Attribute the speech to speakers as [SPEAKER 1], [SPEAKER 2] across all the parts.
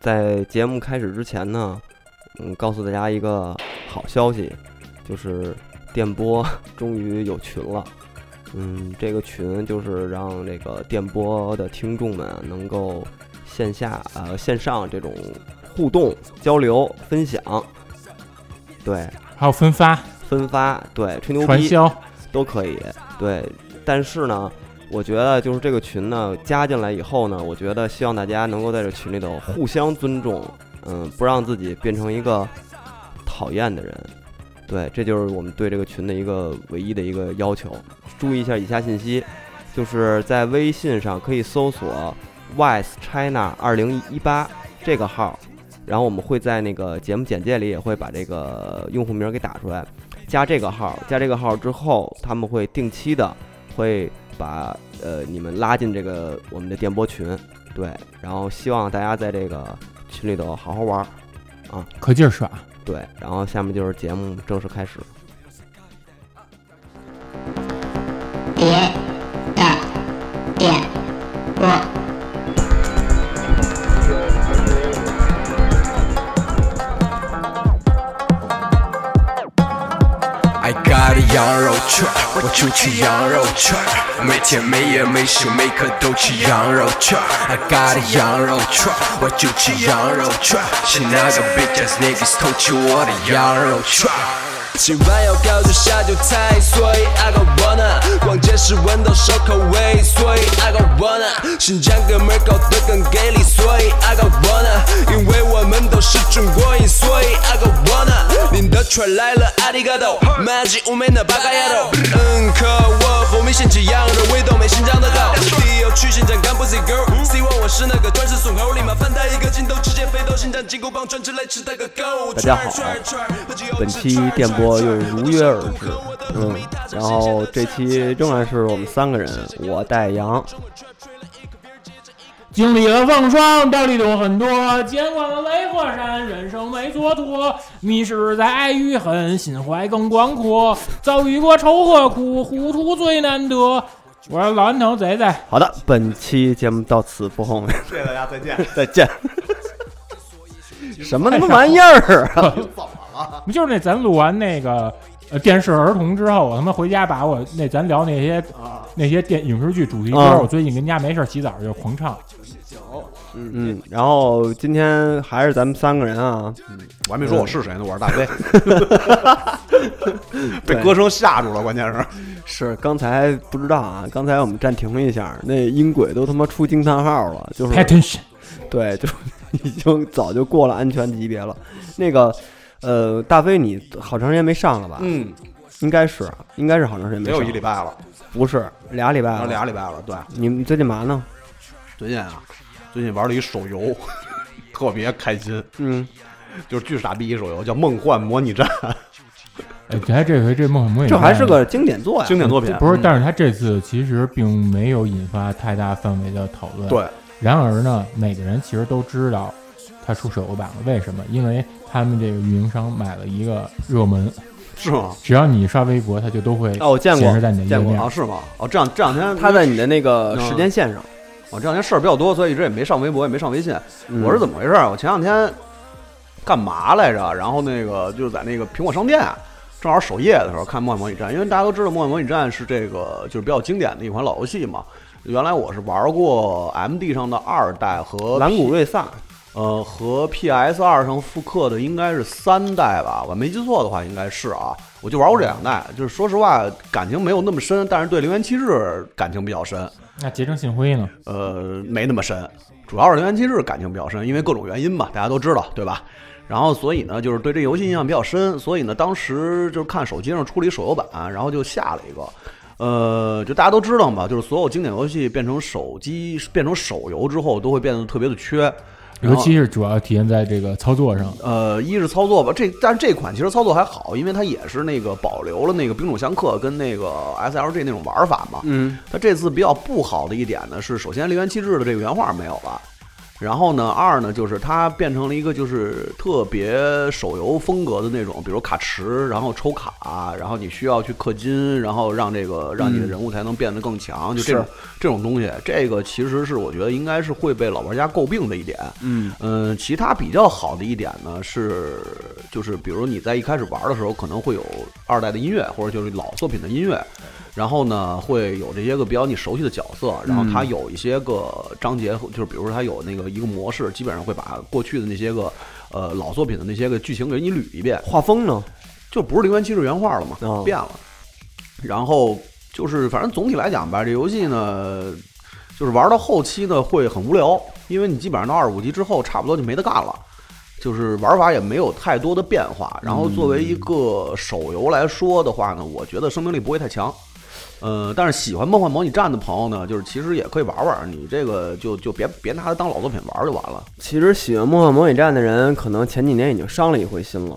[SPEAKER 1] 在节目开始之前呢，嗯，告诉大家一个好消息，就是电波 终于有群了。嗯，这个群就是让这个电波的听众们啊能够线下呃线上这种互动、交流、分享，对，
[SPEAKER 2] 还有分发、
[SPEAKER 1] 分发，对，吹牛
[SPEAKER 2] 传
[SPEAKER 1] 逼，
[SPEAKER 2] 销，
[SPEAKER 1] 都可以。对，但是呢，我觉得就是这个群呢加进来以后呢，我觉得希望大家能够在这群里头互相尊重，嗯，不让自己变成一个讨厌的人。对，这就是我们对这个群的一个唯一的一个要求。注意一下以下信息，就是在微信上可以搜索 “wise china 二零一八”这个号，然后我们会在那个节目简介里也会把这个用户名给打出来。加这个号，加这个号之后，他们会定期的会把呃你们拉进这个我们的电波群，对，然后希望大家在这个群里头好好玩儿，
[SPEAKER 2] 可劲儿耍。
[SPEAKER 1] 对，然后下面就是节目正式开始。
[SPEAKER 3] 别的点播，
[SPEAKER 4] I got a 羊肉串儿，我就吃羊肉串儿，每天每夜每时每刻都吃羊肉串儿。I got a 羊肉串儿，我就吃羊肉串儿，是那个 bitch ass niggas 偷吃我的羊肉串儿。今晚要高就下酒菜，所以 I got wanna 逛街时闻到首口味，所以 I got wanna 新疆哥们儿搞得更给力，所以 I got wanna 因为我们都是中国人，所以 I got wanna 领的串来了，阿里嘎多，马吉乌梅那巴嘎呀都，嗯可我红米鲜吃羊肉味道没新疆的好，你要去新疆干不 Z girl，希望我是那个钻石送猴，立马翻他一个筋斗，直接飞到新疆金箍棒，专吃来吃他个够。
[SPEAKER 1] 大家好本期电波又如约而至，嗯，然后这期仍然是我们三个人，我带杨，
[SPEAKER 2] 经历了风霜，道理懂很多，见惯了雷火山，人生没蹉跎，迷失在爱与恨，心怀更广阔，遭遇过愁和苦，糊涂最难得。我是老安头贼贼，
[SPEAKER 1] 好的，本期节目到此不后面，
[SPEAKER 5] 谢谢大家，再见。
[SPEAKER 1] 再见。什么他妈玩意儿啊！
[SPEAKER 2] 不就是那咱录完那个呃电视儿童之后，我他妈回家把我那咱聊那些那些电影视剧主题歌，
[SPEAKER 1] 啊
[SPEAKER 2] 我最近跟家没事儿洗澡就狂唱。
[SPEAKER 1] 嗯，然后今天还是咱们三个人啊，
[SPEAKER 5] 我还没说我是谁呢，我是大 飞，被歌声吓住了，关键是
[SPEAKER 1] 是刚才不知道啊，刚才我们暂停了一下，那音轨都他妈出惊叹号了，就是
[SPEAKER 2] Attention，
[SPEAKER 1] 对，就已经早就过了安全级别了。那个，呃，大飞，你好长时间没上了吧？
[SPEAKER 5] 嗯，
[SPEAKER 1] 应该是，应该是好长时间没
[SPEAKER 5] 得
[SPEAKER 1] 上
[SPEAKER 5] 有
[SPEAKER 1] 了。
[SPEAKER 5] 一礼拜了，
[SPEAKER 1] 不是俩礼拜
[SPEAKER 5] 然
[SPEAKER 1] 了，
[SPEAKER 5] 后俩礼拜了。对，
[SPEAKER 1] 你们最近忙呢？
[SPEAKER 5] 最近啊，最近玩了一手游， 特别开心，
[SPEAKER 1] 嗯，
[SPEAKER 5] 就是巨傻逼一手游，叫《梦幻模拟战
[SPEAKER 2] 哎，这这回这梦幻模拟
[SPEAKER 1] 这还是
[SPEAKER 2] 战
[SPEAKER 1] 个经典作》呀。
[SPEAKER 5] 经典作品嗯
[SPEAKER 2] 这，不是，但是他这次其实并没有引发太大范围的讨论。，
[SPEAKER 5] 对，
[SPEAKER 2] 然而呢，每个人其实都知道他出手游版了，为什么？因为他们这个运营商买了一个热门，
[SPEAKER 5] 是吗？
[SPEAKER 2] 只要你刷微博，它就都会
[SPEAKER 1] 哦，我见过
[SPEAKER 2] 显示在你的页
[SPEAKER 1] 见过
[SPEAKER 2] 面
[SPEAKER 5] 啊，。是吗？哦，这两这两天
[SPEAKER 1] 他在你的那个
[SPEAKER 5] 嗯
[SPEAKER 1] 时间线上。
[SPEAKER 5] 我这两天事儿比较多，所以一直也没上微博，也没上微信。
[SPEAKER 1] 嗯
[SPEAKER 5] 我是怎么回事儿？我前两天干嘛来着？然后那个就是在那个苹果商店，正好首页的时候看《梦幻模拟战》，因为大家都知道《梦幻模拟战》是这个就是比较经典的一款老游戏嘛。原来我是玩过 MD 上的二代
[SPEAKER 1] 嗯
[SPEAKER 5] 和
[SPEAKER 1] 蓝谷瑞萨，
[SPEAKER 5] 呃和 PS 二上复刻的应该是三代吧，我没记错的话应该是啊。我就玩过这两代，就是说实话感情没有那么深，但是对《零元七日》感情比较深。
[SPEAKER 2] 那结成信辉呢？
[SPEAKER 5] 呃，没那么深，主要是零元七日感情比较深，因为各种原因嘛，大家都知道，对吧？然后所以呢，就是对这游戏印象比较深，所以呢，当时就是看手机上出了一手游版，然后就下了一个。呃，就大家都知道嘛，就是所有经典游戏变成手机、变成手游之后，都会变得特别的缺。然
[SPEAKER 2] 尤
[SPEAKER 5] 后
[SPEAKER 2] 其是主要体现在这个操作上。
[SPEAKER 1] 啊
[SPEAKER 5] 呃，一是操作吧，这但是这款其实操作还好，因为它也是那个保留了那个兵种相克跟那个 SLG 那种玩法嘛。
[SPEAKER 1] 嗯，
[SPEAKER 5] 它这次比较不好的一点呢是，首先《零元七日》的这个原画没有了，然后呢，二呢就是它变成了一个就是特别手游风格的那种，比如卡池，然后抽卡，然后你需要去氪金，然后让这个让你的人物才能变得更强，就这种这种东西，这个其实是我觉得应该是会被老玩家诟病的一点。
[SPEAKER 6] 嗯
[SPEAKER 5] 嗯，其他比较好的一点呢是，就是比如你在一开始玩的时候，可能会有二代的音乐，或者就是老作品的音乐，然后呢会有这些个比较你熟悉的角色，然后它有一些个章节，就是比如说它有那个一个模式，基本上会把过去的那些个呃老作品的那些个剧情给你捋一遍，
[SPEAKER 1] 画风呢？
[SPEAKER 5] 就不是零元七是原画了嘛，
[SPEAKER 1] 哦
[SPEAKER 5] 变了。然后就是反正总体来讲吧，这游戏呢，就是玩到后期呢会很无聊，因为你基本上到二十五级之后，差不多就没得干了。就是玩法也没有太多的变化，然后作为一个手游来说的话呢，我觉得生命力不会太强。呃，但是喜欢《梦幻模拟战》的朋友呢，就是其实也可以玩玩，你这个就就别别拿它当老作品玩就完了。
[SPEAKER 1] 其实喜欢《梦幻模拟战》的人，可能前几年已经伤了一回心了。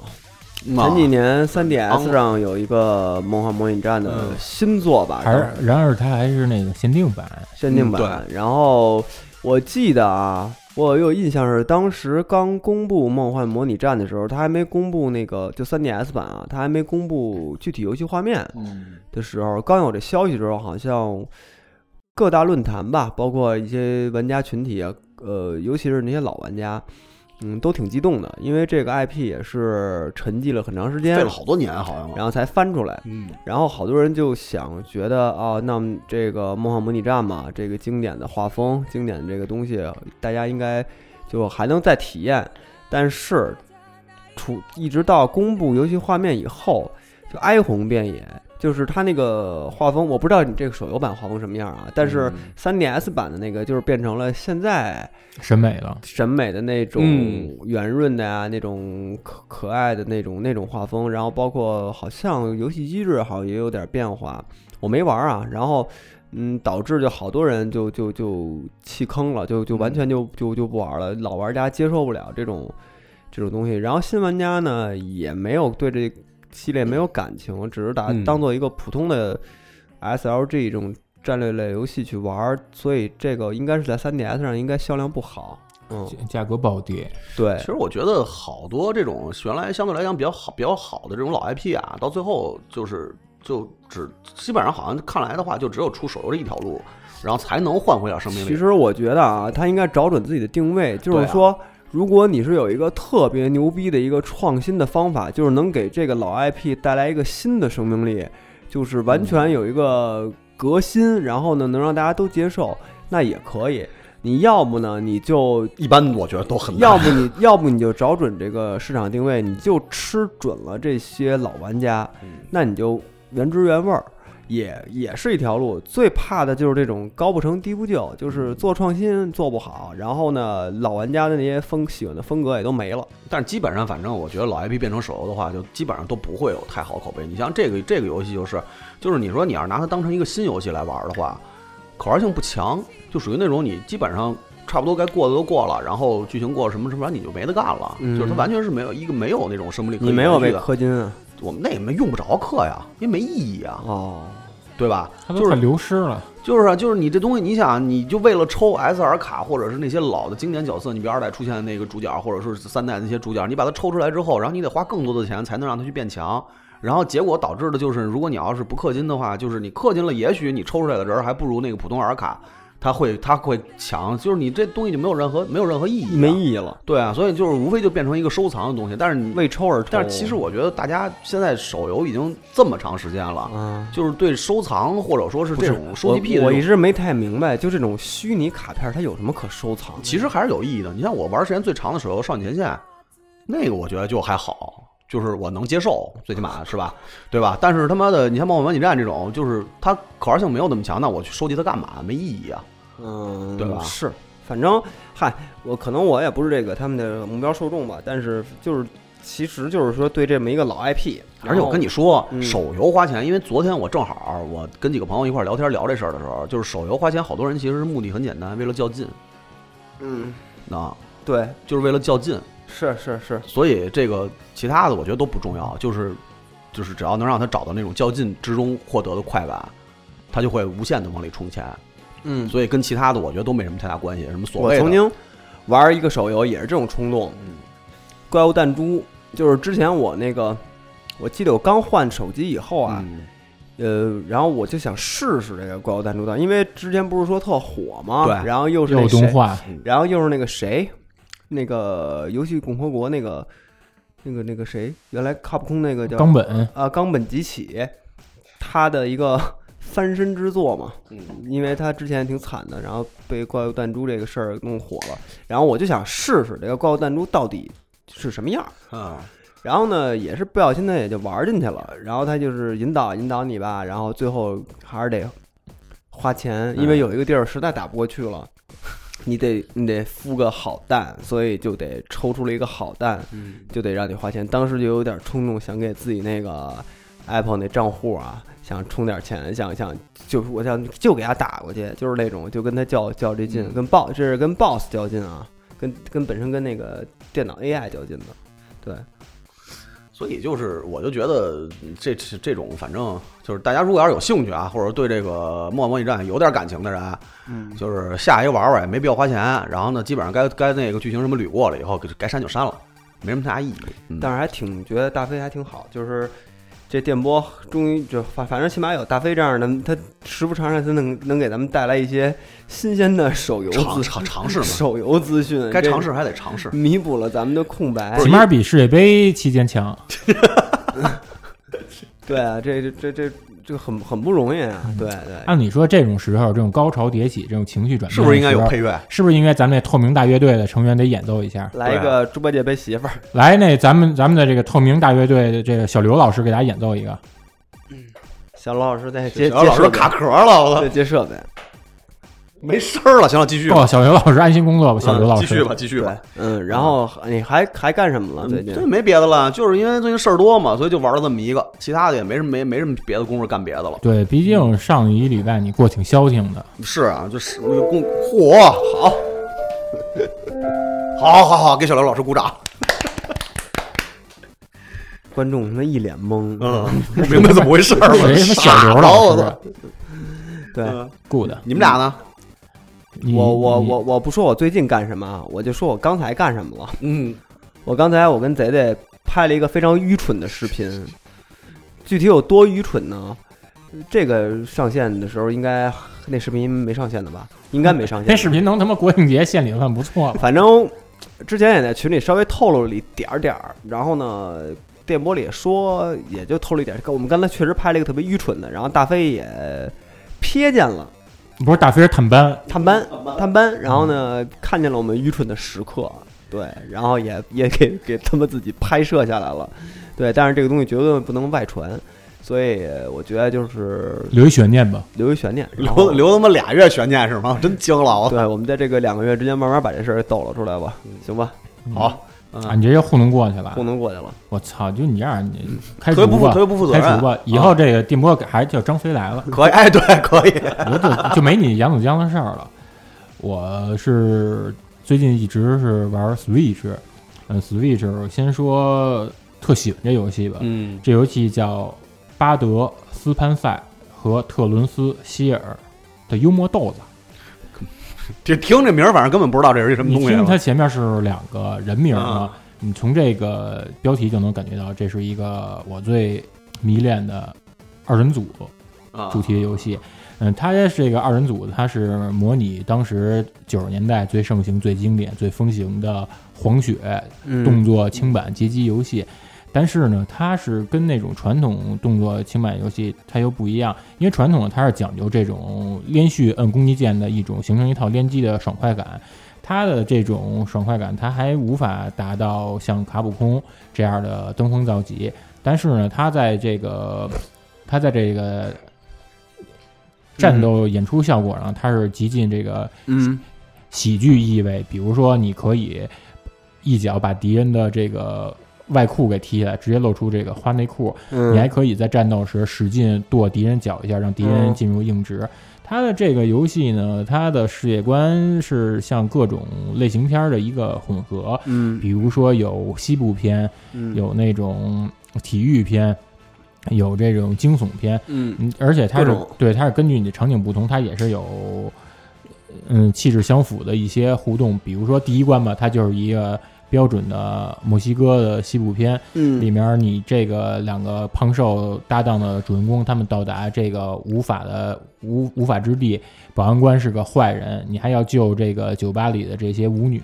[SPEAKER 5] 啊
[SPEAKER 1] 前几年
[SPEAKER 5] 昂
[SPEAKER 1] 3DS 上有一个《梦幻模拟战》的
[SPEAKER 5] 嗯
[SPEAKER 1] 新作吧，
[SPEAKER 2] 还是然而它还是那个限定版，
[SPEAKER 1] 限定版
[SPEAKER 5] 嗯。
[SPEAKER 1] 然后我记得啊，我有印象是当时刚公布《梦幻模拟战》的时候，他还没公布那个就 3DS 版啊，他还没公布具体游戏画面
[SPEAKER 5] 嗯
[SPEAKER 1] 的时候，刚有这消息的时候，好像各大论坛吧，包括一些玩家群体啊，呃，尤其是那些老玩家。嗯，都挺激动的，因为这个 IP 也是沉寂了很长时间，
[SPEAKER 5] 费了好多年好像。
[SPEAKER 1] 然后才翻出来。
[SPEAKER 5] 嗯
[SPEAKER 1] 然后好多人就想觉得啊，那么这个《梦幻模拟战》嘛，这个经典的画风、经典的这个东西，大家应该就还能再体验。但是，除一直到公布游戏画面以后，就哀鸿遍野。就是它那个画风，我不知道你这个手游版画风什么样啊，但是
[SPEAKER 5] 嗯
[SPEAKER 1] 3DS 版的那个就是变成了现在
[SPEAKER 2] 审美了。
[SPEAKER 1] 审美的那种
[SPEAKER 6] 嗯
[SPEAKER 1] 圆润的呀、那种可可爱的那种那种画风，然后包括好像游戏机制好像也有点变化，我没玩啊，然后嗯，导致就好多人就就就弃坑了，就就完全就就就不玩了，老玩家接受不了这种这种东西，然后新玩家呢也没有对这系列没有感情，只是打
[SPEAKER 6] 嗯
[SPEAKER 1] 当做一个普通的 SLG 这种。战略类游戏去玩儿，所以这个应该是在 3DS 上应该销量不好。嗯，
[SPEAKER 2] 价价格暴跌，
[SPEAKER 1] 对
[SPEAKER 5] 其，实我觉得好多这种原来相对来讲比较好、比较好的这种老 IP 啊，到最后就是就只基本上好像看来的话，就只有出手游这一条路，然后才能换回点生命力。
[SPEAKER 1] 其实我觉得啊，他应该找准自己的定位，就是
[SPEAKER 5] 对啊
[SPEAKER 1] 说，如果你是有一个特别牛逼的一个创新的方法，就是能给这个老 IP 带来一个新的生命力，就是完全有一个革新，然后呢能让大家都接受，那也可以。你要不呢，你就
[SPEAKER 5] 一般我觉得都 很
[SPEAKER 1] 要不你要不你就找准这个市场定位，你就吃准了这些老玩家，
[SPEAKER 5] 嗯
[SPEAKER 1] 那你就原汁原味儿，也也是一条路。最怕的就是这种高不成低不就，
[SPEAKER 5] 嗯
[SPEAKER 1] 就是做创新做不好，然后呢，老玩家的那些风喜欢的风格也都没了。
[SPEAKER 5] 但是基本上，反正我觉得老 IP 变成手游的话，就基本上都不会有太好口碑。你像这个这个游戏就是，就是你说你要是拿它当成一个新游戏来玩的话，可玩性不强，就属于那种你基本上差不多该过的都过了，然后剧情过了什么什么，你就没得干了。
[SPEAKER 1] 嗯
[SPEAKER 5] 就是它完全是没有一个没有那种生命力可以
[SPEAKER 1] 你没有
[SPEAKER 5] 延
[SPEAKER 1] 被
[SPEAKER 5] 续的。
[SPEAKER 1] 氪金啊？
[SPEAKER 5] 我们那也没用不着氪呀，因为没意义啊，
[SPEAKER 1] 哦，
[SPEAKER 5] 对吧？
[SPEAKER 2] 它
[SPEAKER 5] 就
[SPEAKER 2] 都快
[SPEAKER 5] 是
[SPEAKER 2] 流失了。
[SPEAKER 5] 就是啊，就是你这东西，你想，你就为了抽 SR 卡，或者是那些老的经典角色，你比如二代出现的那个主角，或者说是三代的那些主角，你把它抽出来之后，然后你得花更多的钱才能让它去变强，然后结果导致的就是，如果你要是不氪金的话，就是你氪金了，也许你抽出来的人还不如那个普通 R 卡，它会它会强，就是你这东西就没有任何没有任何意义、
[SPEAKER 1] 没
[SPEAKER 5] 义。
[SPEAKER 1] 意义了，
[SPEAKER 5] 对啊，所以就是无非就变成一个收藏的东西，但是你
[SPEAKER 1] 为抽而抽。
[SPEAKER 5] 但是其实我觉得大家现在手游已经这么长时间了，
[SPEAKER 1] 啊。
[SPEAKER 5] 就是对收藏或者说是这种收集癖的
[SPEAKER 1] 我，我
[SPEAKER 5] 这
[SPEAKER 1] 一
[SPEAKER 5] 种
[SPEAKER 1] 直没太明白，就这种虚拟卡片它有什么可收藏的？
[SPEAKER 5] 其实还是有意义的。你像我玩时间最长的手游《少女前线》，那个我觉得就还好，就是我能接受，最 起码是吧，对吧？但是他妈的，你像《梦幻模拟战》这种，就是它可玩性没有那么强，那我去收集它干嘛？没意义啊。
[SPEAKER 1] 嗯，
[SPEAKER 5] 对吧
[SPEAKER 1] 是，反正嗨，我可能我也不是这个他们的目标受众吧，但是就是其实就是说对这么一个老 IP，
[SPEAKER 5] 而且我跟
[SPEAKER 1] 你
[SPEAKER 5] 你说，
[SPEAKER 1] 哦嗯
[SPEAKER 5] 手游花钱，因为昨天我正好我跟几个朋友一块儿聊天聊这事儿的时候，就是手游花钱，好多人其实目的很简单，为了较劲，
[SPEAKER 1] 嗯，
[SPEAKER 5] 啊，
[SPEAKER 1] 对，
[SPEAKER 5] 就是为了较劲。
[SPEAKER 1] 是是是，
[SPEAKER 5] 所以这个其他的我觉得都不重要，就是就是只要能让他找到那种较劲之中获得的快感，他就会无限的往里充钱。
[SPEAKER 1] 嗯，
[SPEAKER 5] 所以跟其他的我觉得都没什么太大关系。什么所嗯
[SPEAKER 1] 我
[SPEAKER 5] 谓的
[SPEAKER 1] 曾经玩一个手游也是这种冲动。怪物弹珠就是之前我那个，我记得我刚换手机以后啊，
[SPEAKER 5] 嗯
[SPEAKER 1] 呃，然后我就想试试这个怪物弹珠弹，因为之前不是说特火吗？
[SPEAKER 5] 对
[SPEAKER 1] 然后又是
[SPEAKER 2] 又
[SPEAKER 1] 那
[SPEAKER 2] 动
[SPEAKER 1] 谁，
[SPEAKER 2] 画，
[SPEAKER 1] 然后又是那个谁，那个游戏共和国那个那个那个谁，原来卡普空那个叫
[SPEAKER 2] 冈本
[SPEAKER 1] 啊，冈本吉起，他的一个 翻身之作嘛，因为他之前挺惨的，然后被怪物弹珠这个事儿弄火了，然后我就想试试这个怪物弹珠到底是什么样儿，
[SPEAKER 5] 啊，
[SPEAKER 1] 然后呢，也是不小心的也就玩进去了，然后他就是引导引导你吧，然后最后还是得花钱，因为有一个地儿实在打不过去了。 你得你得孵个好蛋，所以就得抽出了一个好蛋，
[SPEAKER 5] 嗯
[SPEAKER 1] 就得让你花钱。当时就有点冲动，想给自己那个 Apple 那账户啊，想充点钱，想想就是我想就给他打过去，就是那种就跟他较较这劲，跟 boss 这是跟 boss 较劲啊，跟跟本身跟那个电脑 AI 较劲的，对，
[SPEAKER 5] 所以就是，我就觉得这这这种，反正就是大家如果要是有兴趣啊，或者对这个《末模拟战》有点感情的人啊，
[SPEAKER 1] 嗯，
[SPEAKER 5] 就是下一个玩玩也没必要花钱。然后呢，基本上该该那个剧情什么捋过了以后，该该删就删了，没什么太大意义。嗯
[SPEAKER 1] 但是还挺觉得大飞还挺好，就是。这电波终于就反反正起码有大飞这样的，他时不常让他能能给咱们带来一些新鲜的手游
[SPEAKER 5] 尝
[SPEAKER 1] 资
[SPEAKER 5] 尝尝试嘛，
[SPEAKER 1] 手游资讯，
[SPEAKER 5] 该
[SPEAKER 1] 这
[SPEAKER 5] 尝试还得尝试。
[SPEAKER 1] 弥补了咱们的空白。
[SPEAKER 2] 起码比世界杯期间强。
[SPEAKER 1] 对啊，这这这这这很很不容易啊！对对，
[SPEAKER 5] 哎
[SPEAKER 2] 按理说这种时候，这种高潮迭起，这种情绪转变，
[SPEAKER 5] 是不是应该有配？乐？
[SPEAKER 2] 是不是应该咱们这透明大乐队的成员得演奏一下？
[SPEAKER 1] 来一
[SPEAKER 5] 对
[SPEAKER 1] 个猪八戒背媳妇儿，
[SPEAKER 2] 来，那咱们咱们的这个透明大乐队的这个小刘老师给大家演奏一个。
[SPEAKER 1] 小罗老师在接
[SPEAKER 5] 小姚
[SPEAKER 1] 接
[SPEAKER 5] 老师
[SPEAKER 1] 设备，
[SPEAKER 5] 卡壳了，我
[SPEAKER 1] 对
[SPEAKER 5] 操，
[SPEAKER 1] 接设备，
[SPEAKER 5] 没声儿了。行了，继续吧
[SPEAKER 2] 够，，小刘老师安心工作吧，哦小刘
[SPEAKER 5] 嗯
[SPEAKER 2] 老
[SPEAKER 5] 继
[SPEAKER 2] 师。
[SPEAKER 5] 续吧，继续吧嗯
[SPEAKER 1] 对。，嗯，然后你还还干什么了？最近
[SPEAKER 5] 这没别的了，就是因为最近事儿多嘛，所以就玩了这么一个，其他的也没什么没没什么别的功夫干别的了。
[SPEAKER 2] 对，毕竟上一礼拜你过挺消停 的，
[SPEAKER 5] 是啊，就是那个功，嚯，好，好，好，好，给小刘老师鼓掌。
[SPEAKER 1] 观众他妈一脸懵，
[SPEAKER 5] 嗯，明白怎么回事儿
[SPEAKER 2] 谁
[SPEAKER 5] 了？
[SPEAKER 2] 他妈
[SPEAKER 5] 傻
[SPEAKER 2] 小刘
[SPEAKER 5] 了，我
[SPEAKER 2] 老
[SPEAKER 5] 操
[SPEAKER 2] 师！啊
[SPEAKER 1] 对
[SPEAKER 5] 嗯
[SPEAKER 2] good。
[SPEAKER 5] 你们俩呢？
[SPEAKER 2] 你
[SPEAKER 1] 我我
[SPEAKER 2] 你
[SPEAKER 1] 我我不说我最近干什么啊，我就说我刚才干什么了。
[SPEAKER 5] 嗯，
[SPEAKER 1] 我刚才我跟贼贼拍了一个非常愚蠢的视频，具体有多愚蠢呢？这个上线的时候应该那视频没上线的吧？应该没上线吧。
[SPEAKER 2] 这视频能他妈国庆节献礼算不错了。
[SPEAKER 1] 反正之前也在群里稍微透露了一点儿点儿，然后呢，电波里也说也就透露一点儿。我们刚才确实拍了一个特别愚蠢的，然后大飞也瞥见了，
[SPEAKER 2] 不是大飞是探班，
[SPEAKER 1] 探班探班，然后呢看见了我们愚蠢的时刻，对，然后也也给给他们自己拍摄下来了，对，但是这个东西绝对不能外传。所以我觉得就是
[SPEAKER 2] 留一悬念吧。
[SPEAKER 1] 留一悬念，然后
[SPEAKER 5] 留留他妈俩月悬念是吗？真惊了，我操！
[SPEAKER 1] 对，我们在这个两个月之间慢慢把这事儿给抖了出来吧，行吧，
[SPEAKER 5] 好，
[SPEAKER 2] 啊，你这就糊弄过去了
[SPEAKER 1] 糊。弄过去了。
[SPEAKER 2] 我操，就你这样，你开
[SPEAKER 5] 特
[SPEAKER 2] 除
[SPEAKER 5] 别不负
[SPEAKER 2] 吧，
[SPEAKER 5] 特别不负责
[SPEAKER 2] 开
[SPEAKER 5] 任啊
[SPEAKER 2] 除吧。以后这个电波改还是叫张飞来了，
[SPEAKER 5] 可以，哎，对，可以。
[SPEAKER 2] 我就就没你杨子江的事儿了。我是最近一直是玩 Switch，嗯，Switch 先说特喜欢这游戏吧，
[SPEAKER 5] 嗯，
[SPEAKER 2] 这游戏叫《巴德斯潘塞和特伦斯希尔的幽默豆子》。
[SPEAKER 5] 这听这名儿，反正根本不知道这是一什么
[SPEAKER 2] 你
[SPEAKER 5] 东西
[SPEAKER 2] 听
[SPEAKER 5] 了
[SPEAKER 2] 它前面是两个人名嘛
[SPEAKER 5] 啊，
[SPEAKER 2] 你从这个标题就能感觉到，这是一个我最迷恋的二人组
[SPEAKER 5] 啊
[SPEAKER 2] 主题游戏。嗯，它也是这个二人组，它是模拟当时九十年代最盛行、最经典、最风行的黄血
[SPEAKER 5] 嗯
[SPEAKER 2] 动作轻板街机游戏。但是呢，它是跟那种传统动作轻板游戏它又不一样，因为传统的它是讲究这种连续摁攻击键的一种形成一套联机的爽快感，它的这种爽快感它还无法达到像卡普空这样的登峰造极。但是呢，它在这个它在这个战斗演出效果上，它是极尽这个
[SPEAKER 1] 嗯，
[SPEAKER 2] 喜剧意味，比如说你可以一脚把敌人的这个外裤给踢下来，直接露出这个花内裤；
[SPEAKER 1] 嗯
[SPEAKER 2] 你还可以在战斗时使劲跺敌人脚一下，让敌人
[SPEAKER 1] 嗯
[SPEAKER 2] 进入硬直。它的这个游戏呢，它的世界观是像各种类型片儿的一个混合，
[SPEAKER 1] 嗯
[SPEAKER 2] 比如说有西部片，
[SPEAKER 1] 嗯
[SPEAKER 2] 有那种体育片，有这种惊悚片，
[SPEAKER 1] 嗯
[SPEAKER 2] 嗯，而且它
[SPEAKER 1] 各
[SPEAKER 2] 是
[SPEAKER 1] 种
[SPEAKER 2] 对它是根据你的场景不同，它也是有嗯气质相符的一些互动，比如说第一关吧，它就是一个标准的墨西哥的西部片，里
[SPEAKER 5] 嗯，
[SPEAKER 2] 面你这个两个胖瘦搭档的主人公，他们到达这个无法的无无法之地，保安官是个坏人，你还要救这个酒吧里的这些舞女。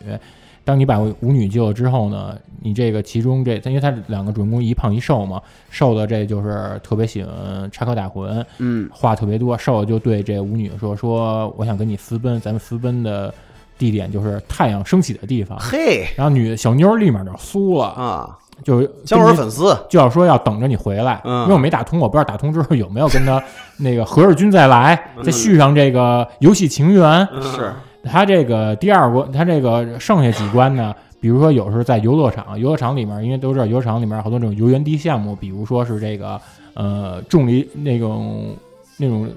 [SPEAKER 2] 当你把舞女救了之后呢，你这个其中这，因为他两个主人公一胖一瘦嘛，瘦的这就是特别喜欢插科打诨，
[SPEAKER 5] 嗯，
[SPEAKER 2] 话特别多，瘦的就对这舞女说说，我想跟你私奔，咱们私奔的地点就是太阳升起的地方。
[SPEAKER 5] 嘿
[SPEAKER 2] 然后女小妞儿立马就酥了，
[SPEAKER 5] 啊，
[SPEAKER 2] 就
[SPEAKER 5] 姜文粉丝，
[SPEAKER 2] 就要说要等着你回来，
[SPEAKER 5] 嗯
[SPEAKER 2] 因为我没打通，我不知道打通之后有没有跟他那个何日君再来，再续上这个游戏情缘。
[SPEAKER 1] 嗯是
[SPEAKER 2] 他这个第二关，他这个剩下几关呢？比如说有时候在游乐场，游乐场里面，因为都知道游乐场里面好多这种游园地项目，比如说是这个呃重力那种那种。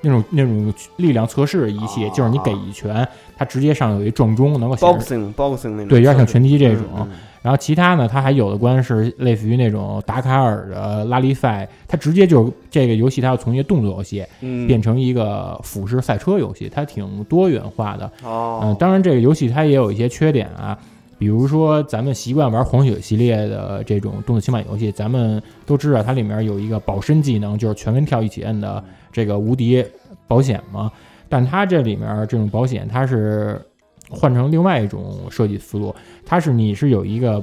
[SPEAKER 2] 那种那种力量测试仪器，
[SPEAKER 5] 啊
[SPEAKER 2] 就是你给一拳，它直接上有一撞钟，能够显示，
[SPEAKER 1] boxing boxing 那种，
[SPEAKER 2] 对，有点像拳击这种。
[SPEAKER 1] 嗯嗯
[SPEAKER 2] 然后其他呢，它还有的关是类似于那种达喀尔的拉力赛，它直接就是这个游戏，它要从一个动作游戏
[SPEAKER 1] 嗯
[SPEAKER 2] 变成一个俯视赛车游戏，它挺多元化的。嗯、
[SPEAKER 1] 哦，
[SPEAKER 2] 当然这个游戏它也有一些缺点啊，比如说咱们习惯玩黄血系列的这种动作轻板游戏，咱们都知道它里面有一个保身技能，就是全跟跳一起摁的这个无敌保险嘛。但它这里面这种保险，它是换成另外一种设计思路，它是你是有一个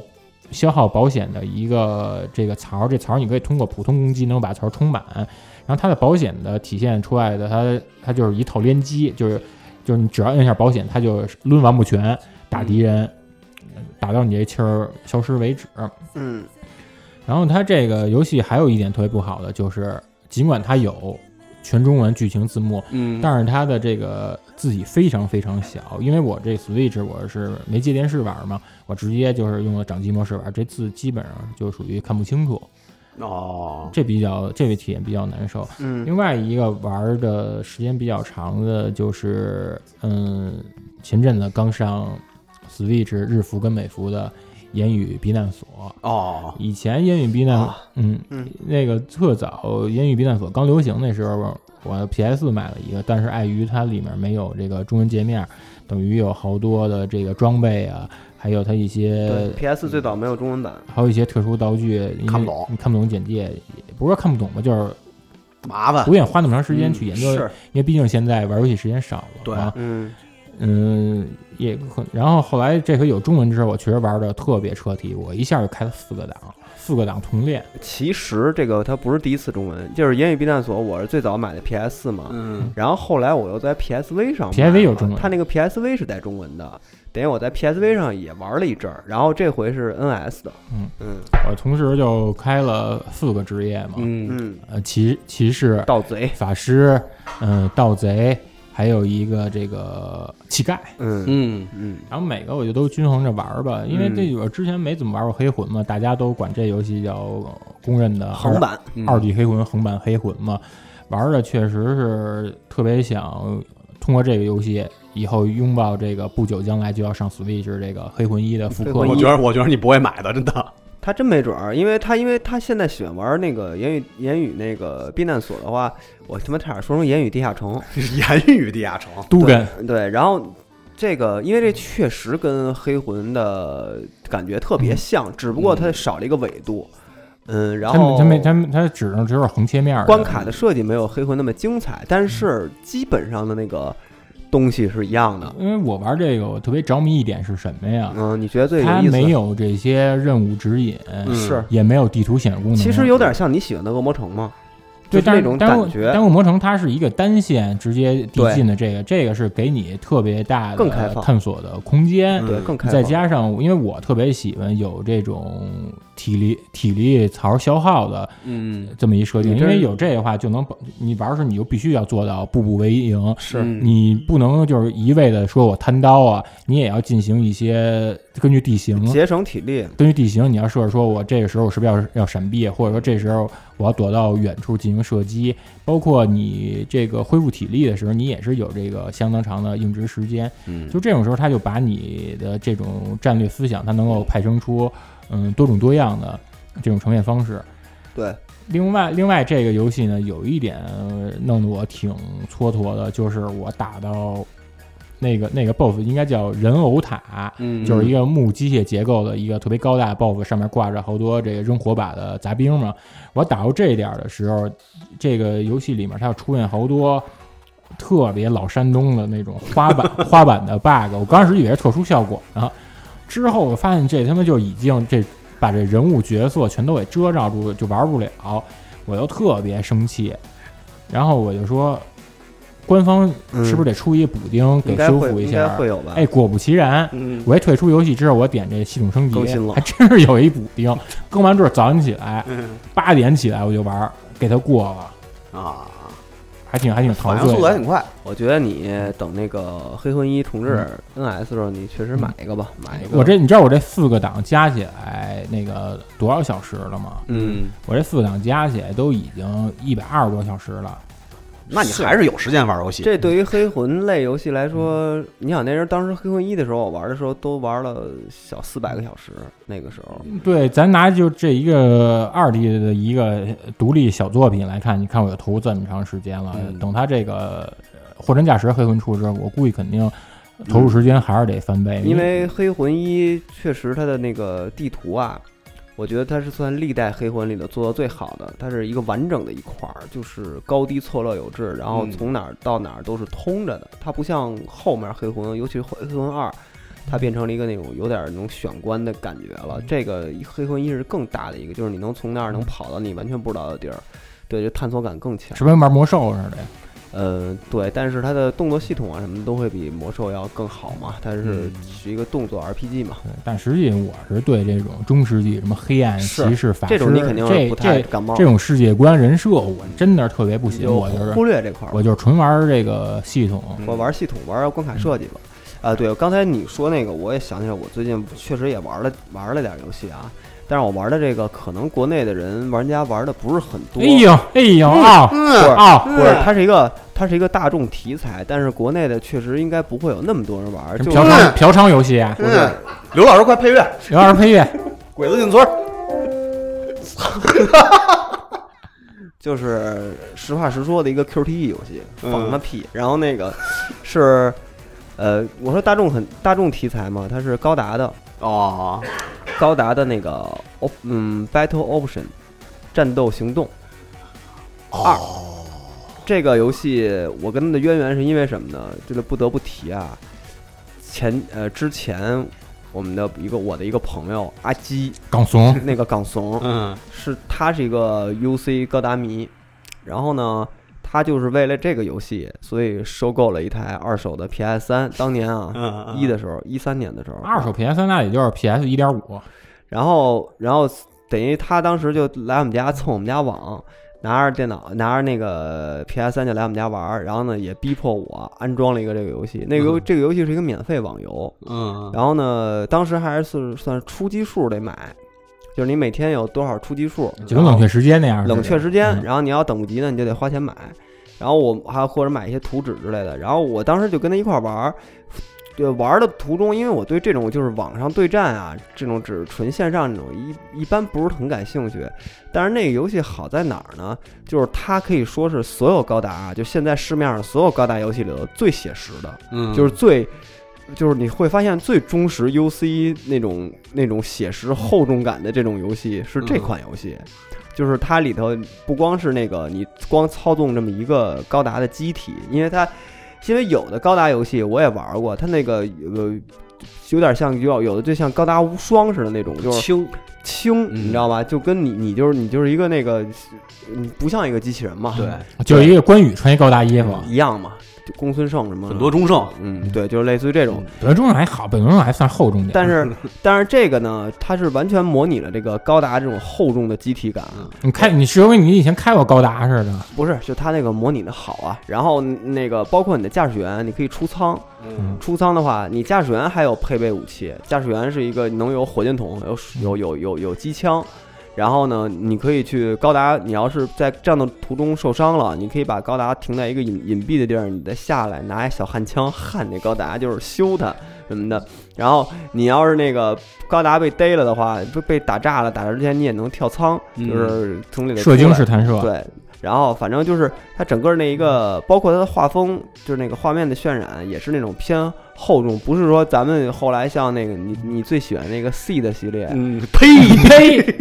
[SPEAKER 2] 消耗保险的一个这个槽儿，这槽儿你可以通过普通攻击能把槽儿充满。然后它的保险的体现出来的，它它就是一套连击，就是就是你只要摁一下保险，它就抡完不全打敌人，打到你这气儿消失为止。
[SPEAKER 1] 嗯，
[SPEAKER 2] 然后它这个游戏还有一点特别不好的就是，尽管它有全中文剧情字幕，
[SPEAKER 1] 嗯
[SPEAKER 2] 但是它的这个字体非常非常小。因为我这 Switch 我是没接电视玩嘛，我直接就是用了掌机模式玩，这字基本上就属于看不清楚，
[SPEAKER 5] 哦，
[SPEAKER 2] 这比较这个体验比较难受。
[SPEAKER 1] 嗯
[SPEAKER 2] 另外一个玩的时间比较长的就是，嗯，前阵子刚上 Switch 日服跟美服的言语避难所。
[SPEAKER 5] 哦，
[SPEAKER 2] 以前烟雨避难，
[SPEAKER 5] 啊
[SPEAKER 2] 嗯
[SPEAKER 1] 嗯
[SPEAKER 2] 那个特早烟雨避难所刚流行那时候，我 PS 买了一个，但是碍于它里面没有这个中文界面，等于有好多的这个装备啊，还有它
[SPEAKER 1] 对
[SPEAKER 2] 一些
[SPEAKER 1] ，PS 最早没有中文版，
[SPEAKER 2] 还有一些特殊道具，因为
[SPEAKER 5] 看不懂
[SPEAKER 2] 你看不懂简介，也不是说看不懂吧，就是
[SPEAKER 5] 麻烦
[SPEAKER 2] 不，愿意花那么长时间去研究，
[SPEAKER 5] 啊嗯是，
[SPEAKER 2] 因为毕竟现在玩游戏时间少了，
[SPEAKER 5] 对
[SPEAKER 2] 啊，
[SPEAKER 1] 嗯
[SPEAKER 2] 嗯，也可。然后后来这回有中文之后，我确实玩的特别彻底，我一下就开了四个档，四个档同练。
[SPEAKER 1] 其实这个它不是第一次中文，就是《言语避难所》，我是最早买的 PS 嘛，
[SPEAKER 5] 嗯，
[SPEAKER 1] 然后后来我又在 PSV 上买了
[SPEAKER 2] PSV 有中文
[SPEAKER 1] 它那个 PSV 是带中文的，等于我在 PSV 上也玩了一阵儿，然后这回是 NS 的，
[SPEAKER 2] 嗯
[SPEAKER 1] 嗯
[SPEAKER 2] 我同时就开了四个职业嘛，
[SPEAKER 5] 嗯，
[SPEAKER 1] 嗯，
[SPEAKER 2] 呃，骑骑士、
[SPEAKER 1] 盗贼，
[SPEAKER 2] 法师，嗯、盗贼，还有一个这个乞丐。
[SPEAKER 1] 嗯
[SPEAKER 5] 嗯，
[SPEAKER 1] 嗯
[SPEAKER 2] 然后每个我就都均衡着玩儿吧，因为这我之前没怎么玩过黑魂嘛，大家都管这游戏叫公认的
[SPEAKER 1] 横版，
[SPEAKER 2] 二 D 黑魂、横版黑魂嘛，玩儿的确实是特别想通过这个游戏以后拥抱这个不久将来就要上 Switch 这个黑魂一的复刻
[SPEAKER 1] 黑
[SPEAKER 5] 我
[SPEAKER 1] 魂
[SPEAKER 5] 觉
[SPEAKER 1] 一
[SPEAKER 5] 得我觉得你不会买的，真的，
[SPEAKER 1] 他真没准儿，因为他因为他现在喜欢玩那个言语言语那个避难所的话，我他妈差点说成言语地下城，
[SPEAKER 5] 言语地下城，
[SPEAKER 2] 都跟
[SPEAKER 1] 对，然后这个因为这确实跟黑魂的感觉特
[SPEAKER 2] 嗯
[SPEAKER 1] 别像，只不过它少了一个纬度，嗯，然
[SPEAKER 2] 他们
[SPEAKER 1] 后
[SPEAKER 2] 他们他们他指上只有横切面儿
[SPEAKER 1] 关卡的设计没有黑魂那么精彩，
[SPEAKER 2] 嗯
[SPEAKER 1] 但是基本上的那个东西是一样的。
[SPEAKER 2] 因为我玩这个，我特别着迷一点是什么呀？
[SPEAKER 1] 嗯，你觉得最有
[SPEAKER 2] 它
[SPEAKER 1] 意思？
[SPEAKER 2] 没有这些任务指引，
[SPEAKER 1] 是，
[SPEAKER 2] 也没有地图显示功能。啊
[SPEAKER 1] 其实有点像你喜欢的恶魔城嘛，
[SPEAKER 2] 嗯
[SPEAKER 1] 就
[SPEAKER 2] 对，
[SPEAKER 1] 是
[SPEAKER 2] 但
[SPEAKER 1] 那
[SPEAKER 2] 是
[SPEAKER 1] 种
[SPEAKER 2] 耽
[SPEAKER 1] 感
[SPEAKER 2] 误
[SPEAKER 1] 觉
[SPEAKER 2] 耽误魔城它是一个单线直接递进的，这个这个是给你特别大
[SPEAKER 1] 更开
[SPEAKER 2] 的
[SPEAKER 1] 放嗯
[SPEAKER 2] 探索的空间。
[SPEAKER 1] 对，更开放。
[SPEAKER 2] 再加上，因为我特别喜欢有这种体力体力槽消耗的
[SPEAKER 5] 嗯，
[SPEAKER 2] 这么一设定，
[SPEAKER 1] 你
[SPEAKER 2] 因
[SPEAKER 1] 这
[SPEAKER 2] 为有这个话就能保你玩的时候你就必须要做到步步为营，
[SPEAKER 1] 是
[SPEAKER 2] 你不能就是一味的说我贪刀啊，你也要进行一些根据地形，
[SPEAKER 1] 节省体力，
[SPEAKER 2] 根据地形你要设置说我这个时候我是不是要要闪避，或者说这时候我要躲到远处进行射击，包括你这个恢复体力的时候，你也是有这个相当长的硬直时间。
[SPEAKER 5] 嗯
[SPEAKER 2] 就这种时候，他就把你的这种战略思想，它能够派生出嗯多种多样的这种呈现方式。
[SPEAKER 1] 对，
[SPEAKER 2] 另外，另外这个游戏呢，有一点呃弄得我挺蹉跎的，就是我打到那个那个 BOSS 应该叫人偶塔，
[SPEAKER 5] 嗯
[SPEAKER 2] 就是一个木机械结构的一个特别高大的 BOSS，上面挂着好多这个扔火把的杂兵嘛。我打到这一点儿的时候，这个游戏里面它要出现好多特别老山东的那种花 板花板的 bug，我刚开始以为是特殊效果啊呢，之后我发现这他妈就已经这把这人物角色全都给遮罩住了，就玩不了，我又特别生气，然后我就说。官方是不是得出一补丁
[SPEAKER 1] 嗯
[SPEAKER 2] 给
[SPEAKER 1] 应该
[SPEAKER 2] 修
[SPEAKER 1] 会
[SPEAKER 2] 复一
[SPEAKER 1] 应
[SPEAKER 2] 下？
[SPEAKER 1] 该会有吧？
[SPEAKER 2] 哎，，果不其然，
[SPEAKER 1] 啊嗯，
[SPEAKER 2] 我一退出游戏之后，我点这系统升级
[SPEAKER 1] 更新，了
[SPEAKER 2] 还真是有一补丁。更完之后，早上起来
[SPEAKER 1] 嗯
[SPEAKER 2] 八点起来我就玩儿，给它过了，
[SPEAKER 5] 啊，
[SPEAKER 2] 还挺还挺陶
[SPEAKER 5] 反应
[SPEAKER 2] 醉
[SPEAKER 5] 速度还
[SPEAKER 2] 的。
[SPEAKER 5] 挺快。
[SPEAKER 1] 我觉得你等那个《黑魂一》重置 NS 的时候，你确实买一个吧，买一个。
[SPEAKER 2] 嗯我这你知道我这四个档加起来那个多少小时了吗？
[SPEAKER 1] 嗯，
[SPEAKER 2] 我这四个档加起来都已经一百二十多小时了。
[SPEAKER 5] 那你还是有时间玩游戏。
[SPEAKER 1] 这对于黑魂类游戏来
[SPEAKER 2] 嗯
[SPEAKER 1] 说，你想那时候当时《黑魂一》的时候，我玩的时候都玩了小四百个小时，那个时候。
[SPEAKER 2] 对，咱拿就这一个二 D 的一个独立小作品来看，你看我又投入这么长时间了，
[SPEAKER 1] 嗯
[SPEAKER 2] 等他这个呃货真价实黑魂出之后，我估计肯定投入时间还是得翻倍，
[SPEAKER 1] 嗯因为《黑魂一》确实它的那个地图啊，我觉得它是算历代黑魂里的做的最好的，它是一个完整的一块儿，就是高低错落有致，然后
[SPEAKER 5] 嗯
[SPEAKER 1] 从哪儿到哪儿都是通着的。它不像后面黑魂，尤其是黑魂二，它变成了一个那种有点那种选关的感觉了。这个黑魂一是更大的一个，就是你能从那儿能跑到你完全不知道的地儿。对，就探索感更强。
[SPEAKER 2] 是不是跟玩魔兽似的？
[SPEAKER 1] 呃，对，但是它的动作系统啊什么的都会比魔兽要更好嘛，它是是一个动作 RPG 嘛。
[SPEAKER 2] 对但实际我是对这种中世纪什么黑暗
[SPEAKER 1] 是
[SPEAKER 2] 骑士法师
[SPEAKER 1] 这种你肯定是
[SPEAKER 2] 这
[SPEAKER 1] 不太
[SPEAKER 2] 这
[SPEAKER 1] 感冒，
[SPEAKER 2] 这种世界观人设，我真的是特别不行，
[SPEAKER 1] 就
[SPEAKER 2] 我就是
[SPEAKER 1] 忽嗯略这块儿。
[SPEAKER 2] 我就是纯玩这个系统。
[SPEAKER 5] 嗯
[SPEAKER 1] 我玩系统，玩关卡设计吧。啊，对，刚才你说那个，我也想起来，我最近确实也玩了玩了点游戏啊，但是我玩的这个可能国内的人玩家玩的不是很多。
[SPEAKER 2] 哎呦哎呦
[SPEAKER 1] 嗯
[SPEAKER 2] 啊
[SPEAKER 5] 嗯
[SPEAKER 1] 或者
[SPEAKER 2] 啊！
[SPEAKER 1] 或者它是一个它是一个大众题材，但是国内的确实应该不会有那么多人玩。
[SPEAKER 2] 什
[SPEAKER 1] 就
[SPEAKER 2] 么嫖娼嫖娼游戏啊，
[SPEAKER 5] 嗯，刘老师快配乐《
[SPEAKER 2] 有二配乐，
[SPEAKER 5] 鬼子进村》。
[SPEAKER 1] 就是实话实说的一个 QTE 游戏，
[SPEAKER 5] 嗯
[SPEAKER 1] 放他屁。然后那个是，呃，我说大众很大众题材嘛，它是高达的，
[SPEAKER 5] 哦，
[SPEAKER 1] 高达的那个 op 嗯 Battle Option 战斗行动
[SPEAKER 5] 哦
[SPEAKER 1] 二。这个游戏我跟它的渊源是因为什么呢？这个不得不提啊，前呃之前我们的一个我的一个朋友阿 基，
[SPEAKER 2] 港怂，
[SPEAKER 1] 那个港怂
[SPEAKER 5] 嗯
[SPEAKER 1] 是他是一个 UC 高达迷，然后呢。他就是为了这个游戏，所以收购了一台二手的 PS 三。当年啊，
[SPEAKER 5] 嗯
[SPEAKER 1] 一的时候，一三年的时候，
[SPEAKER 2] 二手 PS 那也就是 PS 一点五，
[SPEAKER 1] 然后然后等于他当时就来我们家蹭我们家网，拿着电脑拿着那个 PS 三就来我们家玩儿，然后呢也逼迫我安装了一个这个游戏，那个游、这个游戏是一个免费网游，
[SPEAKER 5] 嗯
[SPEAKER 1] 然后呢当时还是算是出击数得买，就是你每天有多少出击数，
[SPEAKER 2] 就跟冷却时间那样似的。
[SPEAKER 1] 嗯冷却时间，
[SPEAKER 2] 嗯
[SPEAKER 1] 然后你要等不及呢，你就得花钱买。然后我还或者买一些图纸之类的。然后我当时就跟他一块儿玩儿，就玩儿的途中，因为我对这种就是网上对战啊这种只纯线上这种一一般不是很感兴趣。但是那个游戏好在哪儿呢？就是它可以说是所有高达啊，就现在市面上所有高达游戏里头最写实的，
[SPEAKER 5] 嗯
[SPEAKER 1] 就是最。就是你会发现最忠实 UC 那种那种写
[SPEAKER 5] 嗯
[SPEAKER 1] 实厚重感的这种游戏是这款游戏，就是它里头不光是那个你光操纵这么一个高达的机体，因为它因为有的高达游戏我也玩过，它那个呃有点像有有的就像高达无双似的那种，就是
[SPEAKER 5] 轻，
[SPEAKER 1] 轻，
[SPEAKER 5] 嗯
[SPEAKER 1] 你知道吧？就跟你你就是你就是一个那个你不像一个机器人嘛，
[SPEAKER 5] 对，
[SPEAKER 2] 嗯就是一个关羽穿一高达衣服，
[SPEAKER 1] 一样嘛，就公孙胜什么的
[SPEAKER 5] 很多中胜，
[SPEAKER 1] 嗯对，就是类似于这种。
[SPEAKER 2] 本尊中还好，本尊中还算厚重点。
[SPEAKER 1] 但是， 但是这个呢，它是完全模拟了这个高达这种厚重的机体感，啊
[SPEAKER 2] 你开，你是因为你以前开过高达似的，
[SPEAKER 1] 不是，就它那个模拟的好啊。然后那个包括你的驾驶员，你可以出舱，
[SPEAKER 5] 嗯
[SPEAKER 1] 出舱的话，你驾驶员还有配备武器，驾驶员是一个能有火箭筒，有
[SPEAKER 2] 嗯
[SPEAKER 1] 有有有有机枪。然后呢，你可以去高达，你要是在战斗途中受伤了，你可以把高达停在一个隐隐蔽的地儿，你再下来拿一小焊枪焊那高达，就是修它什么的。然后你要是那个高达被逮了的话，被被打炸了，打炸之前你也能跳舱，
[SPEAKER 5] 嗯
[SPEAKER 1] 就是从里头
[SPEAKER 2] 射
[SPEAKER 1] 出
[SPEAKER 2] 精
[SPEAKER 1] 来
[SPEAKER 2] 式弹射，
[SPEAKER 1] 对，然后反正就是它整个那一个，
[SPEAKER 2] 嗯
[SPEAKER 1] 包括它的画风，就是那个画面的渲染也是那种偏厚重，不是说咱们后来像那个你你最喜欢那个 C 的系列，
[SPEAKER 5] 嗯，呸，
[SPEAKER 1] 呸，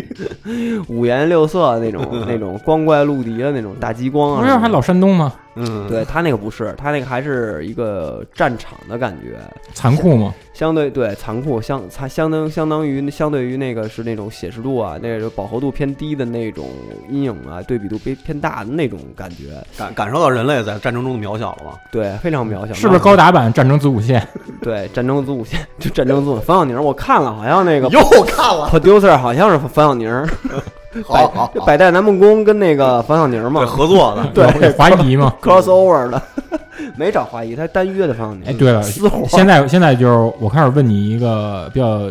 [SPEAKER 1] 五颜六色那 种那种光怪陆离的那种大激光啊，
[SPEAKER 2] 不是还老山东吗？
[SPEAKER 5] 嗯，
[SPEAKER 1] 对他那个不是，他那个还是一个战场的感觉，
[SPEAKER 2] 残酷吗？
[SPEAKER 1] 相对对残酷相它相当相当于相对于那个是那种写实度啊，那个饱和度偏低的那种阴影啊，对比度偏偏大的那种感觉，
[SPEAKER 5] 感感受到人类在战争中的渺小了吗？
[SPEAKER 1] 对，非常渺小，
[SPEAKER 2] 是不是高达版《战争子午线》？
[SPEAKER 1] 对，战争子午线 就战争子午线，冯小宁我看了，好像那个
[SPEAKER 5] 又看了，
[SPEAKER 1] producer 好像是冯小宁，
[SPEAKER 5] 好好好，
[SPEAKER 1] 百代南梦宫跟那个冯小宁嘛
[SPEAKER 5] 对，合作的，
[SPEAKER 1] 对
[SPEAKER 2] 有怀疑吗？
[SPEAKER 1] crossover 的， 没找华谊，他单约的方向。
[SPEAKER 2] 哎，对了，
[SPEAKER 1] 私活。
[SPEAKER 2] 现在现在就是我开始问你一个比较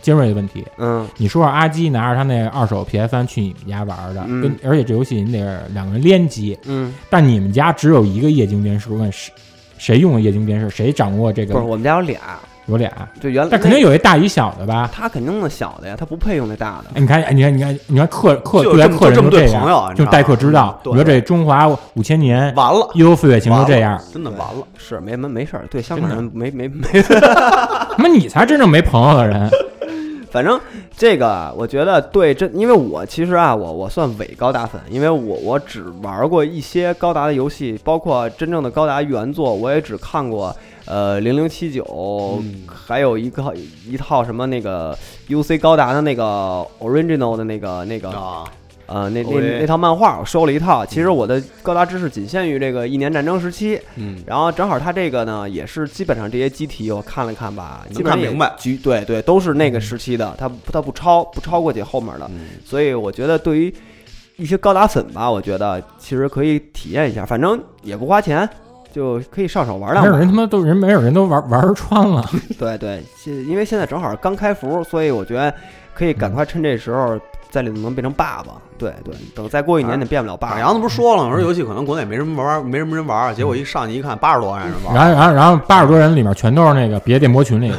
[SPEAKER 2] 尖锐的问题，
[SPEAKER 1] 嗯，
[SPEAKER 2] 你说说阿基拿着他那二手 PS 三去你们家玩的，
[SPEAKER 1] 嗯
[SPEAKER 2] 跟而且这游戏你得是两个人联机，
[SPEAKER 1] 嗯，
[SPEAKER 2] 但你们家只有一个液晶电视，我问谁谁用的液晶电视，谁掌握这
[SPEAKER 1] 不是，
[SPEAKER 2] 个
[SPEAKER 1] 我们家有俩，
[SPEAKER 2] 有俩，
[SPEAKER 1] 就原来
[SPEAKER 2] 但肯定有一大一小的吧？
[SPEAKER 1] 他肯定用的小的呀，他不配用那大的。
[SPEAKER 2] 哎，你看，哎，你看，你看，你看客客
[SPEAKER 5] 就
[SPEAKER 2] 对待
[SPEAKER 5] 这么
[SPEAKER 2] 客人
[SPEAKER 5] 就这么对
[SPEAKER 2] 样
[SPEAKER 5] 朋友啊
[SPEAKER 2] 就
[SPEAKER 5] 你知道
[SPEAKER 2] 待
[SPEAKER 5] 吗
[SPEAKER 2] 客之道。
[SPEAKER 5] 对
[SPEAKER 2] 你说这中华五千年
[SPEAKER 5] 完了，
[SPEAKER 2] 悠悠岁月情就这样
[SPEAKER 5] 完，了真的完了，
[SPEAKER 1] 是没没没事儿，对香港
[SPEAKER 2] 真的
[SPEAKER 1] 人没没没，
[SPEAKER 2] 他妈你才真正没朋友的人。
[SPEAKER 1] 反正这个啊我觉得对这，因为我其实啊，我我算伪高达粉，因为我我只玩过一些高达的游戏，包括真正的高达原作，我也只看过呃零零七九，还有一个一套什么那个 UC 高达的那个 original 的那个那个
[SPEAKER 5] 啊，
[SPEAKER 1] 呃，那那
[SPEAKER 5] OK
[SPEAKER 1] 那套漫画我收了一套。其实我的高达知识仅限于这个一年战争时期，
[SPEAKER 5] 嗯，
[SPEAKER 1] 然后正好它这个呢，也是基本上这些机体我看了看吧，
[SPEAKER 5] 能
[SPEAKER 1] 基本上
[SPEAKER 5] 嗯看
[SPEAKER 1] 也
[SPEAKER 5] 明白
[SPEAKER 1] 局对对，都是那个时期的，它不它不超不超过这后面的，
[SPEAKER 5] 嗯
[SPEAKER 1] 所以我觉得对于一些高达粉吧，我觉得其实可以体验一下，反正也不花钱。就可以上手玩
[SPEAKER 2] 没
[SPEAKER 1] 两
[SPEAKER 2] 有人
[SPEAKER 1] 把，
[SPEAKER 2] 他妈都人没有人都玩玩穿了，
[SPEAKER 1] 对对，现因为现在正好刚开服，所以我觉得可以赶快趁这时候在里头能变成爸爸。对对，等再过一
[SPEAKER 5] 啊
[SPEAKER 1] 年你变不了爸爸
[SPEAKER 5] 大
[SPEAKER 1] 了。
[SPEAKER 5] 杨子不是说了吗？我说游戏可能国内没什么玩，没什么人玩，结果一上去一看，八十多万人玩，
[SPEAKER 2] 然后然后然后八十多人里面全都是那个别的电波群里的，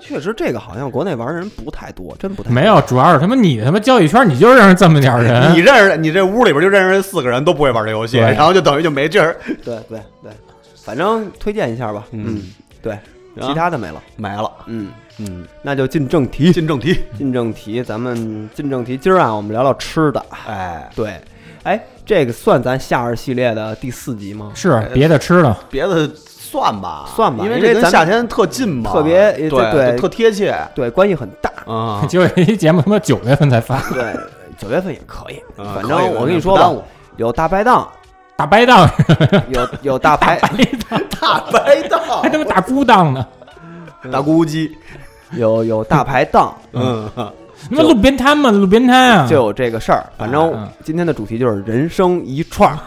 [SPEAKER 1] 确实，这个好像国内玩的人不太多，真不太多
[SPEAKER 2] 没有，主要是他妈你他妈交易圈你就认识这么点儿
[SPEAKER 5] 你
[SPEAKER 2] 人，
[SPEAKER 5] 认识你这屋里边就认识四个人都不会玩这游戏，
[SPEAKER 2] 对
[SPEAKER 5] 然后就等于就没劲儿，
[SPEAKER 1] 对对对，反正推荐一下吧。
[SPEAKER 5] 嗯
[SPEAKER 1] 嗯，对，
[SPEAKER 5] 啊
[SPEAKER 1] 其他的没了。
[SPEAKER 5] 没了。
[SPEAKER 1] 嗯，
[SPEAKER 5] 嗯，
[SPEAKER 1] 那就进正题，
[SPEAKER 5] 进正题，
[SPEAKER 1] 进正题，咱们进正题。今儿啊，我们聊聊吃的。
[SPEAKER 5] 哎，
[SPEAKER 1] 对，哎，这个算咱夏日系列的第四集吗？
[SPEAKER 2] 是别的吃的，。
[SPEAKER 5] 别的算吧，
[SPEAKER 1] 算吧
[SPEAKER 5] 因为
[SPEAKER 1] 因为
[SPEAKER 5] 这跟
[SPEAKER 1] 咱们
[SPEAKER 5] 夏天特近嘛，
[SPEAKER 1] 特别
[SPEAKER 5] 对
[SPEAKER 1] 对对
[SPEAKER 5] 特贴切
[SPEAKER 1] 对，关系很大。
[SPEAKER 5] 啊
[SPEAKER 2] 结果一节目他妈九月份才发，
[SPEAKER 1] 对， 九月份也可以，
[SPEAKER 5] 啊
[SPEAKER 1] 反
[SPEAKER 5] 可以
[SPEAKER 1] 正我
[SPEAKER 5] 可以
[SPEAKER 1] 跟你
[SPEAKER 5] 不
[SPEAKER 1] 说
[SPEAKER 5] 耽
[SPEAKER 1] 吧
[SPEAKER 5] 误，
[SPEAKER 1] 有大排 档，
[SPEAKER 2] 打白档
[SPEAKER 1] 有有大排，
[SPEAKER 5] 大白道嗯
[SPEAKER 2] 还他妈打孤档呢，
[SPEAKER 5] 大咕叽，
[SPEAKER 1] 有有大排档，
[SPEAKER 5] 嗯，
[SPEAKER 2] 他妈路边摊嘛，路边摊啊，
[SPEAKER 1] 就有这个事儿。反正
[SPEAKER 2] 嗯
[SPEAKER 1] 今天的主题就是人生一串儿。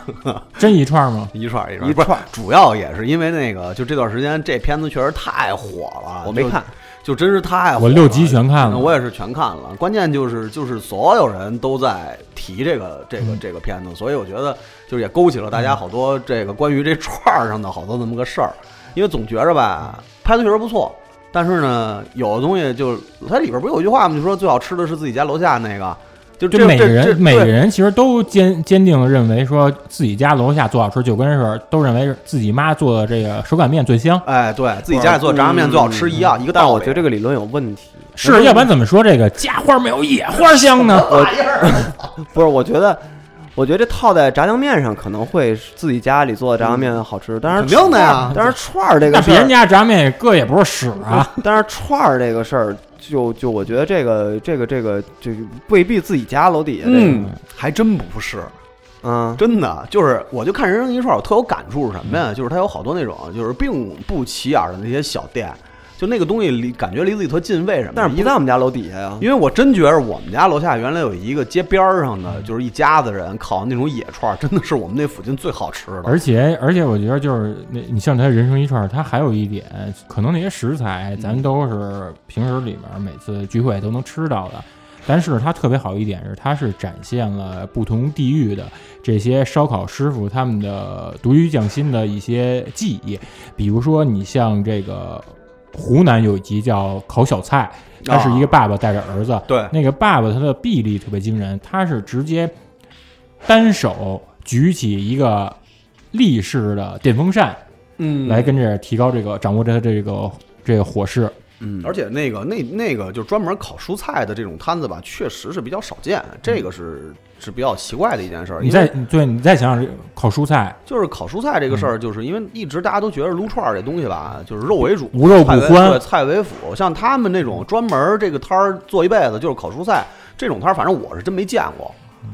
[SPEAKER 2] 真一串吗？
[SPEAKER 5] 一串一串
[SPEAKER 1] 一
[SPEAKER 5] 不是
[SPEAKER 1] 串
[SPEAKER 5] 主要也是因为那个，就这段时间这片子确实太火了，
[SPEAKER 1] 我没
[SPEAKER 5] 就
[SPEAKER 1] 看，
[SPEAKER 5] 就真是太火了
[SPEAKER 2] 我六集全看了
[SPEAKER 5] 我也是全看了。关键就是就是所有人都在提这个这个
[SPEAKER 2] 嗯
[SPEAKER 5] 这个片子，所以我觉得就是也勾起了大家好多这个关于这串儿上的好多那么个事儿，因为总觉着吧，拍的确实不错。但是呢，有的东西就它里边不是有一句话吗？就说最好吃的是自己家楼下那个，就这
[SPEAKER 2] 就每个
[SPEAKER 5] 这这
[SPEAKER 2] 人每
[SPEAKER 5] 对
[SPEAKER 2] 个人其实都坚坚定地认为说自己家楼下做好吃，就跟是都认为是自己妈做的这个手擀面最香，
[SPEAKER 5] 哎，对自己家里做炸酱面最好吃一样，一个
[SPEAKER 1] 嗯但
[SPEAKER 5] 道
[SPEAKER 1] 我
[SPEAKER 5] 理。
[SPEAKER 1] 觉得这个理论有问题。
[SPEAKER 2] 是要不然怎么说这个家花没有野花香呢？
[SPEAKER 1] 嗯我不是，我觉得，我觉得这套在炸酱面上可能会自己家里做的炸酱面好吃，但是
[SPEAKER 5] 肯定的呀
[SPEAKER 1] 串儿但是串儿这
[SPEAKER 2] 那
[SPEAKER 1] 个事
[SPEAKER 2] 别人
[SPEAKER 1] 儿，
[SPEAKER 2] 家炸面搁也不是屎啊，
[SPEAKER 1] 但是串儿这个事儿，就就我觉得这个这个这个这个未必自己家楼底下这个，
[SPEAKER 5] 嗯，还真不是，
[SPEAKER 1] 嗯
[SPEAKER 5] 真的就是，我就看人生一串，我特有感触是什么呀？就是它有好多那种就是并不起眼的那些小店，就那个东西离感觉离自己特近，为什么？
[SPEAKER 1] 但是不
[SPEAKER 5] 因
[SPEAKER 1] 在
[SPEAKER 5] 为
[SPEAKER 1] 我们家楼底下呀。
[SPEAKER 5] 因为我真觉着我们家楼下原来有一个街边儿上的，就是一家子人烤那种野串儿，真的是我们那附近最好吃的。
[SPEAKER 2] 而且而且我觉得就是那你像他人生一串，他还有一点，可能那些食材咱都是平时里面每次聚会都能吃到的。但是它特别好一点是，它是展现了不同地域的这些烧烤师傅他们的独具匠心的一些技艺，比如说你像这个湖南有一集叫烤小菜，他是一个爸爸带着儿子，
[SPEAKER 5] 对
[SPEAKER 2] 那个爸爸他的臂力特别惊人，他是直接单手举起一个立式的电风扇，
[SPEAKER 5] 嗯
[SPEAKER 2] 来跟着提高这个掌握着这个这个火势。
[SPEAKER 5] 嗯，而且那个那那个就专门烤蔬菜的这种摊子吧，确实是比较少见，这个是是比较奇怪的一件事儿。
[SPEAKER 2] 你
[SPEAKER 5] 因
[SPEAKER 2] 再
[SPEAKER 5] 为
[SPEAKER 2] 你对你再想想这烤蔬菜，
[SPEAKER 5] 就是烤蔬菜这个事儿，就是因为一直大家都觉得撸串儿这东西吧，就是肉为主，
[SPEAKER 2] 无肉不
[SPEAKER 5] 菜为
[SPEAKER 2] 欢
[SPEAKER 5] 对菜为辅。像他们那种专门儿这个摊儿做一辈子就是烤蔬菜这种摊儿，反正我是真没见过。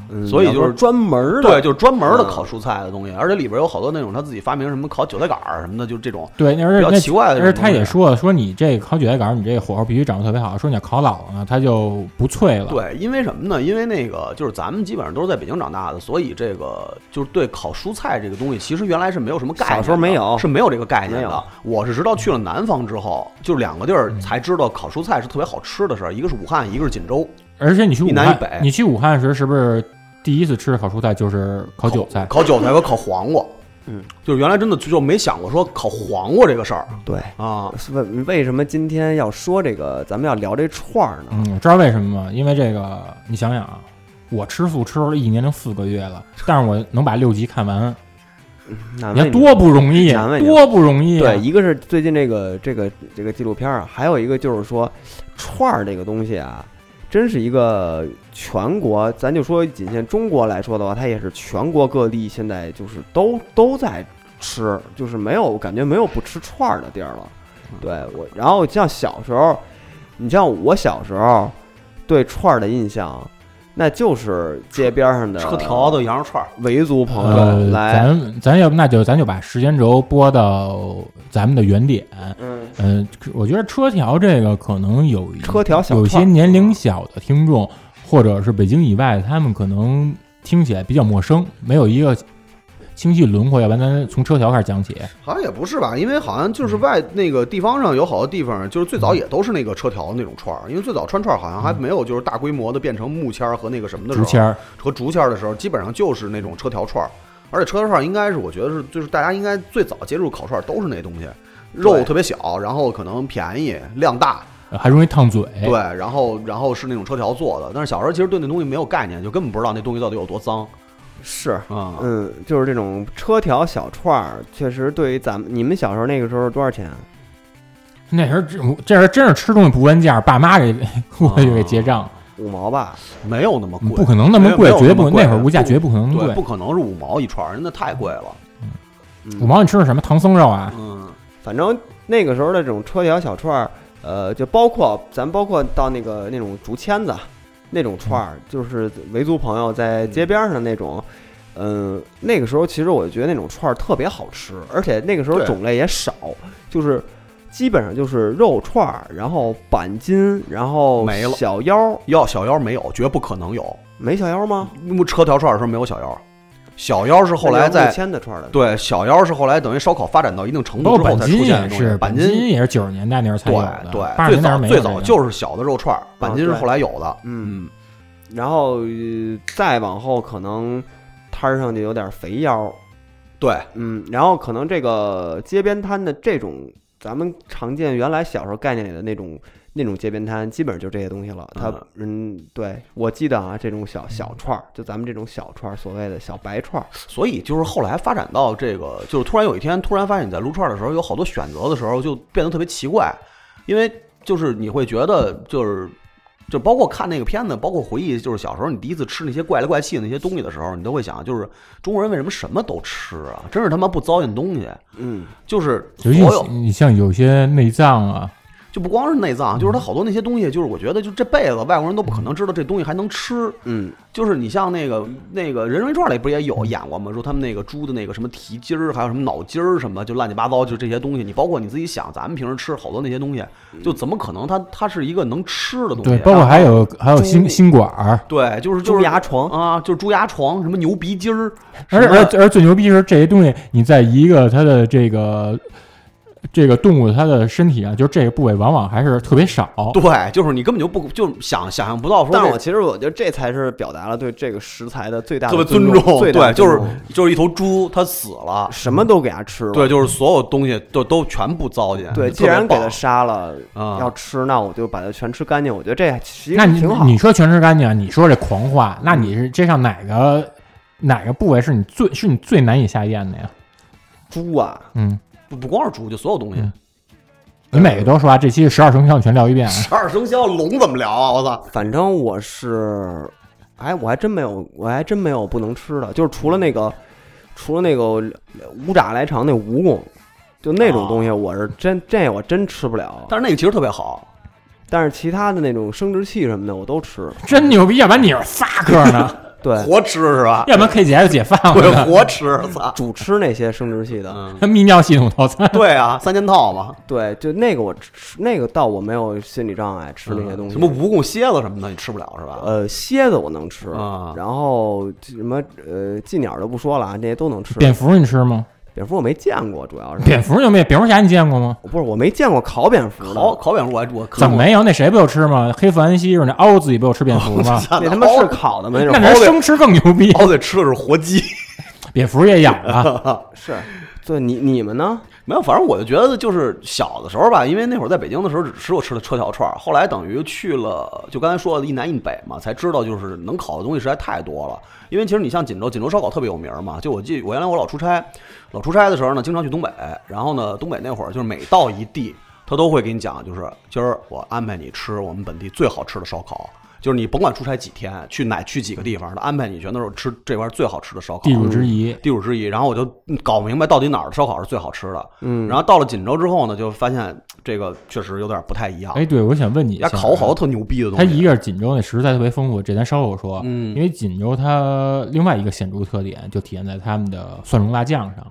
[SPEAKER 1] 嗯
[SPEAKER 5] 所以就是
[SPEAKER 1] 要不专门儿的，
[SPEAKER 5] 对，就是专门儿的
[SPEAKER 1] 嗯
[SPEAKER 5] 烤蔬菜的东西，而且里边儿有好多那种他自己发明什么烤韭菜杆儿什么的，就是这种。
[SPEAKER 2] 对，那而
[SPEAKER 5] 比
[SPEAKER 2] 且
[SPEAKER 5] 较
[SPEAKER 2] 那
[SPEAKER 5] 奇怪
[SPEAKER 2] 而
[SPEAKER 5] 的
[SPEAKER 2] 且
[SPEAKER 5] 这种
[SPEAKER 2] 他也
[SPEAKER 5] 东西啊
[SPEAKER 2] 说了，说你这烤韭菜杆儿，你这火候必须掌握特别好。说你要烤老了呢，它就不脆了。，
[SPEAKER 5] 对，因为什么呢？因为那个就是咱们基本上都是在北京长大的，所以这个就是对烤蔬菜这个东西，其实原来是没有什么概念的，
[SPEAKER 1] 小时候没有
[SPEAKER 5] 是没有这个概念
[SPEAKER 1] 没
[SPEAKER 5] 的
[SPEAKER 1] 有。嗯
[SPEAKER 5] 我是直到去了南方之后，就两个地儿才知道烤蔬菜是特别好吃的事儿，一个是武汉，一个是锦州
[SPEAKER 2] 而且你去武
[SPEAKER 5] 一南一北
[SPEAKER 2] 汉，你去武汉时是不是第一次吃烤蔬菜就是烤韭菜？
[SPEAKER 5] 烤韭菜和烤黄瓜。
[SPEAKER 1] 嗯，
[SPEAKER 5] 就是原来真的就没想过说烤黄瓜这个事儿
[SPEAKER 1] 对。
[SPEAKER 2] 嗯
[SPEAKER 5] 啊。
[SPEAKER 1] 为为什么今天要说这个？咱们要聊这串儿呢？
[SPEAKER 2] 嗯，知道为什么吗？因为这个，你想想啊，我吃素吃了一年零四个 月了，但是我能把六集看完，
[SPEAKER 1] 难
[SPEAKER 2] 你
[SPEAKER 1] 为
[SPEAKER 2] 看多不容易
[SPEAKER 1] 难，为你
[SPEAKER 2] 多不容易、啊
[SPEAKER 1] 对，，一个是最近这个这个这个纪录片儿啊，还有一个就是说串儿这个东西啊，真是一个全国，咱就说仅限中国来说的话，它也是全国各地现在就是都都在吃，就是没有感觉没有不吃串儿的地儿了。对我，然后像小时候，你像我小时候对串儿的印象，那就是街边上的
[SPEAKER 5] 车条子、嗯羊肉串儿，
[SPEAKER 1] 维族朋
[SPEAKER 2] 呃
[SPEAKER 1] 友，来，
[SPEAKER 2] 咱咱要不那就咱就把时间轴拨到咱们的原点。
[SPEAKER 1] 嗯，
[SPEAKER 2] 嗯、我觉得车条这个可能有一
[SPEAKER 1] 车条小啊
[SPEAKER 2] 有
[SPEAKER 1] 串
[SPEAKER 2] 些
[SPEAKER 1] 儿
[SPEAKER 2] 年龄小的听众，或者是北京以外的，他们可能听起来比较陌生，没有一个清晰轮廓。要不然咱从车条开始讲起。
[SPEAKER 5] 好像也不是吧，因为好像就是外那个地方上有好多地方，就是最早也都是那个车条那种串儿，因为最早穿串儿好像还没有就是大规模的变成木签儿和那个什么的时
[SPEAKER 2] 竹
[SPEAKER 5] 候，
[SPEAKER 2] 签儿，
[SPEAKER 5] 和竹签儿的时候，基本上就是那种车条串儿，而且车条串儿应该是我觉得是就是大家应该最早接触烤串儿都是那东西，肉特别小，然后可能便宜量大，
[SPEAKER 2] 呃还容易烫嘴。
[SPEAKER 5] 对，然后然后是那种车条做的，但是小时候其实对那东西没有概念，就根本不知道那东西到底有多脏
[SPEAKER 1] 是，
[SPEAKER 5] 啊。
[SPEAKER 1] 嗯，就是这种车条小串儿，确实对于咱们你们小时候那个时候多少钱？
[SPEAKER 2] 那时候这这时候真是吃东西不问价，爸妈给过去给结账，
[SPEAKER 1] 五毛吧？
[SPEAKER 5] 没有那哦么贵，
[SPEAKER 2] 不可能那么
[SPEAKER 5] 没
[SPEAKER 2] 贵，
[SPEAKER 5] 有
[SPEAKER 2] 绝对不
[SPEAKER 5] 那么贵
[SPEAKER 2] 那会儿物价
[SPEAKER 5] 不
[SPEAKER 2] 绝对不可能那么
[SPEAKER 5] 对，
[SPEAKER 2] 贵
[SPEAKER 5] 不。可能是五毛一串儿，那太贵了。
[SPEAKER 2] 五毛，你吃的什么唐僧肉啊？
[SPEAKER 5] 嗯，
[SPEAKER 1] 嗯反正那个时候的这种车条小串儿，呃，就包括咱包括到那个那种竹签子那种串
[SPEAKER 5] 嗯
[SPEAKER 1] 儿，就是维族朋友在街边上的那种。嗯，那个时候其实我觉得那种串儿特别好吃，而且那个时候
[SPEAKER 5] 对
[SPEAKER 1] 种类也少，就是基本上就是肉串儿，然后板筋，然后
[SPEAKER 5] 没了
[SPEAKER 1] 小腰，
[SPEAKER 5] 要小腰没有，绝不可能有。
[SPEAKER 1] 没小腰吗？
[SPEAKER 5] 木车条串的时候没有小腰，小腰是
[SPEAKER 2] 哎
[SPEAKER 5] 后来在
[SPEAKER 1] 签的串儿的，
[SPEAKER 5] 对小腰是后来等于烧烤发展到一定程
[SPEAKER 2] 包
[SPEAKER 5] 度
[SPEAKER 2] 括
[SPEAKER 5] 之
[SPEAKER 2] 板
[SPEAKER 5] 后才
[SPEAKER 2] 筋
[SPEAKER 5] 出现的
[SPEAKER 2] 哦也
[SPEAKER 5] 东西。
[SPEAKER 2] 是，
[SPEAKER 5] 板
[SPEAKER 2] 板
[SPEAKER 5] 筋
[SPEAKER 2] 筋也是九十年代那时候才
[SPEAKER 5] 对
[SPEAKER 2] 有的，八
[SPEAKER 5] 对，
[SPEAKER 2] 十
[SPEAKER 5] 最
[SPEAKER 2] 年代
[SPEAKER 5] 早
[SPEAKER 2] 没有
[SPEAKER 5] 最
[SPEAKER 2] 这
[SPEAKER 5] 早
[SPEAKER 2] 个啊
[SPEAKER 5] 就是小的肉串儿，板筋是后来有的。
[SPEAKER 1] 嗯，
[SPEAKER 5] 嗯，
[SPEAKER 1] 然后、呃再往后可能摊儿上就有点肥腰，
[SPEAKER 5] 对，
[SPEAKER 1] 嗯，然后可能这个街边摊的这种咱们常见原来小时候概念里的那种那种街边摊，基本上就这些东西了。它嗯，对我记得啊，这种小小串儿，就咱们这种小串儿，所谓的小白串儿，
[SPEAKER 5] 所以就是后来发展到这个，就是突然有一天突然发现你在撸串的时候有好多选择的时候，就变得特别奇怪，因为就是你会觉得就是。就包括看那个片子，包括回忆，就是小时候你第一次吃那些怪里怪气的那些东西的时候，你都会想，就是中国人为什么什么都吃啊？真是他妈不糟践东西，
[SPEAKER 1] 嗯，
[SPEAKER 5] 就是所
[SPEAKER 2] 尤其
[SPEAKER 5] 有
[SPEAKER 2] 你你像有些内脏啊，
[SPEAKER 5] 就不光是内脏，就是它好多那些东西，就是我觉得就这辈子外国人都不可能知道这东西还能吃。
[SPEAKER 1] 嗯，
[SPEAKER 5] 就是你像那个那个人肉一串里不是也有演过吗？说他们那个猪的那个什么蹄筋儿，还有什么脑筋儿什么，就乱七八糟，就这些东西。你包括你自己想，咱们平时吃好多那些东西，就怎么可能它它是一个能吃的东西？
[SPEAKER 2] 对，包括还有还有心
[SPEAKER 1] 猪
[SPEAKER 2] 心管儿，
[SPEAKER 5] 对，就是就是
[SPEAKER 1] 猪牙床
[SPEAKER 5] 啊，就是猪牙床，什么牛鼻筋儿，
[SPEAKER 2] 而
[SPEAKER 5] 什么
[SPEAKER 2] 而而最牛逼是这些东西，你在一个它的这个这个动物它的身体啊，就是这个部位往往还是特别少。
[SPEAKER 5] 对，就是你根本就不就想想象不到说
[SPEAKER 1] 但
[SPEAKER 5] 这
[SPEAKER 1] 我其实我觉得这才是表达了对这个食材的最大
[SPEAKER 5] 特
[SPEAKER 1] 的
[SPEAKER 5] 别尊
[SPEAKER 1] 重，最大
[SPEAKER 5] 对，
[SPEAKER 1] 的
[SPEAKER 5] 就是
[SPEAKER 1] 尊重
[SPEAKER 5] 就是一头猪它死了，
[SPEAKER 1] 什么都给它吃了，
[SPEAKER 5] 对，就是所有东西都都全部糟践。
[SPEAKER 1] 对，
[SPEAKER 5] 就
[SPEAKER 1] 既
[SPEAKER 5] 特别
[SPEAKER 1] 然给
[SPEAKER 5] 棒
[SPEAKER 1] 它杀了，
[SPEAKER 5] 啊
[SPEAKER 1] 要吃，那我就把它全吃干净。我觉得这其实
[SPEAKER 2] 那你
[SPEAKER 1] 挺好。
[SPEAKER 2] 你说全吃干净，啊，你说这狂话，那你是这上哪个哪个部位是你最是你最难以下咽的呀？
[SPEAKER 5] 猪啊，
[SPEAKER 2] 嗯，
[SPEAKER 5] 不不光是猪，就所有东西
[SPEAKER 2] 嗯。
[SPEAKER 1] 呃
[SPEAKER 2] 你每个都说啊，这期十二生肖你全聊一遍啊。
[SPEAKER 5] 十二生肖龙怎么聊啊？我操！
[SPEAKER 1] 反正我是，哎，我还真没有，我还真没有不能吃的，就是除了那个，除了那个五爪来长那蜈蚣，就那种东西，我是真、这我真吃不了。
[SPEAKER 5] 啊但是那个其实特别好，
[SPEAKER 1] 但是其他的那种生殖器什么的我都吃。
[SPEAKER 2] 真牛逼！要不然你是 fuck 呢？
[SPEAKER 1] 对，
[SPEAKER 5] 活吃是吧？
[SPEAKER 2] 要不然 K 姐还是解放了
[SPEAKER 5] 对，
[SPEAKER 2] 呢？
[SPEAKER 5] 活吃，操！
[SPEAKER 1] 主吃那些生殖器的，
[SPEAKER 5] 嗯，
[SPEAKER 2] 泌尿系统套餐，
[SPEAKER 5] 对啊，三件套嘛，
[SPEAKER 1] 对，就那个我吃那个倒我没有心理障碍，吃那些东西。
[SPEAKER 5] 嗯什么蜈蚣、蝎子什么的，你吃不了是吧？
[SPEAKER 1] 呃，蝎子我能吃，
[SPEAKER 5] 啊
[SPEAKER 1] 然后什么呃，寄鸟就不说了啊，那些都能吃。
[SPEAKER 2] 蝙蝠你吃吗？
[SPEAKER 1] 蝙蝠我没见过，主要是
[SPEAKER 2] 蝙蝠有没有？蝙蝠侠你见过吗？
[SPEAKER 1] 不是我没见过烤蝙蝠
[SPEAKER 5] 烤
[SPEAKER 1] 的，
[SPEAKER 5] 烤蝙蝠，我还我
[SPEAKER 2] 怎么没有？那谁不就吃吗？黑弗兰西是那凹自己不就吃蝙蝠吗？
[SPEAKER 1] 那他妈是烤的吗？
[SPEAKER 2] 那
[SPEAKER 1] 那
[SPEAKER 2] 人
[SPEAKER 1] 种
[SPEAKER 2] 生吃更牛逼，
[SPEAKER 5] 熬得吃的是活鸡？
[SPEAKER 2] 蝙蝠也养 啊。
[SPEAKER 1] 是，对你你们呢？
[SPEAKER 5] 没有，反正我就觉得就是小的时候吧，因为那会儿在北京的时候只吃我吃的车条串儿，后来等于去了就刚才说的一南一北嘛，才知道就是能烤的东西实在太多了。因为其实你像锦州，锦州烧烤特别有名嘛，就我记我原来我老出差，老出差的时候呢，经常去东北，然后呢东北那会儿就是每到一地，他都会给你讲，就是今儿我安排你吃我们本地最好吃的烧烤。就是你甭管出差几天，去哪去几个地方，他安排你全都是吃这边最好吃的烧烤。
[SPEAKER 2] 地主之谊，
[SPEAKER 5] 地主之谊，然后我就搞明白到底哪儿的烧烤是最好吃的。嗯，然后到了锦州之后呢，就发现这个确实有点不太一样。
[SPEAKER 2] 哎，对，我想问你一
[SPEAKER 5] 人家
[SPEAKER 2] 下，啊
[SPEAKER 5] 烤好多特牛逼的东
[SPEAKER 2] 它
[SPEAKER 5] 西，
[SPEAKER 2] 一个是锦州那食材特别丰富，这咱稍后说。
[SPEAKER 5] 嗯
[SPEAKER 2] 因为锦州它另外一个显著特点就体现在他们的蒜蓉辣酱上。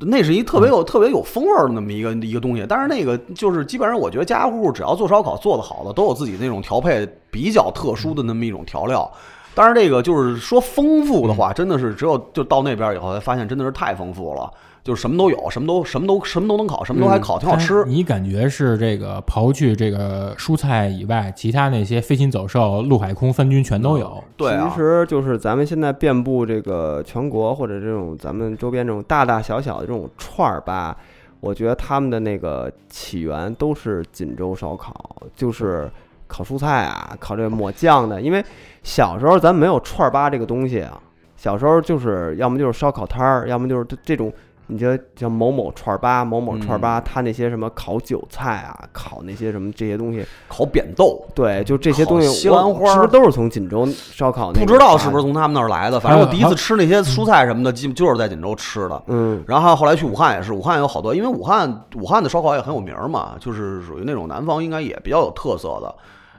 [SPEAKER 5] 那是一特别有、特别有风味儿的那么一个一个东西。但是那个就是基本上，我觉得家家户户只要做烧烤做得好的，都有自己那种调配比较特殊的那么一种调料。当然，这个就是说丰富的话，真的是只有就到那边以后才发现，真的是太丰富了，就是什么都有，什么都什么都什么都能烤，什么
[SPEAKER 2] 嗯
[SPEAKER 5] 都还烤，挺好吃
[SPEAKER 2] 但。你感觉是这个刨去这个蔬菜以外，其他那些飞禽走兽、陆海空三军全都有。
[SPEAKER 5] 对啊，
[SPEAKER 1] 其实就是咱们现在遍布这个全国或者这种咱们周边这种大大小小的这种串儿吧，我觉得他们的那个起源都是锦州烧烤，就是烤蔬菜啊，烤这抹酱的。因为小时候咱没有串儿吧这个东西啊，小时候就是要么就是烧烤摊儿，要么就是这种。你就像某某串儿吧，某某串儿
[SPEAKER 5] 嗯
[SPEAKER 1] 吧，他那些什么烤韭菜啊，烤那些什么这些东西，
[SPEAKER 5] 烤扁豆，
[SPEAKER 1] 对，就这些
[SPEAKER 5] 烤
[SPEAKER 1] 东西，
[SPEAKER 5] 西
[SPEAKER 1] 我
[SPEAKER 5] 兰花
[SPEAKER 1] 是不
[SPEAKER 5] 儿
[SPEAKER 1] 是都是从锦州烧烤啊那个
[SPEAKER 5] 不知道是
[SPEAKER 1] 拿
[SPEAKER 5] 不
[SPEAKER 1] 的
[SPEAKER 5] 是从他们那儿来的，反正我第一次吃那些蔬菜什么的，基本就是在锦州吃的。
[SPEAKER 1] 嗯，
[SPEAKER 5] 然后后来去武汉也是，武汉有好多，因为武汉武汉的烧烤也很有名嘛，就是属于那种南方应该也比较有特色的。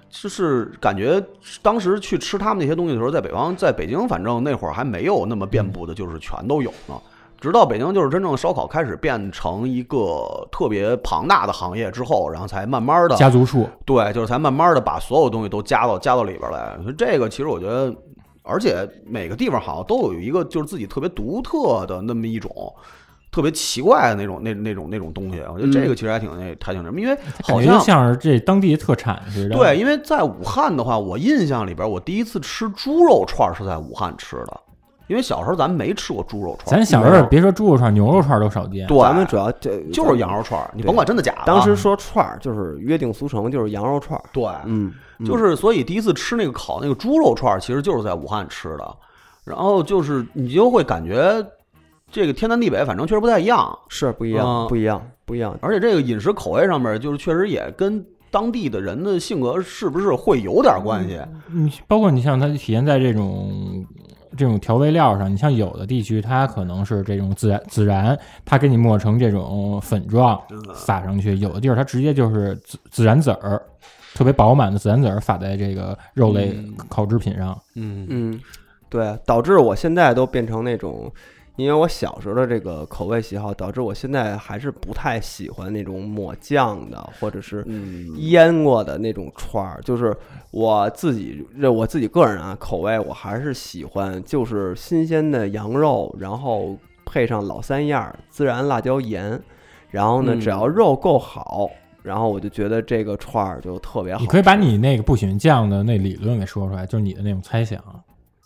[SPEAKER 5] 就是感觉当时去吃他们那些东西的时候，在北方，在北京，反正那会儿还没有那么遍布的，就是全都有呢。直到北京就是真正烧烤开始变成一个特别庞大的行业之后，然后才慢慢的
[SPEAKER 2] 家族树，
[SPEAKER 5] 对，就是才慢慢的把所有东西都加到加到里边来。所以这个其实我觉得，而且每个地方好像都有一个就是自己特别独特的那么一种。特别奇怪的那种、那那种、那种东西，啊我觉得这个其实还挺那、还挺什么，因为
[SPEAKER 2] 嗯感
[SPEAKER 5] 好
[SPEAKER 2] 觉就
[SPEAKER 5] 像
[SPEAKER 2] 像是这当地的特产似的。
[SPEAKER 5] 对，，因为在武汉的话，我印象里边，我第一次吃猪肉串儿是在武汉吃的，因为小时候咱没吃过猪肉串儿，
[SPEAKER 2] 咱小时候别说猪肉串、牛肉串都少见。
[SPEAKER 5] 对，
[SPEAKER 1] 咱们主要这
[SPEAKER 5] 就是羊。肉串儿，你
[SPEAKER 1] 对
[SPEAKER 5] 甭管真的假的啊，
[SPEAKER 1] 当时说串儿就是约定俗成，就是羊肉串儿。
[SPEAKER 5] 对，
[SPEAKER 1] 嗯，嗯
[SPEAKER 5] 就是所以第一次吃那个烤那个猪肉串，儿，其实就是在武汉吃的，然后就是你就会感觉这个天南地北，反正确实不太一样，
[SPEAKER 1] 是不一
[SPEAKER 5] 嗯
[SPEAKER 1] 样，不一样，不一样。
[SPEAKER 5] 而且这个饮食口味上面就是确实也跟当地的人的性格是不是会有点关系？
[SPEAKER 2] 你包括你像它体现在这种这种调味料上，你像有的地区它可能是这种孜然孜然，它给你磨成这种粉状
[SPEAKER 1] 嗯
[SPEAKER 2] 撒上去；有的地儿它直接就是孜孜然籽儿，特别饱满的孜然籽儿撒在这个肉类烤制品上。
[SPEAKER 5] 嗯，
[SPEAKER 1] 嗯，对，导致我现在都变成那种，因为我小时候的这个口味喜好，导致我现在还是不太喜欢那种抹酱的，或者是
[SPEAKER 2] 嗯
[SPEAKER 1] 腌过的那种串儿。就是我自己，这我自己个人啊，口味我还是喜欢，就是新鲜的羊肉，然后配上老三样儿孜然、辣椒、盐，然后呢，
[SPEAKER 5] 嗯
[SPEAKER 1] 只要肉够好。然后我就觉得这个串儿就特别好吃。
[SPEAKER 2] 你可以把你那个不喜欢酱的那理论给说出来，就是你的那种猜想。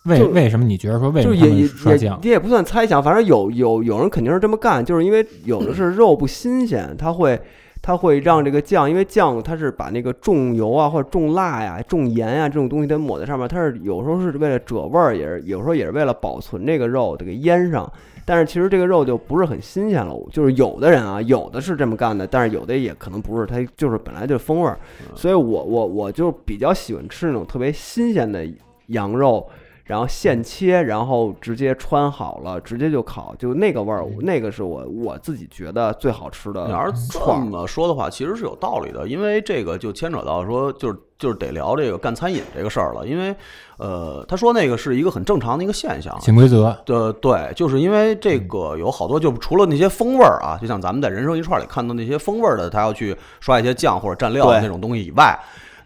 [SPEAKER 2] 为
[SPEAKER 1] 就
[SPEAKER 2] 为什么你觉得说为什
[SPEAKER 1] 就
[SPEAKER 2] 么
[SPEAKER 1] 也
[SPEAKER 2] 他们
[SPEAKER 1] 也
[SPEAKER 2] 刷
[SPEAKER 1] 也
[SPEAKER 2] 酱？
[SPEAKER 1] 也不算猜想，反正有有有人肯定是这么干，就是因为有的是肉不新鲜，他会它会让这个酱，因为酱它是把那个重油啊或者重辣呀、重盐啊这种东西它抹在上面，它是有时候是为了褶味儿，也是有时候也是为了保存这个肉这个腌上。但是其实这个肉就不是很新鲜了，就是有的人啊，有的是这么干的，但是有的也可能不是，它就是本来就风味儿。所以我我我就比较喜欢吃那种特别新鲜的羊肉，然后现切，然后直接穿好了，直接就烤，就那个味儿，那个是我我自己觉得最好吃的
[SPEAKER 5] 你要是这
[SPEAKER 1] 嗯串儿。
[SPEAKER 5] 么说的话，其实是有道理的，因为这个就牵扯到说，就是就是得聊这个干餐饮这个事儿了，因为呃，他说那个是一个很正常的一个现象。
[SPEAKER 2] 潜规则，
[SPEAKER 5] 呃，对，就是因为这
[SPEAKER 1] 嗯
[SPEAKER 5] 个有好多，就除了那些风味儿啊，就像咱们在人生一串里看到那些风味儿的，他要去刷一些酱或者蘸料
[SPEAKER 1] 对
[SPEAKER 5] 那种东西以外，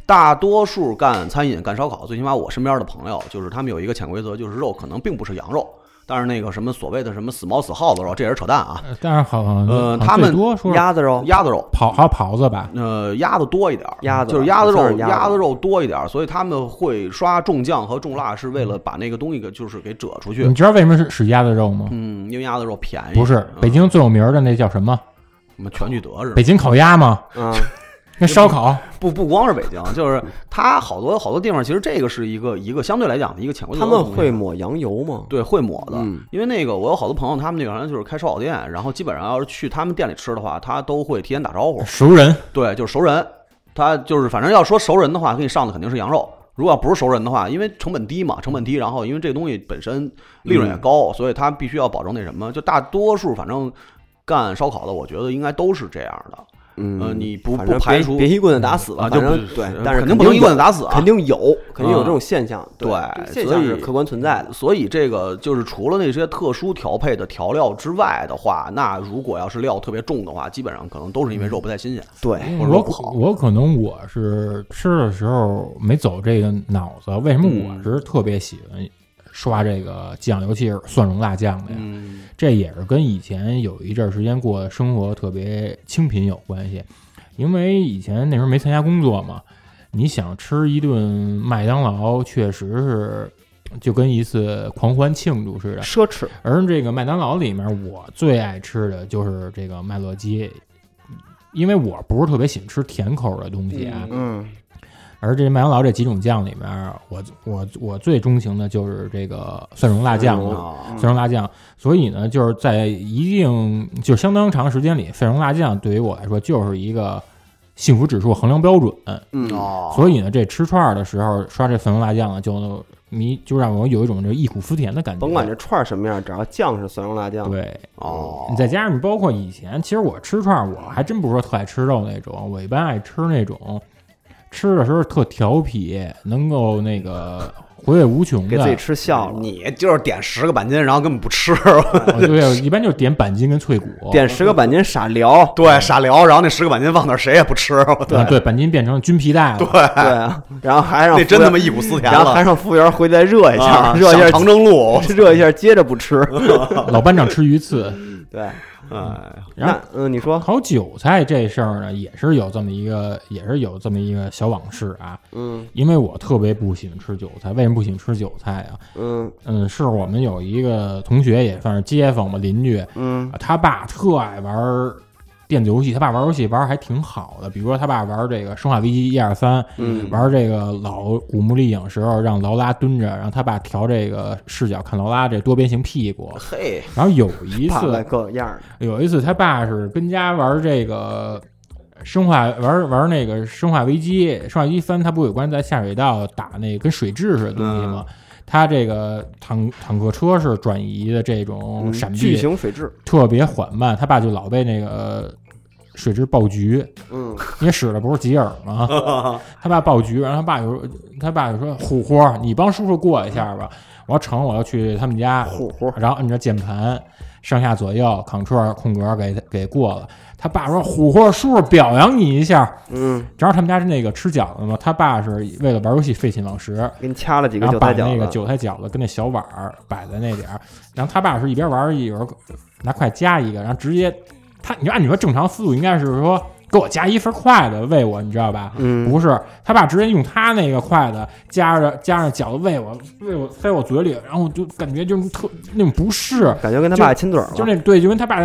[SPEAKER 5] 大多数干餐饮、干烧烤，最起码我身边的朋友，就是他们有一个潜规则，就是肉可能并不是羊肉，但是那个什么所谓的什么死猫死耗子肉，这也是扯淡啊。
[SPEAKER 2] 呃但是好像好
[SPEAKER 5] 呃
[SPEAKER 2] 像
[SPEAKER 5] 他们
[SPEAKER 2] 最多说是
[SPEAKER 1] 鸭子肉，
[SPEAKER 5] 鸭子肉，
[SPEAKER 2] 跑还有狍子吧，
[SPEAKER 5] 呃，鸭子多一点儿，
[SPEAKER 1] 哦鸭子
[SPEAKER 5] 就是鸭子
[SPEAKER 1] 好像
[SPEAKER 5] 肉，
[SPEAKER 1] 是鸭子
[SPEAKER 5] 子肉多一点儿，所以他们会刷重酱和重辣，是为
[SPEAKER 1] 嗯
[SPEAKER 5] 了把那个东西给就是给遮出去
[SPEAKER 2] 你。知道为什么是使鸭子肉吗？
[SPEAKER 5] 嗯，因为鸭子肉便宜。
[SPEAKER 2] 不是
[SPEAKER 5] 嗯
[SPEAKER 2] 北京最有名的那叫什么？
[SPEAKER 5] 什么全聚德是吗
[SPEAKER 2] 北？京烤鸭吗？
[SPEAKER 1] 嗯，
[SPEAKER 2] 跟烧烤
[SPEAKER 5] 不不光是北京，就是它好多好多地方，其实这个是一个一个相对来讲的一个潜规
[SPEAKER 1] 嗯
[SPEAKER 5] 则
[SPEAKER 1] 他
[SPEAKER 5] 的东
[SPEAKER 1] 们
[SPEAKER 5] 西。
[SPEAKER 1] 会抹羊油吗？
[SPEAKER 5] 对会抹的，
[SPEAKER 1] 嗯
[SPEAKER 5] 因为那个我有好多朋友，他们那原来就是开烧烤店，然后基本上要是去他们店里吃的话，他都会提前打招呼。
[SPEAKER 2] 熟人，
[SPEAKER 5] 对，就是熟人，他就是反正要说熟人的话，给你上的肯定是羊肉。如果要不是熟人的话，因为成本低嘛，成本低，然后因为这个东西本身
[SPEAKER 1] 嗯
[SPEAKER 5] 利润也高，所以他必须要保证那什么。就大多数反正干烧烤的，我觉得应该都是这样的。呃
[SPEAKER 1] 嗯，
[SPEAKER 5] 你不
[SPEAKER 1] 反正
[SPEAKER 5] 不排除
[SPEAKER 1] 别别一棍子打死吧，
[SPEAKER 5] 啊就
[SPEAKER 1] 反正
[SPEAKER 5] 不
[SPEAKER 1] 对
[SPEAKER 5] 呃，
[SPEAKER 1] 但是
[SPEAKER 5] 肯定不能一棍
[SPEAKER 1] 有
[SPEAKER 5] 子打死啊
[SPEAKER 1] 肯定有，肯定有
[SPEAKER 5] 啊
[SPEAKER 1] 这种现象，
[SPEAKER 5] 对
[SPEAKER 1] 这现象是
[SPEAKER 5] 所以嗯
[SPEAKER 1] 客观存在的。
[SPEAKER 5] 所以这个就是除了那些特殊调配的调料之外的话，那如果要是料特别重的话，基本上可能都是因为肉不太新鲜。
[SPEAKER 1] 对，
[SPEAKER 5] 哎或者
[SPEAKER 2] 我
[SPEAKER 5] 不好
[SPEAKER 2] 可我可能我是吃的时候没走这个脑子，为什么
[SPEAKER 5] 嗯
[SPEAKER 2] 我是特别喜欢刷这个酱，尤其是蒜蓉辣酱的呀？
[SPEAKER 5] 嗯，
[SPEAKER 2] 这也是跟以前有一阵儿时间过的生活特别清贫有关系，因为以前那时候没参加工作嘛，你想吃一顿麦当劳，确实是就跟一次狂欢庆祝似的。
[SPEAKER 1] 奢侈，
[SPEAKER 2] 而这个麦当劳里面，我最爱吃的就是这个麦乐鸡，因为我不是特别喜欢吃甜口的东西啊。
[SPEAKER 1] 嗯，
[SPEAKER 2] 而这麦当劳这几种酱里面，我我我最钟情的就是这个蒜蓉辣酱了。
[SPEAKER 1] 嗯
[SPEAKER 5] 啊，
[SPEAKER 2] 蒜蓉辣酱，所以呢，就是在一定就相当长时间里，蒜蓉辣酱对于我来说就是一个幸福指数衡量标准。
[SPEAKER 1] 嗯
[SPEAKER 5] 哦，
[SPEAKER 2] 所以呢，这吃串儿的时候刷这蒜蓉辣酱呢，就迷就让我有一种这忆苦思甜的感觉。
[SPEAKER 1] 甭管这串儿什么样，只要酱是蒜蓉辣酱，
[SPEAKER 2] 对，
[SPEAKER 5] 哦，
[SPEAKER 2] 你再加上你包括以前，其实我吃串儿，我还真不是说特爱吃肉那种，我一般爱吃那种吃的时候特调皮，能够那个回味无穷的。
[SPEAKER 1] 给自己吃笑了。
[SPEAKER 5] 你就是点十个板筋，然后根本不吃，
[SPEAKER 2] 哦对，一般就是点板筋跟脆骨。啊
[SPEAKER 1] 点十个板筋傻 聊，
[SPEAKER 5] 对，傻聊，然后那十个板筋放那儿谁也不吃，我
[SPEAKER 2] 啊，对，板筋变成军皮带了。
[SPEAKER 1] 对啊，然后还 让
[SPEAKER 5] 那真他妈
[SPEAKER 1] 服务员
[SPEAKER 5] 忆苦思甜
[SPEAKER 1] 然后还
[SPEAKER 5] 了。
[SPEAKER 1] 让服务员回来热一下，
[SPEAKER 5] 啊
[SPEAKER 1] 热一下
[SPEAKER 5] 想长征路，
[SPEAKER 1] 热一下，接着不 吃。
[SPEAKER 2] 老班长吃鱼刺，
[SPEAKER 1] 对，
[SPEAKER 5] 哎，
[SPEAKER 2] 然后
[SPEAKER 1] 那嗯，你说，
[SPEAKER 2] 烤韭菜这事儿呢，也是有这么一个，也是有这么一个小往事啊。
[SPEAKER 1] 嗯
[SPEAKER 2] 因为我特别不喜欢吃韭菜，为什么不喜欢吃韭菜啊？
[SPEAKER 1] 嗯
[SPEAKER 2] 嗯，是我们有一个同学，也算是街坊吧，邻居，
[SPEAKER 1] 嗯
[SPEAKER 2] 啊他爸特爱玩儿电子游戏，他爸玩儿游戏玩儿还挺好的，比如说他爸玩儿这个《生化危机》一二三，
[SPEAKER 1] 嗯
[SPEAKER 2] 玩儿这个老古墓丽影时候让劳拉蹲着，然后他爸调这个视角看劳拉这多边形屁股，
[SPEAKER 5] 嘿，
[SPEAKER 2] 然后有一
[SPEAKER 1] 爸爸
[SPEAKER 2] 次
[SPEAKER 1] 各样儿，
[SPEAKER 2] 有一次他爸是跟家玩儿这个。生化玩儿玩儿那个《生化危机》，《生化危机三》它不是有关在下水道打那跟水蛭似的东西
[SPEAKER 1] 嗯
[SPEAKER 2] 吗？他这个坦坦克车是转移的这种嗯闪避，
[SPEAKER 1] 嗯巨型水蛭，
[SPEAKER 2] 特别缓慢，他爸就老被那个水蛭爆菊，
[SPEAKER 1] 嗯
[SPEAKER 2] 因为使的不是吉尔嘛， 他爸爆菊，然后他爸有时候他爸就说虎豁，你帮叔叔过一下吧，我要成我要去他们家，
[SPEAKER 1] 虎虎
[SPEAKER 2] 然后摁着键盘上下左右 Ctrl 空格给给过了，他爸说虎豁，叔叔表扬你一下，
[SPEAKER 1] 嗯，
[SPEAKER 2] 正好他们家是那个吃饺子嘛，他爸是为了玩游戏废寝忘食，
[SPEAKER 1] 给你掐了几个
[SPEAKER 2] 然后
[SPEAKER 1] 韭
[SPEAKER 2] 把
[SPEAKER 1] 菜
[SPEAKER 2] 那个
[SPEAKER 1] 饺子，
[SPEAKER 2] 韭菜饺子跟那小碗儿摆在那点儿，然后他爸是一边玩儿一边拿筷夹一个，然后直接他，你说按你说正常思路应该是说
[SPEAKER 7] 给我夹一份筷子喂我，你知道吧？
[SPEAKER 1] 嗯
[SPEAKER 7] 不是，他爸直接用他那个筷子夹着夹着饺子喂我，喂我塞我嘴里，然后我就感觉就是特那种不适，
[SPEAKER 1] 感觉跟他爸亲嘴儿
[SPEAKER 7] 就
[SPEAKER 1] 了。
[SPEAKER 7] 那对，就跟他爸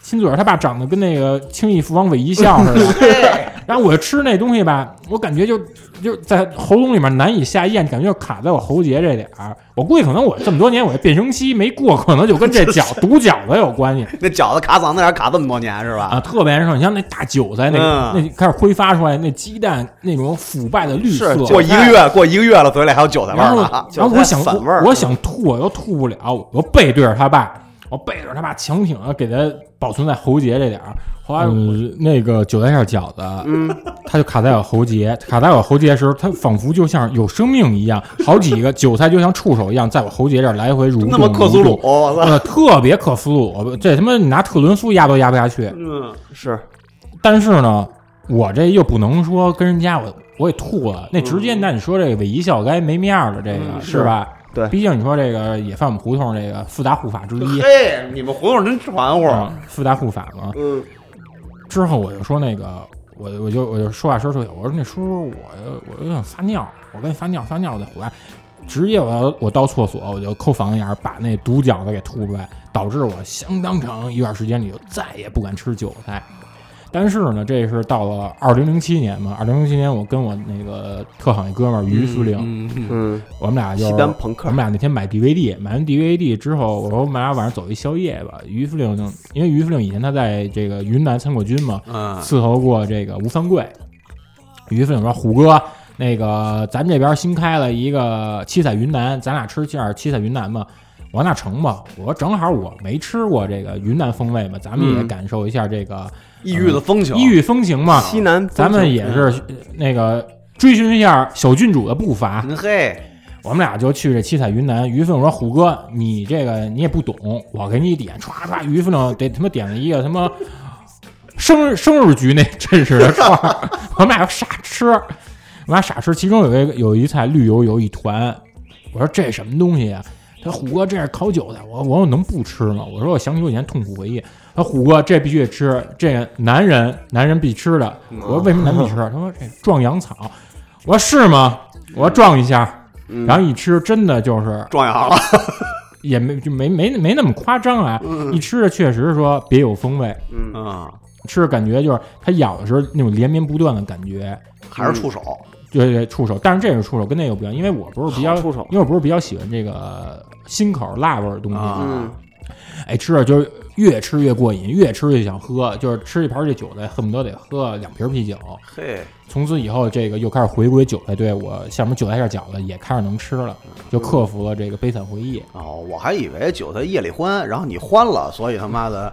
[SPEAKER 7] 亲嘴儿，他爸长得跟那个轻易父王韦一笑似 的。然后我吃那东西吧，我感觉就就在喉咙里面难以下咽，感觉就卡在我喉结这点儿。我估计可能我这么多年我这变声期没过，可能就跟这 饺毒饺子有关系
[SPEAKER 5] 那饺子卡嗓子眼儿卡这么多年是吧？
[SPEAKER 7] 啊，特别难受。你像那大韭菜，那个、
[SPEAKER 5] 嗯
[SPEAKER 7] 那开始挥发出来，那鸡蛋那种腐败的绿色
[SPEAKER 1] 是，
[SPEAKER 5] 过一个月，过一个月了，嘴里还有韭菜味
[SPEAKER 7] 哎然
[SPEAKER 5] 儿
[SPEAKER 7] 后
[SPEAKER 5] 呢啊。
[SPEAKER 7] 然后我想
[SPEAKER 5] 韭菜散味儿
[SPEAKER 7] 我我想吐，我又吐不了，我背对着他爸，我背着他爸强挺啊着给他保存在喉结这点儿。后来我
[SPEAKER 2] 嗯，那个韭菜馅饺子，嗯，它就卡在我喉结，卡在我喉结的时候，它仿佛就像有生命一样，好几个韭菜就像触手一样，在我喉结这儿来回蠕动。
[SPEAKER 5] 那么克苏鲁
[SPEAKER 2] 蠕，动
[SPEAKER 5] 我操！
[SPEAKER 2] 呃，特别克苏鲁，这他妈你拿特仑苏压都压不下去。
[SPEAKER 5] 嗯，
[SPEAKER 1] 是，
[SPEAKER 2] 但是呢，我这又不能说跟人家我我也吐了，那直接那你说这个伪一笑该没面儿了，这个、是吧？
[SPEAKER 1] 对
[SPEAKER 2] 毕竟你说这个也算我们胡同这个四大护法之一，
[SPEAKER 5] 嘿，你们胡同真团乎。
[SPEAKER 7] 嗯
[SPEAKER 2] 啊，四大护法嘛。
[SPEAKER 5] 嗯，
[SPEAKER 2] 之后我就说那个，我我就我就说话说出去，我说那叔叔，我我有点撒尿，我跟你撒尿撒尿我再回来。直接我要我到厕所，我就抠嗓子眼儿，把那毒饺子给吐出来，导致我相当长一段时间里就再也不敢吃韭菜。但是呢，这是到了二零零七年嘛，二零零七年我跟我那个特好那哥们儿于司令，
[SPEAKER 1] 嗯，
[SPEAKER 2] 我们俩就
[SPEAKER 1] 西单朋克
[SPEAKER 2] 我们俩那天买 DVD，买完 DVD 之后，我说我们俩晚上走一宵夜吧。于司令就因为于司令以前他在这个云南参过军嘛，
[SPEAKER 5] 嗯
[SPEAKER 2] 伺候过这个吴三桂。于司令说：“虎哥，那个咱这边新开了一个七彩云南，咱俩吃一下七彩云南吧。”我说：“那成吧。”我说：“正好我没吃过这个云南风味嘛，咱们也
[SPEAKER 5] 嗯
[SPEAKER 2] 感受一下这个
[SPEAKER 5] 异域的风情，
[SPEAKER 2] 异域风情嘛。
[SPEAKER 1] 西南风情，嗯
[SPEAKER 2] 咱们也是呃那个追寻一下小郡主的步伐。
[SPEAKER 5] 嗯嘿，
[SPEAKER 2] 我们俩就去这七彩云南。于凤说：“虎哥，你这个你也不懂，我给你点，歘歘。”于凤得他妈点了一个他妈生日生日局那 真实的串儿，我们俩就傻吃，我们俩傻吃。其中有一个有一菜绿油油一团，我说这什么东西啊？他说虎哥这是烤韭菜，我我说我能不吃吗？我说我想起我以前痛苦回忆。他说虎哥这必须得吃，这个男人男人必吃的。我说为什么男人必吃？他说这壮阳草。我说是吗？我说壮一下。然后一吃，真的就是
[SPEAKER 5] 壮阳了。
[SPEAKER 2] 也没就没没没那么夸张啊，一吃着确实说别有风味，
[SPEAKER 5] 嗯，
[SPEAKER 2] 吃着感觉就是它咬的时候那种连绵不断的感觉，
[SPEAKER 5] 还是触手。
[SPEAKER 7] 嗯
[SPEAKER 2] 对对，触手，但是这个触手跟那个不一样，因为我不是比较
[SPEAKER 1] 好触手
[SPEAKER 2] 因为我不是比较喜欢这个辛口辣味儿的东西，
[SPEAKER 5] 啊
[SPEAKER 1] 嗯，
[SPEAKER 2] 哎，吃着就是越吃越过瘾，越吃越想喝，就是吃一盘这韭菜，恨不得得喝两瓶啤酒。
[SPEAKER 5] 嘿，
[SPEAKER 2] 从此以后，这个又开始回归韭菜队伍，像什么韭菜馅儿饺子也开始能吃了，就克服了这个悲惨回忆。
[SPEAKER 1] 嗯
[SPEAKER 5] 哦，我还以为韭菜夜里欢，然后你欢了，所以他妈的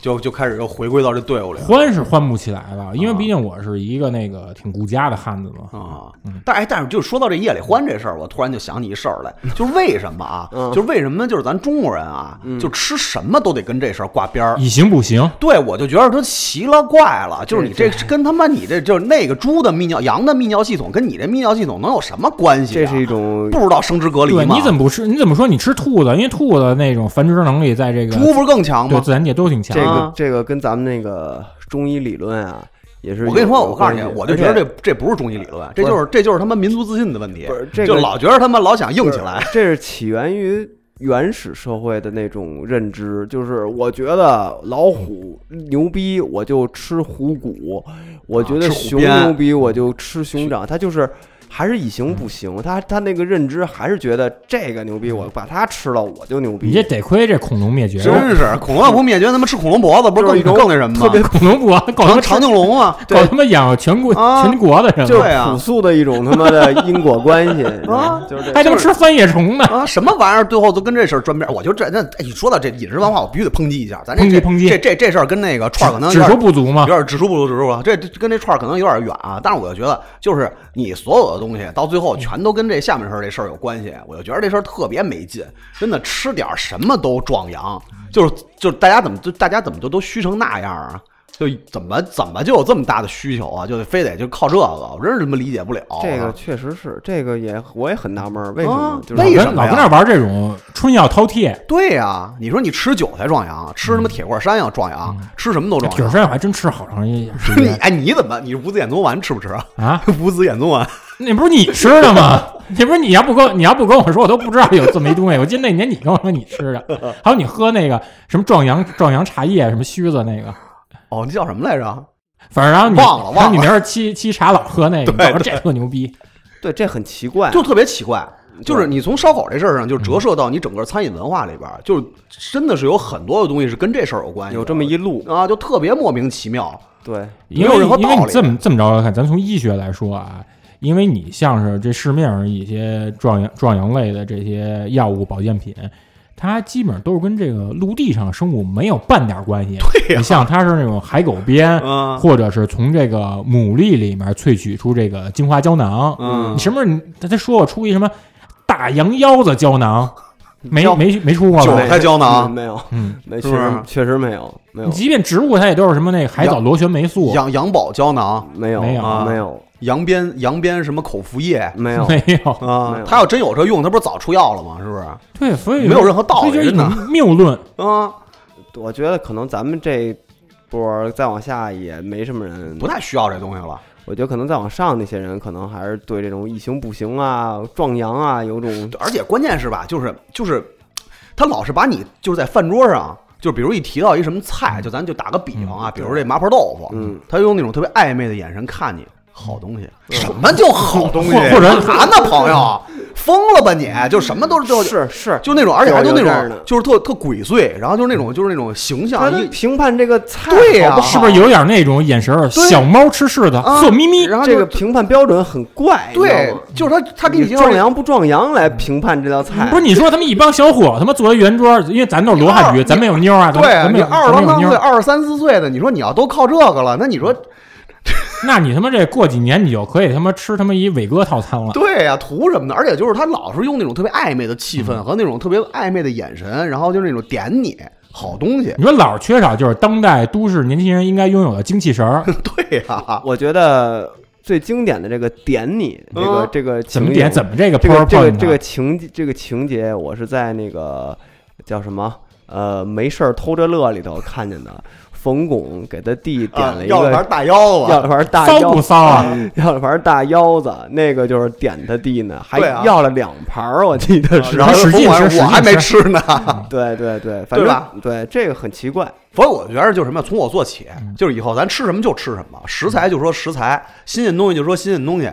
[SPEAKER 5] 就就开始又回归到这队伍里了
[SPEAKER 2] 欢是欢不起来了，因为毕竟我是一个那个挺顾家的汉子嘛。
[SPEAKER 5] 啊。
[SPEAKER 7] 嗯
[SPEAKER 5] 但哎，但是就说到这夜里欢这事儿，我突然就想起一 事儿来，就是为什么啊？
[SPEAKER 7] 嗯
[SPEAKER 5] 就是为什么就是咱中国人啊，就吃什么都得跟这事儿挂边儿。
[SPEAKER 2] 以形补形，
[SPEAKER 5] 对，我就觉得都奇了怪了，就是你这跟他妈你这就是那个猪的泌尿、羊的泌尿系统跟你这泌尿系统能有什么关系、
[SPEAKER 1] 这
[SPEAKER 5] 啊？
[SPEAKER 1] 是一种
[SPEAKER 5] 不知道生殖隔离
[SPEAKER 2] 对，
[SPEAKER 5] 吗？
[SPEAKER 2] 你怎么不吃？你怎么说你吃兔子？因为兔子那种繁殖能力在这个
[SPEAKER 5] 猪不是更强
[SPEAKER 2] 对
[SPEAKER 5] 吗？
[SPEAKER 2] 自然界都挺强
[SPEAKER 1] 这。个
[SPEAKER 5] 啊
[SPEAKER 1] 这个跟咱们那个中医理论啊，也是有。
[SPEAKER 5] 我跟你说，我告诉你，
[SPEAKER 1] 有关系
[SPEAKER 5] 我就觉得
[SPEAKER 1] 而
[SPEAKER 5] 这
[SPEAKER 1] 且
[SPEAKER 5] 这不是中医理论，这就是这就是他妈民族自信的问题，
[SPEAKER 1] 不是这个
[SPEAKER 5] 就老觉得他妈老想硬起来。
[SPEAKER 1] 这是起源于原始社会的那种认知，就是我觉得老虎牛逼，我就吃虎骨；我觉得
[SPEAKER 5] 啊吃虎
[SPEAKER 1] 熊
[SPEAKER 5] 鞭嗯
[SPEAKER 1] 牛逼，我就吃熊掌。他就是还是以形补形，他他那个认知还是觉得这个牛逼，
[SPEAKER 5] 嗯
[SPEAKER 1] 我把它吃了我就牛
[SPEAKER 2] 你这
[SPEAKER 1] 逼。啊
[SPEAKER 2] 得亏这恐龙灭绝了，啊
[SPEAKER 5] 真是恐龙要不灭绝，他妈吃恐龙脖子不是
[SPEAKER 1] 就是一
[SPEAKER 5] 更
[SPEAKER 1] 种
[SPEAKER 5] 更那什么
[SPEAKER 1] 特别
[SPEAKER 5] 吗？
[SPEAKER 2] 恐龙国搞他妈
[SPEAKER 5] 长长颈龙啊，
[SPEAKER 2] 搞他妈养全国
[SPEAKER 5] 啊
[SPEAKER 2] 全国的人
[SPEAKER 1] 就是
[SPEAKER 5] 对啊
[SPEAKER 1] 朴素的一种他妈的因果关 系，
[SPEAKER 5] 啊
[SPEAKER 1] 就是这
[SPEAKER 2] 还他妈吃翻叶虫呢。
[SPEAKER 5] 啊，什么玩意儿？最后都跟这事儿沾边儿。我就这那哎，你说到这饮食文化，我必须得抨击一下。咱这
[SPEAKER 2] 抨击
[SPEAKER 5] 这
[SPEAKER 2] 抨击
[SPEAKER 5] 这这这事儿跟那个串儿可能有
[SPEAKER 2] 指
[SPEAKER 5] 点
[SPEAKER 2] 数不足嘛
[SPEAKER 5] 有，点指数不足，指数不足。这这跟这串儿可能有点远啊。但是我就觉得，就是你所有的东西到最
[SPEAKER 2] 嗯
[SPEAKER 5] 后全都跟这下面事儿这事儿有关系，我就觉得这事儿特别没劲。真的
[SPEAKER 2] 嗯
[SPEAKER 5] 吃点儿什么都壮阳，就是就是大家怎么就大家怎么就都虚成那样啊？就怎么怎么就有这么大的需求啊？就得非得就靠这个，我真是他妈理解不了。
[SPEAKER 1] 这
[SPEAKER 5] 啊
[SPEAKER 1] 个确实是，这个也我也很纳闷儿，为什么
[SPEAKER 5] 啊？
[SPEAKER 1] 就是
[SPEAKER 5] 为
[SPEAKER 2] 老
[SPEAKER 5] 什
[SPEAKER 2] 跟
[SPEAKER 5] 么
[SPEAKER 2] 老
[SPEAKER 5] 呀
[SPEAKER 2] 跟那玩这种春药饕餮，
[SPEAKER 5] 对呀、你说你吃韭菜壮阳，啊吃
[SPEAKER 1] 嗯
[SPEAKER 5] 他妈铁罐山药壮阳，啊吃什么都壮
[SPEAKER 2] 九
[SPEAKER 5] 阳。
[SPEAKER 2] 十我还真吃好长时 间
[SPEAKER 5] 你哎，你怎么你是五子衍宗丸吃不吃啊？
[SPEAKER 2] 啊！
[SPEAKER 5] 五子衍宗丸，
[SPEAKER 2] 那不是你吃的吗？那不是你要不跟你要不跟我说，我都不知道有这么一东西。我记得那年你跟我说你吃的，还有你喝那个什么壮阳壮阳茶叶，什么须子那个，
[SPEAKER 5] 哦，那叫什么来着？
[SPEAKER 2] 反正然后你
[SPEAKER 5] 忘了忘了
[SPEAKER 2] 然后你没事沏沏茶老喝那个，
[SPEAKER 5] 对
[SPEAKER 2] 我说这特牛逼。
[SPEAKER 1] 对，这很奇怪，
[SPEAKER 5] 就特别奇怪。就是你从烧烤这事儿上，就折射到你整个餐饮文化里边儿，就是真的是有很多的东西是跟这事儿有关系的，
[SPEAKER 1] 有这么一路，
[SPEAKER 5] 啊，就特别莫名其妙。
[SPEAKER 1] 对，
[SPEAKER 2] 因
[SPEAKER 5] 没
[SPEAKER 2] 为
[SPEAKER 5] 有任何
[SPEAKER 2] 因为
[SPEAKER 5] 道
[SPEAKER 2] 你
[SPEAKER 5] 理
[SPEAKER 2] 这么这么着来看，咱从医学来说啊，因为你像是这市面上一些壮阳壮阳类的这些药物保健品，它基本上都是跟这个陆地上生物没有半点关 系。对、你像它是那种海狗
[SPEAKER 1] 哎
[SPEAKER 2] 鞭，
[SPEAKER 5] 嗯
[SPEAKER 2] 或者是从这个牡蛎里面萃取出这个精华胶囊。
[SPEAKER 5] 嗯
[SPEAKER 2] 你什么时候他他说我出一什么大羊腰子胶囊，没
[SPEAKER 1] 胶
[SPEAKER 2] 没没出过
[SPEAKER 5] 韭
[SPEAKER 2] 吧
[SPEAKER 5] 韭？菜胶囊
[SPEAKER 1] 嗯没有，
[SPEAKER 2] 嗯，
[SPEAKER 1] 没
[SPEAKER 5] 是
[SPEAKER 1] 确
[SPEAKER 5] 不是
[SPEAKER 1] 实确实没有，没有
[SPEAKER 2] 你，即便植物它也都是什么那个海藻
[SPEAKER 5] 羊
[SPEAKER 2] 螺旋霉素，
[SPEAKER 5] 羊羊宝胶囊、
[SPEAKER 1] 没有，
[SPEAKER 2] 没
[SPEAKER 1] 没
[SPEAKER 2] 有
[SPEAKER 5] 啊
[SPEAKER 1] 没有，
[SPEAKER 5] 羊鞭羊鞭什么口服液
[SPEAKER 1] 没有，
[SPEAKER 2] 没有。
[SPEAKER 5] 啊
[SPEAKER 1] 没，有
[SPEAKER 5] 他要真有这用，他不是早出药了吗？是不是？
[SPEAKER 2] 对，所以
[SPEAKER 5] 没有任何道
[SPEAKER 2] 所
[SPEAKER 5] 理
[SPEAKER 2] 以就是一
[SPEAKER 5] 真的
[SPEAKER 2] 种谬论。
[SPEAKER 5] 啊，
[SPEAKER 1] 我觉得可能咱们这波儿再往下也没什么人
[SPEAKER 5] 不，太需要这东西了。
[SPEAKER 1] 我觉得可能再往上那些人，可能还是对这种异形步行啊、壮阳啊有种
[SPEAKER 5] 而且关键是吧，就是就是，他老是把你就是在饭桌上，就比如一提到一什么菜，就咱就打个比方啊，比如这麻婆豆腐，
[SPEAKER 1] 嗯，
[SPEAKER 5] 他用那种特别暧昧的眼神看你，好东西，什么就嗯好东西，
[SPEAKER 2] 或或者
[SPEAKER 5] 啥呢，朋友，疯了吧你？就什么都是 就是
[SPEAKER 1] 是，
[SPEAKER 5] 就那种，而且还就那
[SPEAKER 1] 有这样
[SPEAKER 5] 种
[SPEAKER 1] 的
[SPEAKER 5] 就是特特鬼祟，然后就是那种就是那种形
[SPEAKER 1] 他
[SPEAKER 5] 象
[SPEAKER 1] 就
[SPEAKER 5] 一
[SPEAKER 1] 评判这个菜啊
[SPEAKER 5] 对啊呀
[SPEAKER 1] 好不好
[SPEAKER 2] 是不是有点那种眼神儿？
[SPEAKER 5] 对
[SPEAKER 2] 小猫吃柿子，
[SPEAKER 5] 啊
[SPEAKER 2] 色眯眯。
[SPEAKER 5] 然后
[SPEAKER 1] 这
[SPEAKER 5] 就
[SPEAKER 1] 个评判标准很怪，你知道
[SPEAKER 5] 对
[SPEAKER 1] 吗，
[SPEAKER 5] 就是他他给
[SPEAKER 1] 以
[SPEAKER 5] 你介绍
[SPEAKER 1] 壮阳不壮阳
[SPEAKER 2] 嗯
[SPEAKER 1] 来评判这道菜，
[SPEAKER 5] 哎
[SPEAKER 2] 不是你说他们一帮小伙他妈坐在圆桌，因为咱都是罗汉
[SPEAKER 5] 你
[SPEAKER 2] 局，
[SPEAKER 5] 二
[SPEAKER 2] 咱没有妞啊，咱们咱没
[SPEAKER 5] 对你
[SPEAKER 2] 有
[SPEAKER 5] 二
[SPEAKER 2] 咱
[SPEAKER 5] 十
[SPEAKER 2] 没有
[SPEAKER 5] 郎当
[SPEAKER 2] 妞
[SPEAKER 5] 岁、
[SPEAKER 2] 儿。
[SPEAKER 5] 二十三四岁的，你说你要都靠这个了，那你说
[SPEAKER 2] 那你他妈这过几年你就可以他妈吃他妈一伟哥套餐了。
[SPEAKER 5] 对呀、图什么的？而且就是他老是用那种特别暧昧的气氛和那种特别暧昧的眼神，然后就是那种点你好东西。
[SPEAKER 2] 你说老是缺少就是当代都市年轻人应该拥有的精气神 儿，
[SPEAKER 5] 嗯对啊呀、
[SPEAKER 1] 我觉得最经典的这个点你这个、
[SPEAKER 5] 嗯
[SPEAKER 1] 这个
[SPEAKER 2] 怎
[SPEAKER 1] 情
[SPEAKER 2] 么
[SPEAKER 1] 景
[SPEAKER 2] 点怎么这个
[SPEAKER 1] 这个这个
[SPEAKER 2] PowerPoint
[SPEAKER 1] 这个
[SPEAKER 2] 呢
[SPEAKER 1] 情这个情节，我是在那个叫什么呃没事儿偷着乐里头看见的。冯巩给他弟点了一
[SPEAKER 5] 啊要
[SPEAKER 1] 个
[SPEAKER 5] 盘大腰
[SPEAKER 1] 要
[SPEAKER 5] 子，啊
[SPEAKER 1] 了盘大
[SPEAKER 2] 骚
[SPEAKER 1] 腰
[SPEAKER 2] 不，骚啊？
[SPEAKER 1] 要了盘大腰子，那个就是点他弟呢，还
[SPEAKER 5] 对啊啊
[SPEAKER 1] 要了两盘儿，我记得是。
[SPEAKER 5] 然后
[SPEAKER 2] 使劲吃
[SPEAKER 5] 疯狂
[SPEAKER 2] 使劲
[SPEAKER 5] 我还没吃呢。
[SPEAKER 1] 对对对，反
[SPEAKER 5] 对吧
[SPEAKER 1] 正对这个很奇怪，
[SPEAKER 5] 所以我觉得就是什么，从我做起，就是以后咱吃什么就吃什么，食材就说食材，新鲜东西就说新鲜东西，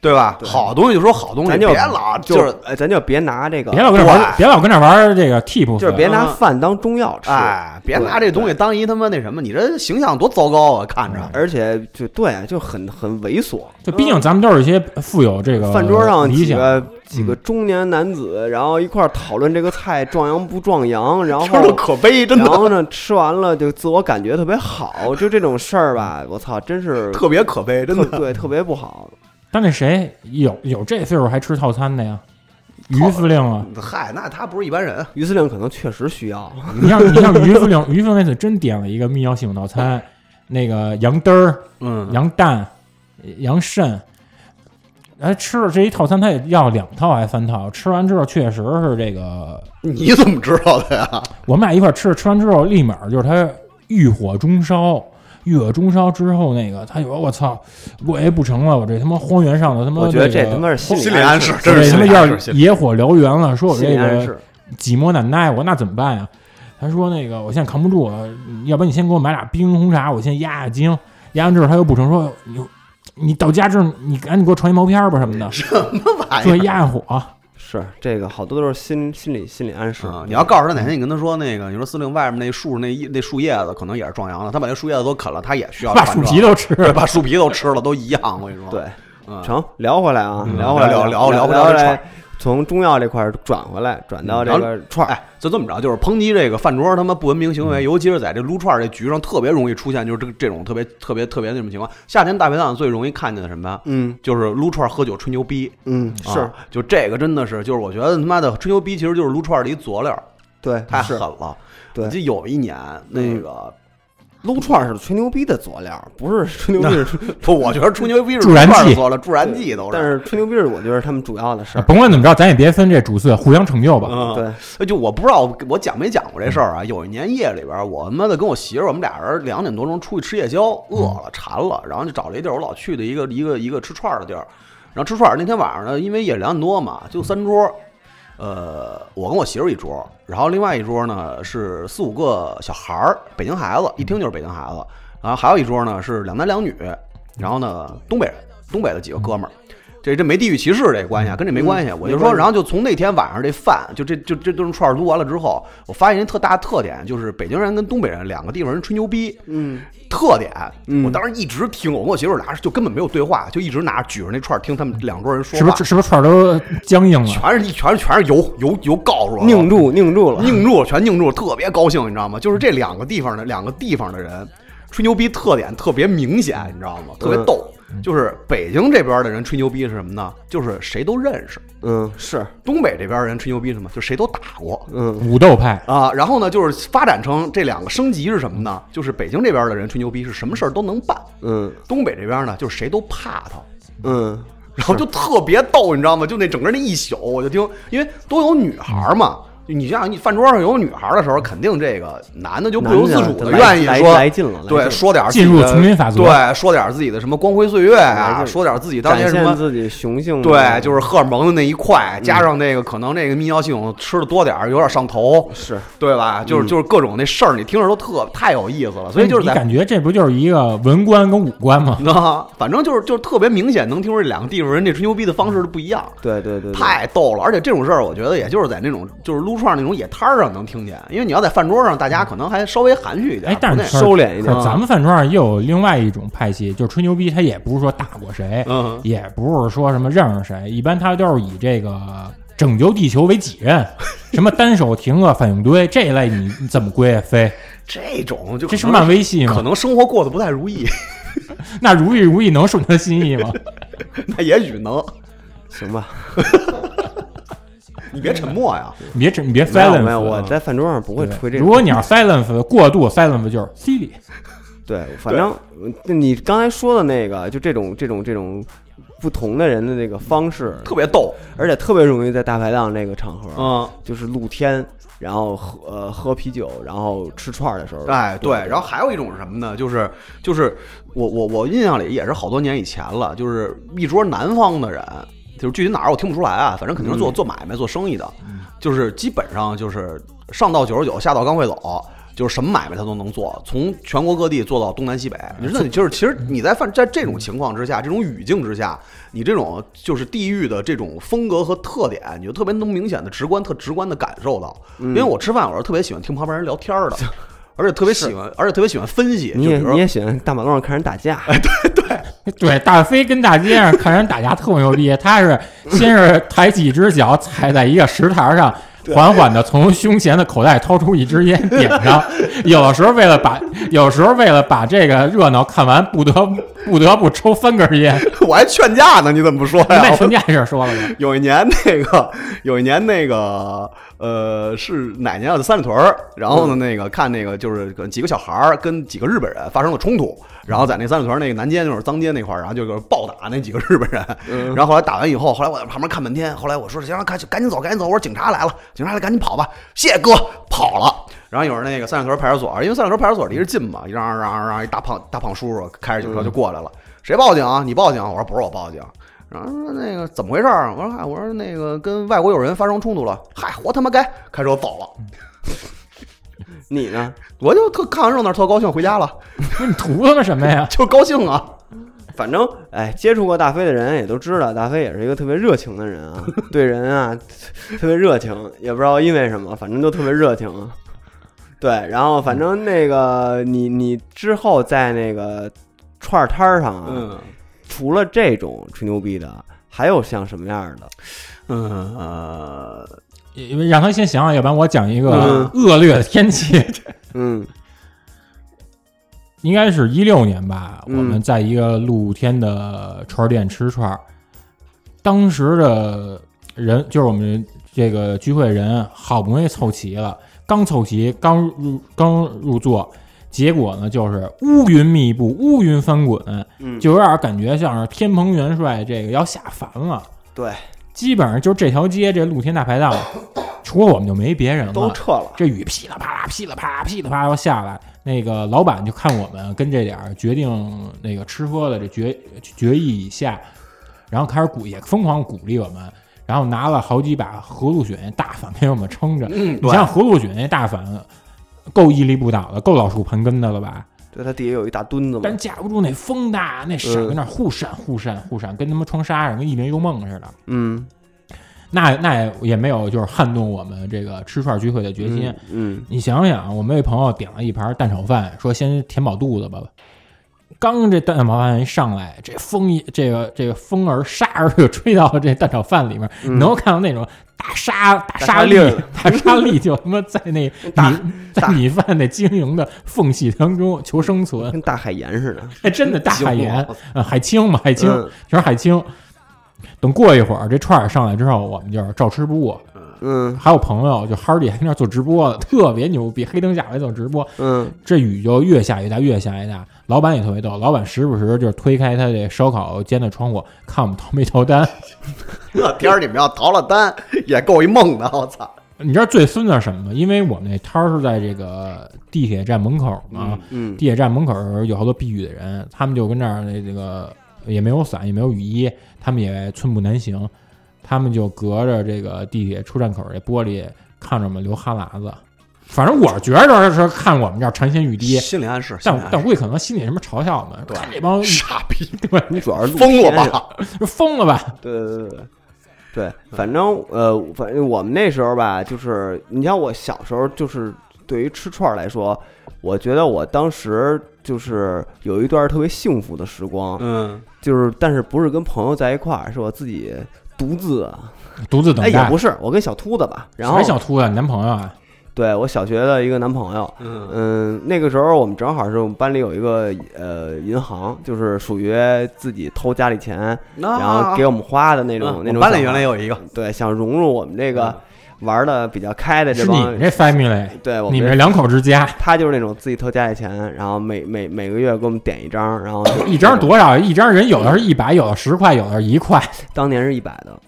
[SPEAKER 5] 对吧？好东西就说好东西，
[SPEAKER 1] 咱
[SPEAKER 5] 别
[SPEAKER 1] 就
[SPEAKER 5] 老
[SPEAKER 1] 就
[SPEAKER 5] 就是
[SPEAKER 1] 哎咱就别拿这个
[SPEAKER 2] 别，老啊跟这玩
[SPEAKER 5] 对，
[SPEAKER 2] 别老跟这玩这个 tip，
[SPEAKER 1] 就是别拿
[SPEAKER 5] 嗯
[SPEAKER 1] 饭当中药吃，
[SPEAKER 5] 哎，别拿这
[SPEAKER 1] 对
[SPEAKER 5] 东西当一他妈那什么，你这形象多糟糕啊！看着，
[SPEAKER 1] 而且就对，啊就很很猥琐。
[SPEAKER 2] 就毕竟咱们都是一些富有这个
[SPEAKER 1] 饭桌上
[SPEAKER 2] 呃理
[SPEAKER 1] 几
[SPEAKER 2] 想，
[SPEAKER 1] 个几个中年男子，然后一块儿讨论这个菜壮阳不壮阳，然
[SPEAKER 5] 吃的
[SPEAKER 1] 后
[SPEAKER 5] 可悲，真
[SPEAKER 1] 然
[SPEAKER 5] 的
[SPEAKER 1] 后呢吃完了就自我感觉特别好，就这种事儿吧，我操，真是
[SPEAKER 5] 特别可悲，真
[SPEAKER 1] 特
[SPEAKER 5] 的。
[SPEAKER 1] 对特别不好。
[SPEAKER 2] 但那谁有有这岁数还吃套餐的呀？于司令
[SPEAKER 1] 嗯
[SPEAKER 2] 啊，
[SPEAKER 5] 嗨，那他不是一般人，啊
[SPEAKER 1] 于司令可能确实需要，
[SPEAKER 2] 你像你像于司令，于司令那次真点了一个泌尿系统套餐，那个羊嘚儿、
[SPEAKER 5] 嗯
[SPEAKER 2] 羊蛋、羊肾，哎，吃了这一套餐，他也要两套还是三套？吃完之后确实是这个，
[SPEAKER 5] 你怎么知道 的呀？
[SPEAKER 2] 我们俩一块儿吃，吃完之后立马就是他欲火中烧。欲火中烧之后，那个他就说：“我操，我也不成了，我这他妈荒原上的他妈、
[SPEAKER 1] 我
[SPEAKER 2] 那个……
[SPEAKER 1] 觉得这他妈是心
[SPEAKER 5] 心
[SPEAKER 1] 理
[SPEAKER 5] 理暗示
[SPEAKER 1] 示，，
[SPEAKER 5] 这
[SPEAKER 2] 我
[SPEAKER 5] 是
[SPEAKER 2] 这他
[SPEAKER 5] 心
[SPEAKER 2] 妈
[SPEAKER 5] 理
[SPEAKER 2] 有
[SPEAKER 5] 暗示。
[SPEAKER 2] 点野火燎原了，说我
[SPEAKER 1] 心
[SPEAKER 2] 这
[SPEAKER 1] 理暗
[SPEAKER 2] 个
[SPEAKER 1] 示。
[SPEAKER 2] 寂寞难耐，我说那怎么办呀？他说那个我现在扛不住了，要不然你先给我买俩冰红茶，我先压压惊。压完之后他又补充说你你到家之后你赶紧给我传一毛片儿吧什么 的，
[SPEAKER 5] 哎
[SPEAKER 2] 说压压火。
[SPEAKER 1] 是这个好多都是心心理心理暗示
[SPEAKER 5] 啊，。你要告诉他哪天你跟他说那个，你说司令外面那树那一那树叶子可能也是壮阳的，他把那树叶子都啃了，他也需要
[SPEAKER 2] 把
[SPEAKER 5] 传
[SPEAKER 2] 树
[SPEAKER 5] 这
[SPEAKER 2] 皮都吃
[SPEAKER 5] 对
[SPEAKER 2] 了，
[SPEAKER 5] 把树皮都吃了，都一样。我跟你说，
[SPEAKER 1] 对，
[SPEAKER 5] 嗯
[SPEAKER 1] 成聊回来啊，
[SPEAKER 2] 嗯
[SPEAKER 1] 聊回来
[SPEAKER 5] 聊聊聊
[SPEAKER 1] 聊
[SPEAKER 5] 不聊
[SPEAKER 1] 回
[SPEAKER 5] 这串
[SPEAKER 1] 来，从中药这块儿转回来，转到这
[SPEAKER 5] 嗯
[SPEAKER 1] 个串儿。嗯
[SPEAKER 5] 哎，就这么着，就是抨击这个饭桌他妈不文明行为，尤其是在这撸串儿这局上，特别容易出现就是这个这种特别特别特别那种情况。夏天大排档最容易看见的什么呀？
[SPEAKER 1] 嗯
[SPEAKER 5] 就是撸串儿喝酒吹牛逼，
[SPEAKER 1] 嗯，
[SPEAKER 5] 啊
[SPEAKER 1] 是
[SPEAKER 5] 就这个真的是，就是我觉得他妈的吹牛逼其实就是撸串儿的一佐料儿，
[SPEAKER 1] 对，
[SPEAKER 5] 太
[SPEAKER 1] 是
[SPEAKER 5] 狠了。
[SPEAKER 1] 对
[SPEAKER 5] 我记得有一年那个
[SPEAKER 1] 撸串儿是吹牛逼的佐料，不是 吹牛逼是吹，
[SPEAKER 5] 不，我觉得吹牛逼是
[SPEAKER 2] 助燃剂
[SPEAKER 5] 一块儿做了，助燃剂都是。
[SPEAKER 1] 但是吹牛逼是我觉得他们主要的事
[SPEAKER 2] 啊
[SPEAKER 1] 儿。
[SPEAKER 2] 甭管怎么着，咱也别分这主次，互相成就吧。
[SPEAKER 5] 嗯，
[SPEAKER 1] 对，
[SPEAKER 5] 哎就我不知道我讲没讲过这事儿啊。有一年夜里边儿，我他妈的跟我媳妇儿，我们俩人两点多钟出去吃夜宵，饿
[SPEAKER 2] 嗯
[SPEAKER 5] 了馋了，然后就找了一地儿我老去的一个一个一个吃串儿的地儿。然后吃串儿那天晚上呢，因为夜里两点多嘛，就三桌，呃，我跟我媳妇儿一桌，然后另外一桌呢是四五个小孩儿，北京孩子，一听就是北京孩子。然后还有一桌呢是两男两女，然后呢东北人，东北的几个哥们儿。这这没地域歧视这关系啊，跟这没关系。我就
[SPEAKER 1] 嗯没关
[SPEAKER 5] 说，
[SPEAKER 1] 系
[SPEAKER 5] 然后就从那天晚上这饭，就这就这顿串儿撸完了之后，我发现一特大特点就是北京人跟东北人两个地方人吹牛逼。
[SPEAKER 1] 嗯，
[SPEAKER 5] 特点，
[SPEAKER 1] 嗯
[SPEAKER 5] 我当时一直听，我跟我媳妇儿俩就根本没有对话，就一直拿着举着那串儿听他们两桌人说
[SPEAKER 2] 是不
[SPEAKER 5] 话，
[SPEAKER 2] 是是不是串儿都僵硬了？
[SPEAKER 5] 全是一全是全是油油油告诉我，
[SPEAKER 1] 拧住拧住了，
[SPEAKER 5] 拧住，全拧住，特别高兴，你知道吗？就是这两个地方的两个地方的人吹牛逼特点特别明显，你知道吗？特别逗。就是北京这边的人吹牛逼是什么呢？就是谁都认识。
[SPEAKER 1] 嗯，是，
[SPEAKER 5] 东北这边人吹牛逼是什么？就谁都打过。
[SPEAKER 1] 嗯，
[SPEAKER 2] 武斗派，
[SPEAKER 5] 啊，然后呢，就是发展成这两个升级是什么呢？就是北京这边的人吹牛逼是什么事儿都能办，
[SPEAKER 1] 嗯，
[SPEAKER 5] 东北这边呢，就是谁都怕他，
[SPEAKER 1] 嗯，
[SPEAKER 5] 然后就特别逗，你知道吗？就那整个那一宿，我就听，因为都有女孩儿嘛。就你像你饭桌上有女孩儿的时候，肯定这个男的就不由自主的
[SPEAKER 1] 男的来
[SPEAKER 5] 愿意
[SPEAKER 1] 来
[SPEAKER 5] 说
[SPEAKER 1] 来劲了来劲
[SPEAKER 5] 对，
[SPEAKER 1] 了
[SPEAKER 5] 说点儿
[SPEAKER 2] 进
[SPEAKER 5] 自己
[SPEAKER 2] 入
[SPEAKER 5] 的
[SPEAKER 2] 丛林法则
[SPEAKER 5] 对，说点儿自己的什么光辉岁月
[SPEAKER 1] 来劲
[SPEAKER 5] 啊，
[SPEAKER 1] 了
[SPEAKER 5] 说点儿自己当
[SPEAKER 1] 展
[SPEAKER 5] 年什
[SPEAKER 1] 现
[SPEAKER 5] 么
[SPEAKER 1] 自嗯己雄性，
[SPEAKER 5] 对，就是荷尔蒙的那一块，加上那个可能那个泌尿系统吃的多点儿，有点上头，
[SPEAKER 1] 是，
[SPEAKER 5] 对吧？就是
[SPEAKER 1] 嗯
[SPEAKER 5] 就是各种那事儿，你听着都特太有意思了，所以就是嗯
[SPEAKER 2] 你
[SPEAKER 5] 在
[SPEAKER 2] 感觉这不就是一个文官跟武官吗？
[SPEAKER 5] 那 反正就是就是特别明显，能听出这两个地方人这吹牛逼的方式不一样。
[SPEAKER 1] 对对对，对，
[SPEAKER 5] 太逗了，而且这种事儿，我觉得也就是在那种就是撸串儿那种野摊儿上能听见，因为你要在饭桌上，大家可能还稍微含蓄一点。
[SPEAKER 2] 嗯
[SPEAKER 5] 啊
[SPEAKER 2] 哎，但是
[SPEAKER 5] 国
[SPEAKER 2] 你
[SPEAKER 5] 内
[SPEAKER 2] 说
[SPEAKER 1] 收敛一点
[SPEAKER 2] 可咱们饭桌上也有另外一种派系，就是吹牛逼，他也不是说打过谁，
[SPEAKER 5] 嗯，
[SPEAKER 2] 也不是说什么认识谁，一般他都是以这个拯救地球为己任，什么单手停个反应堆这一类，你你怎么归啊？飞？
[SPEAKER 5] 这种就
[SPEAKER 2] 这是
[SPEAKER 5] 可能
[SPEAKER 2] 漫威系
[SPEAKER 5] 可
[SPEAKER 2] 吗？
[SPEAKER 5] 能生活过得不太如意，
[SPEAKER 2] 那如意如意能顺他心意吗？
[SPEAKER 5] 那也许能。
[SPEAKER 1] 行吧？
[SPEAKER 5] 你别沉默呀，
[SPEAKER 2] 你别这，你别
[SPEAKER 1] 没有
[SPEAKER 2] silence。
[SPEAKER 1] 没有，
[SPEAKER 5] 啊
[SPEAKER 1] 我在饭桌上不会
[SPEAKER 2] 对
[SPEAKER 1] 吹这。
[SPEAKER 2] 如果你要 silence 过度 silence 就是 silly，
[SPEAKER 1] 对，反正呃你刚才说的那个，就这种这种这种不同的人的那个方式，
[SPEAKER 5] 特别逗。
[SPEAKER 1] 而且特别容易在大排档这个场合，
[SPEAKER 5] 嗯，
[SPEAKER 1] 就是露天，然后喝、呃、喝啤酒，然后吃串儿的时候，
[SPEAKER 5] 哎，对，然后还有一种是什么呢？就是就是我我我印象里也是好多年以前了，就是一桌南方的人，就是具体哪儿我听不出来啊，反正肯定是做、做买卖、做生意的，就是基本上就是上到九十九，下到刚会走。就是什么买卖他都能做，从全国各地做到东南西北。你说，你就是其实你在犯在这种情况之下，这种语境之下，你这种就是地域的这种风格和特点，你就特别能明显的直观、特直观的感受到。因为我吃饭，我是特别喜欢听旁边人聊天儿的，而且特别喜欢，而且特别喜欢分析。
[SPEAKER 1] 你
[SPEAKER 5] 就
[SPEAKER 1] 也
[SPEAKER 5] 比如
[SPEAKER 1] 你也喜欢大马路上看人打架，
[SPEAKER 2] 对，大飞跟大街上看人打架特牛逼，他是先是抬起一只脚踩在一个石台上，缓缓的从胸前的口袋掏出一支烟点上。有的时候为了把，有的时候为了把这个热闹看完，不得不得不抽三根烟。
[SPEAKER 5] 我还劝架呢，你怎么不说
[SPEAKER 2] 卖
[SPEAKER 5] 呀？
[SPEAKER 2] 春架这事儿说了吧？
[SPEAKER 5] 有一年那个， 有一年那个，呃，是哪年啊？三里屯儿。然后呢，那个看那个就是几个小孩儿跟几个日本人发生了冲突，然后在那三里屯儿那个南街就是脏街那块儿，然后就是暴打那几个日本人。 然后后来打完以后，后来我在旁边看半天，后来我说行了，赶紧赶紧走，赶紧走，我说警察来了，警察来了，赶紧跑吧，谢谢哥，跑了。然后有人那个三里屯派出所，因为三里屯派出所离着近嘛，一嚷嚷嚷嚷，一大胖大胖叔叔开着警车就过来了，谁报警啊？你报警啊？我说不是我报警。然后说那个怎么回事儿？我说哎嗨，我说那个跟外国友人发生冲突了，嗨，活他妈该！开车走了，
[SPEAKER 1] 你呢？
[SPEAKER 5] 我就特看完热闹特高兴，回家了，
[SPEAKER 2] 不是你图他妈什么呀？
[SPEAKER 5] 就高兴啊。
[SPEAKER 1] 反正哎，接触过大飞的人也都知道，大飞也是一个特别热情的人啊，对人啊特别热情，也不知道因为什么，反正就特别热情啊。对，然后反正那个你你之后在那个串儿摊儿上啊，
[SPEAKER 5] 嗯
[SPEAKER 1] 除了这种吹牛逼的，还有像什么样的？
[SPEAKER 5] 嗯呃，
[SPEAKER 2] 因为让他先想想，要不然我讲一个恶劣的天气。
[SPEAKER 1] 嗯
[SPEAKER 2] 应该是一六年吧，我
[SPEAKER 1] 嗯
[SPEAKER 2] 们在一个露天的串儿店吃串儿，当时的人就是我们这个聚会人，好不容易凑齐了，刚凑齐，刚入刚入座，结果呢就是乌云密布，乌云翻滚，
[SPEAKER 1] 嗯
[SPEAKER 2] 就有点感觉像是天蓬元帅这个要下凡了。
[SPEAKER 1] 对，
[SPEAKER 2] 基本上就是这条街这露天大排档，除了我们就没别人了，
[SPEAKER 1] 都撤了。
[SPEAKER 2] 这雨噼里啪啦、噼里啪啦、噼里啪啦要下来，那个老板就看我们跟这点儿决定那个吃喝的这决决议以下，然后开始鼓也疯狂鼓励我们，然后拿了好几把河路雪那大反给我们撑着。
[SPEAKER 5] 嗯，
[SPEAKER 2] 你
[SPEAKER 5] 对，
[SPEAKER 2] 像河路雪那大反，够屹立不倒的，够老树盘根的了吧？
[SPEAKER 1] 对，它底下有一大墩子嘛
[SPEAKER 2] 但。架不住那风大，
[SPEAKER 5] 呃
[SPEAKER 2] 那闪在那儿忽闪忽闪忽闪，跟他妈窗纱上跟一帘幽梦似的。
[SPEAKER 1] 嗯，
[SPEAKER 2] 那那也没有就是撼动我们这个吃串聚会的决心。
[SPEAKER 1] 嗯，
[SPEAKER 2] 你想想，我们有一朋友点了一盘蛋炒饭，说先填饱肚子吧。刚这蛋炒饭一上来，这风一这个这个风儿沙儿就吹到这蛋炒饭里面，你能够看到那种大沙大
[SPEAKER 1] 嗯沙
[SPEAKER 2] 沙粒
[SPEAKER 1] 粒儿，
[SPEAKER 2] 大沙粒就他妈在那
[SPEAKER 1] 大
[SPEAKER 2] 米在
[SPEAKER 1] 大
[SPEAKER 2] 米饭那晶莹的缝隙当中求生存，
[SPEAKER 1] 跟大海盐似的。
[SPEAKER 2] 还真的大海盐，呃海清嘛，海清
[SPEAKER 1] 嗯
[SPEAKER 2] 全是海清。等过一会儿，这串儿上来之后，我们就是照吃不误。
[SPEAKER 1] 嗯
[SPEAKER 2] 还有朋友就哈 a 还在那儿做直播，特别牛逼，黑灯瞎火做直播。
[SPEAKER 1] 嗯，
[SPEAKER 2] 这雨就越下越大，越下越大。老板也特别逗，老板时不时就是推开他这烧烤间的窗户，看我们逃没逃单。
[SPEAKER 5] 这天儿你们要逃了单，也够一梦的，我操！
[SPEAKER 2] 你知道最孙子是什么吗？因为我们那摊儿是在这个地铁站门口嘛，
[SPEAKER 1] 嗯
[SPEAKER 2] 地铁站门口有好多避雨的人，他们就跟那儿那这个也没有伞，也没有雨衣，他们也寸步难行，他们就隔着这个地铁出站口这玻璃看着我们流哈喇子。反正我觉着是看我们这儿馋涎欲滴，
[SPEAKER 5] 心理暗示，心
[SPEAKER 2] 但
[SPEAKER 5] 理暗
[SPEAKER 2] 但
[SPEAKER 5] 示
[SPEAKER 2] 估计可能心里什么嘲笑我们，说看这帮
[SPEAKER 5] 傻逼，
[SPEAKER 1] 你主要是露
[SPEAKER 5] 疯了
[SPEAKER 1] 天上
[SPEAKER 5] 吧？
[SPEAKER 2] 就疯了吧？
[SPEAKER 1] 对对对对对，反正呃，反正我们那时候吧，就是你像我小时候，就是对于吃串儿来说，我觉得我当时就是有一段特别幸福的时光，
[SPEAKER 5] 嗯，
[SPEAKER 1] 就是但是不是跟朋友在一块儿，是我自己独自，
[SPEAKER 2] 独自等
[SPEAKER 1] 哎
[SPEAKER 2] 待，
[SPEAKER 1] 也不是，我跟小秃子吧，然后
[SPEAKER 2] 谁小秃子，你男朋友啊？
[SPEAKER 1] 对我小学的一个男朋友，
[SPEAKER 5] 嗯
[SPEAKER 1] 嗯，那个时候我们正好是我们班里有一个呃银行，就是属于自己偷家里钱，
[SPEAKER 5] 那
[SPEAKER 1] 然后给我们花的那种、
[SPEAKER 5] 啊嗯
[SPEAKER 1] 那种
[SPEAKER 5] 我班
[SPEAKER 1] 小
[SPEAKER 5] 里原
[SPEAKER 1] 孩
[SPEAKER 5] 来有一个，
[SPEAKER 1] 对，想融入我们这个玩的比较开的这
[SPEAKER 2] 嗯是你
[SPEAKER 1] 帮哎
[SPEAKER 2] 们这
[SPEAKER 1] 人。
[SPEAKER 2] family，
[SPEAKER 1] 对，我
[SPEAKER 2] 你
[SPEAKER 1] 们
[SPEAKER 2] 们
[SPEAKER 1] 这
[SPEAKER 2] 这两口之家，
[SPEAKER 1] 他就是那种自己偷家里钱，然后每每每个月给我们点一张，然后
[SPEAKER 2] 一张多少？一张人有的是一百，有的十块，有的是一块，
[SPEAKER 1] 当年是一百的，
[SPEAKER 2] 嗯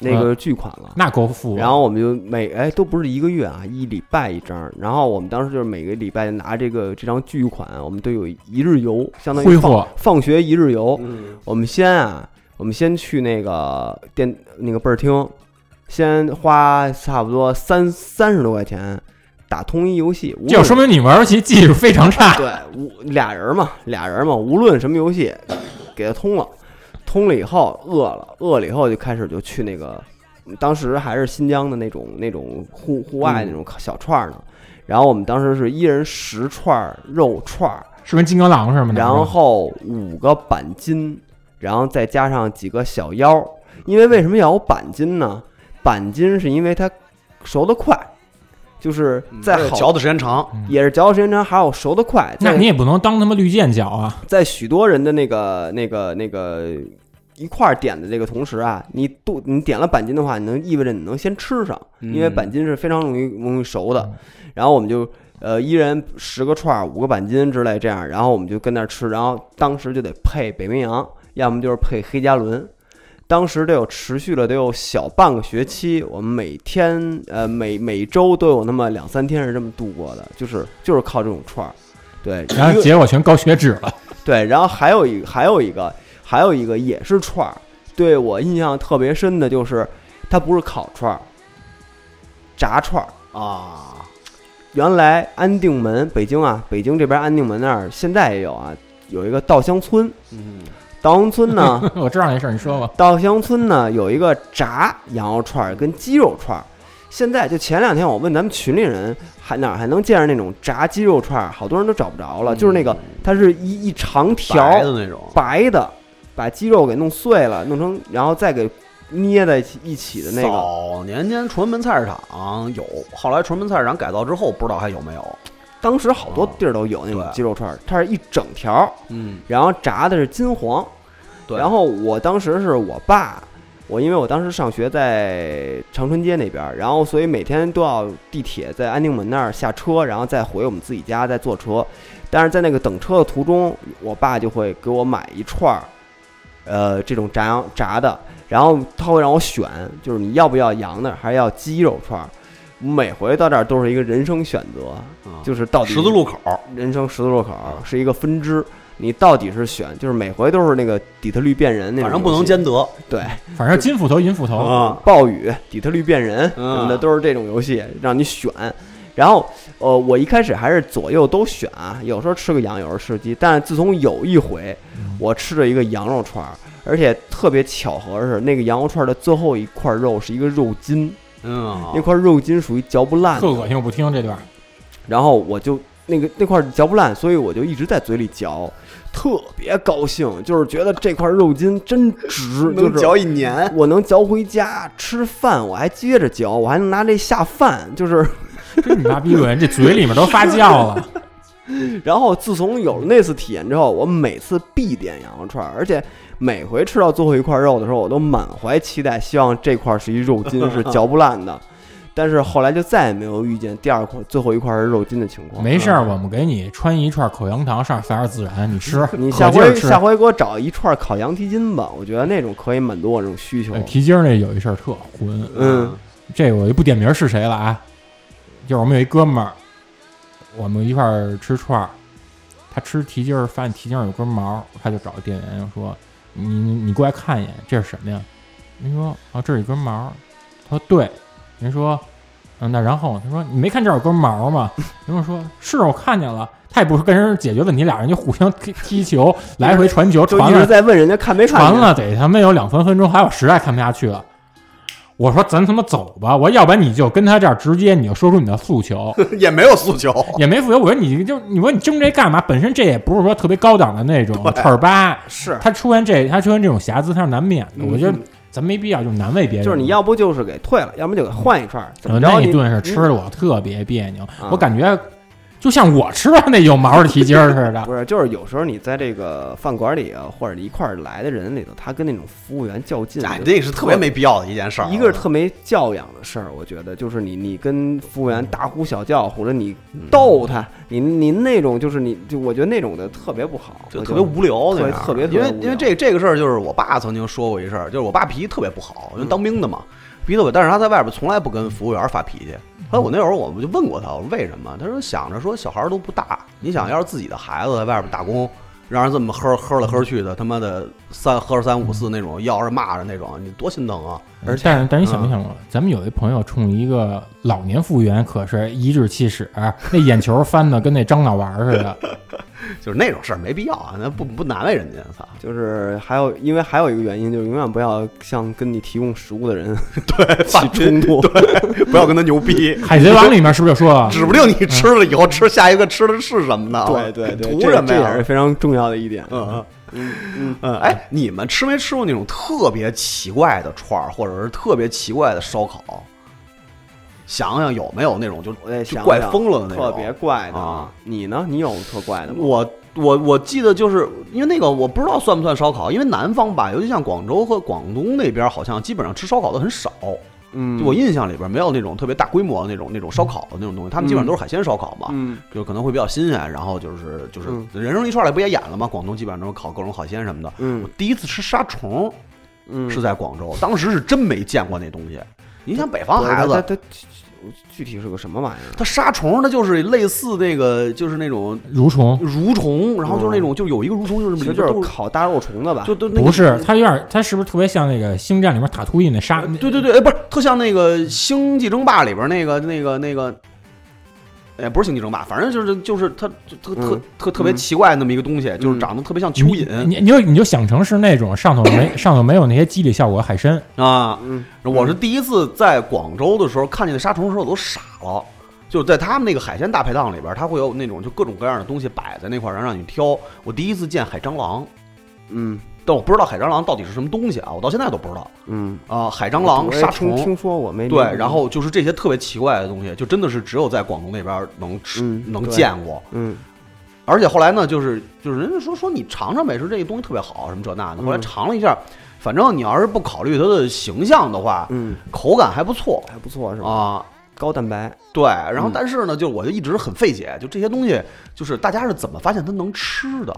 [SPEAKER 1] 那个巨款了。
[SPEAKER 2] 那够富。啊
[SPEAKER 1] 然后我们就每哎都不是一个月啊，一礼拜一张。然后我们当时就是每个礼拜拿这个这张巨款，我们都有一日游，相当于
[SPEAKER 2] 挥
[SPEAKER 1] 放
[SPEAKER 2] 霍
[SPEAKER 1] 放学一日游。
[SPEAKER 5] 嗯，
[SPEAKER 1] 我们先啊，我们先去那个店那个倍儿厅，先花差不多三三十多块钱打通一游戏，无
[SPEAKER 2] 这就
[SPEAKER 1] 论
[SPEAKER 2] 说明你玩游戏技术非常差。
[SPEAKER 1] 对，无俩人嘛，俩人嘛，无论什么游戏，给他通了，通了以后饿了，饿了以后就开始就去那个，当时还是新疆的那种那种户户外那种小串儿呢。然后我们当时是一人十串儿肉串儿，
[SPEAKER 2] 是跟金刚狼似的吗？
[SPEAKER 1] 然后五个板筋，然后再加上几个小腰。因为为什么要有板筋呢？板筋是因为它熟得快，就是在
[SPEAKER 5] 嗯嚼
[SPEAKER 1] 好
[SPEAKER 5] 的时间长，
[SPEAKER 1] 也是嚼的时间长，还有熟得快。
[SPEAKER 2] 那
[SPEAKER 1] 在
[SPEAKER 2] 你也不能当他妈绿箭脚啊！
[SPEAKER 1] 在许多人的那个那个那个一块儿点的这个同时啊，你都你点了板筋的话，你能意味着你能先吃上，因为板筋是非常容易容易熟的。然后我们就呃一人十个串儿，五个板筋之类这样，然后我们就跟那儿吃，然后当时就得配北冰洋，要么就是配黑加仑。当时得有持续了得有小半个学期，我们每天呃每每周都有那么两三天是这么度过的，就是就是靠这种串儿，对，
[SPEAKER 2] 然
[SPEAKER 1] 一
[SPEAKER 2] 后
[SPEAKER 1] 个
[SPEAKER 2] 结果全高血脂了。，
[SPEAKER 1] 对，然后还有一还有一个还有一个也是串儿，对我印象特别深的就是它不是烤串儿，炸串儿。
[SPEAKER 5] 啊，
[SPEAKER 1] 原来安定门北京啊，北京这边安定门那儿现在也有啊，有一个稻香村。
[SPEAKER 5] 嗯，
[SPEAKER 1] 稻香村呢
[SPEAKER 2] 我知道那事儿，你说吧。
[SPEAKER 1] 稻香村呢有一个炸羊肉串儿跟鸡肉串儿。现在就前两天我问咱们群里人，还哪儿还能见着那种炸鸡肉串儿？好多人都找不着了，就是那个它是一一长条
[SPEAKER 5] 嗯白的那种，
[SPEAKER 1] 白的，把鸡肉给弄碎了，弄成然后再给捏在一起的那个。
[SPEAKER 5] 早年间崇文门菜市场有，后来崇文门菜市场改造之后，不知道还有没有。
[SPEAKER 1] 当时好多地儿都有那种
[SPEAKER 5] 对
[SPEAKER 1] 鸡肉串儿，它是一整条儿，
[SPEAKER 5] 嗯，
[SPEAKER 1] 然后炸的是金黄。
[SPEAKER 5] 对。
[SPEAKER 1] 然后我当时是我爸我因为我当时上学在长春街那边儿，然后所以每天都要地铁在安定门那儿下车，然后再回我们自己家再坐车。但是在那个等车的途中，我爸就会给我买一串儿，呃，这种炸羊炸的，然后他会让我选，就是你要不要羊的，还是要鸡肉串儿。每回到这儿都是一个人生选择，
[SPEAKER 5] 啊
[SPEAKER 1] 就是到底
[SPEAKER 5] 十字路口，
[SPEAKER 1] 人生十字路口是一个分支，你到底是选，就是每回都是那个底特律变人那种游戏，
[SPEAKER 5] 反正不能兼得。
[SPEAKER 1] 对
[SPEAKER 2] 反正金斧头银斧
[SPEAKER 1] 哦
[SPEAKER 2] 头，
[SPEAKER 5] 啊，
[SPEAKER 1] 暴雨、底特律变人什
[SPEAKER 5] 嗯
[SPEAKER 1] 么的都是这种游戏让你选。然后，呃，我一开始还是左右都选啊，有时候吃个羊，有时候吃鸡。但是自从有一回，
[SPEAKER 5] 嗯
[SPEAKER 1] 我吃了一个羊肉串儿，而且特别巧合的是，那个羊肉串儿的最后一块肉是一个肉筋，
[SPEAKER 5] 嗯
[SPEAKER 1] 那块肉筋属于嚼不烂的
[SPEAKER 2] 特，恶心，我不听这段。
[SPEAKER 1] 然后我就那个那块嚼不烂，所以我就一直在嘴里嚼，特别高兴，就是觉得这块肉筋真值，就
[SPEAKER 5] 能
[SPEAKER 1] 是
[SPEAKER 5] 嚼一年，
[SPEAKER 1] 我能嚼回家吃饭，我还接着嚼，我还能拿这下饭，就是。
[SPEAKER 2] 这你妈逼文，这嘴里面都发酵了。
[SPEAKER 1] 然后自从有了那次体验之后，我每次必点羊肉串儿，而且每回吃到最后一块肉的时候，我都满怀期待，希望这块是一肉筋，是嚼不烂的。但是后来就再也没有遇见第二块最后一块是肉筋的情况。
[SPEAKER 2] 没事儿，我们给你穿一串口香糖，上撒点孜然，你吃，
[SPEAKER 1] 你
[SPEAKER 2] 可
[SPEAKER 1] 下
[SPEAKER 2] 劲儿
[SPEAKER 1] 回
[SPEAKER 2] 吃。
[SPEAKER 1] 下回给我找一串烤羊蹄筋吧，我觉得那种可以满足我这种需求
[SPEAKER 2] 呃。提筋儿那有一事儿特混，
[SPEAKER 1] 嗯
[SPEAKER 2] 这我就不点名是谁了啊，就是我们有一哥们儿，我们一块儿吃串儿，他吃蹄筋儿，发现蹄筋儿有根毛，他就找店员说：“你你过来看一眼，这是什么呀？”人说：“啊，这是一根毛。”他说：“对。”人说：“嗯，那然后呢？”他说：“你没看这儿有根毛吗？”人家说：“是我看见了。”他也不是跟人解决问题，俩人就互相踢踢球，来回传球，
[SPEAKER 1] 就
[SPEAKER 2] 传
[SPEAKER 1] 一
[SPEAKER 2] 了
[SPEAKER 1] 直在问人家看没看
[SPEAKER 2] 传
[SPEAKER 1] 见，
[SPEAKER 2] 了得他妈有两三分钟，还有实在看不下去了。我说咱他妈走吧，我要不然你就跟他这儿直接你就说出你的 诉求，
[SPEAKER 5] 也没有诉求。
[SPEAKER 2] 也没诉求。我说你就你说你争这干嘛？本身这也不是说特别高档的那种串儿吧，
[SPEAKER 5] 是
[SPEAKER 2] 他出现这他出现这种瑕疵，他是难免的。我觉得咱没必要就难为别
[SPEAKER 1] 嗯
[SPEAKER 2] 人，
[SPEAKER 1] 就是你要不就是给退了，要么就给换一串儿。怎么
[SPEAKER 2] 呃那
[SPEAKER 1] 着
[SPEAKER 2] 一
[SPEAKER 1] 你嗯
[SPEAKER 2] 顿是吃的我特别别扭，
[SPEAKER 1] 啊
[SPEAKER 2] 我感觉就像我吃了那有毛的蹄筋儿似的。
[SPEAKER 1] 不是，就是有时候你在这个饭馆里啊，或者一块儿来的人里头，他跟那种服务员较劲，
[SPEAKER 5] 哎，这个是特别没啊必要的一件事儿。
[SPEAKER 1] 一个是特没教养的事儿，我觉得就是你你跟服务员大呼小叫，或者你
[SPEAKER 5] 嗯
[SPEAKER 1] 逗他，你你那种就是你就我觉得那种的特别不好，
[SPEAKER 5] 就
[SPEAKER 1] 我
[SPEAKER 5] 特
[SPEAKER 1] 觉
[SPEAKER 5] 别
[SPEAKER 1] 得
[SPEAKER 5] 无聊那样儿，
[SPEAKER 1] 特别特别
[SPEAKER 5] 因为
[SPEAKER 1] 特别无聊
[SPEAKER 5] 因为这这个事儿，就是我爸曾经说过一事儿，就是我爸脾气特别不好，
[SPEAKER 1] 嗯
[SPEAKER 5] 因为当兵的嘛，脾气特别，但是他在外边从来不跟服务员发脾气。后来我那会儿我们就问过他，我说为什么？他说想着说小孩儿都不大，你想要是自己的孩子在外边打工，让人这么喝喝来喝去的，他妈的三喝着三五四那种，要着骂着那种，你多心疼啊！
[SPEAKER 2] 而但是但是你想没想过，咱们有一朋友冲一个老年服务员可是颐指气使，那眼球翻的跟那张脑丸似的。
[SPEAKER 5] 就是那种事儿没必要啊，那不不难为人家，操！
[SPEAKER 1] 就是还有，因为还有一个原因，就是永远不要向跟你提供食物的人
[SPEAKER 5] 发
[SPEAKER 1] 起冲突。
[SPEAKER 5] 不要跟他牛 逼，
[SPEAKER 2] 海贼王里面是不是就说了？
[SPEAKER 5] 指不定你吃了以后吃下一个吃的是什么呢？
[SPEAKER 1] 对 对 对，
[SPEAKER 5] 图
[SPEAKER 1] 这
[SPEAKER 5] 什么
[SPEAKER 1] 这
[SPEAKER 5] 呀
[SPEAKER 1] 也是？非常重要的一点。
[SPEAKER 5] 嗯
[SPEAKER 1] 嗯嗯，
[SPEAKER 5] 嗯，哎，你们吃没吃过那种特别奇怪的串儿，或者是特别奇怪的烧烤？想想有没有那种就
[SPEAKER 1] 我得
[SPEAKER 5] 就
[SPEAKER 1] 想
[SPEAKER 5] 怪
[SPEAKER 1] 想
[SPEAKER 5] 疯了的那
[SPEAKER 1] 特
[SPEAKER 5] 种？
[SPEAKER 1] 别怪的
[SPEAKER 5] 啊！
[SPEAKER 1] 你呢？你有特怪的吗？
[SPEAKER 5] 我我我记得就是因为那个我不知道算不算烧烤，因为南方吧，尤其像广州和广东那边，好像基本上吃烧烤的很少。
[SPEAKER 1] 嗯，
[SPEAKER 5] 就我印象里边没有那种特别大规模的那种那种烧烤的那种东西，他们基本上都是海鲜烧烤嘛。
[SPEAKER 1] 嗯
[SPEAKER 5] 就可能会比较新鲜，然后就是就是
[SPEAKER 1] 嗯
[SPEAKER 5] 人生一串儿里不也演了吗？广东基本上都是烤各种海鲜什么的。我
[SPEAKER 1] 嗯
[SPEAKER 5] 第一次吃沙虫，
[SPEAKER 1] 嗯
[SPEAKER 5] 是在广州，当时是真没见过那东西。你想北方
[SPEAKER 1] 对
[SPEAKER 5] 孩
[SPEAKER 1] 他
[SPEAKER 5] 子，
[SPEAKER 1] 他他具体是个什么玩意儿？
[SPEAKER 5] 它杀虫，它就是类似那个，就是那种
[SPEAKER 2] 蠕虫
[SPEAKER 5] 蠕虫，然后就是那种，就有一个蠕虫，就是
[SPEAKER 1] 嗯其
[SPEAKER 5] 里
[SPEAKER 1] 实就
[SPEAKER 5] 边
[SPEAKER 1] 是
[SPEAKER 5] 都是
[SPEAKER 1] 烤大肉虫子吧？
[SPEAKER 5] 就都那个
[SPEAKER 2] 不是，它有点，它是不是特别像那个《星战》里面塔图伊那
[SPEAKER 1] 啊
[SPEAKER 2] 沙？
[SPEAKER 5] 对对对，哎，不是，特像那个《星际争霸》里边那个那个那个，哎，不是《星际争霸》，反正就是就是它就特特
[SPEAKER 1] 嗯
[SPEAKER 5] 特特别
[SPEAKER 1] 嗯
[SPEAKER 5] 奇怪那么一个东西，就是长得特别像蚯蚓
[SPEAKER 2] 你你就你就想成是那种上头没上头没有那些激励效果的海参，
[SPEAKER 5] 啊。
[SPEAKER 1] 嗯
[SPEAKER 5] 我是第一次在广州的时候看见那沙虫的时候，我都傻了。就是在他们那个海鲜大排档里边，它会有那种就各种各样的东西摆在那块儿，然后让你挑。我第一次见海蟑螂，
[SPEAKER 1] 嗯
[SPEAKER 5] 但我不知道海蟑螂到底是什么东西啊，我到现在都不知道
[SPEAKER 1] 嗯，
[SPEAKER 5] 啊。海蟑螂、
[SPEAKER 1] 我也
[SPEAKER 5] 沙
[SPEAKER 1] 听
[SPEAKER 5] 虫，
[SPEAKER 1] 听说我没
[SPEAKER 5] 对，然后就是这些特别奇怪的东西，就真的是只有在广东那边能吃、
[SPEAKER 1] 嗯
[SPEAKER 5] 能
[SPEAKER 1] 对
[SPEAKER 5] 见过。
[SPEAKER 1] 嗯
[SPEAKER 5] 而且后来呢，就是就是人家说说你尝尝美食，这个东西特别好，什么这那的。后来
[SPEAKER 1] 嗯
[SPEAKER 5] 尝了一下，反正你要是不考虑它的形象的话，
[SPEAKER 1] 嗯，
[SPEAKER 5] 口感还不错
[SPEAKER 1] 还不错是吧？
[SPEAKER 5] 啊。
[SPEAKER 1] 高蛋白，
[SPEAKER 5] 对，然后
[SPEAKER 1] 嗯
[SPEAKER 5] 但是呢，就我就一直很费解，就这些东西，就是大家是怎么发现它能吃的？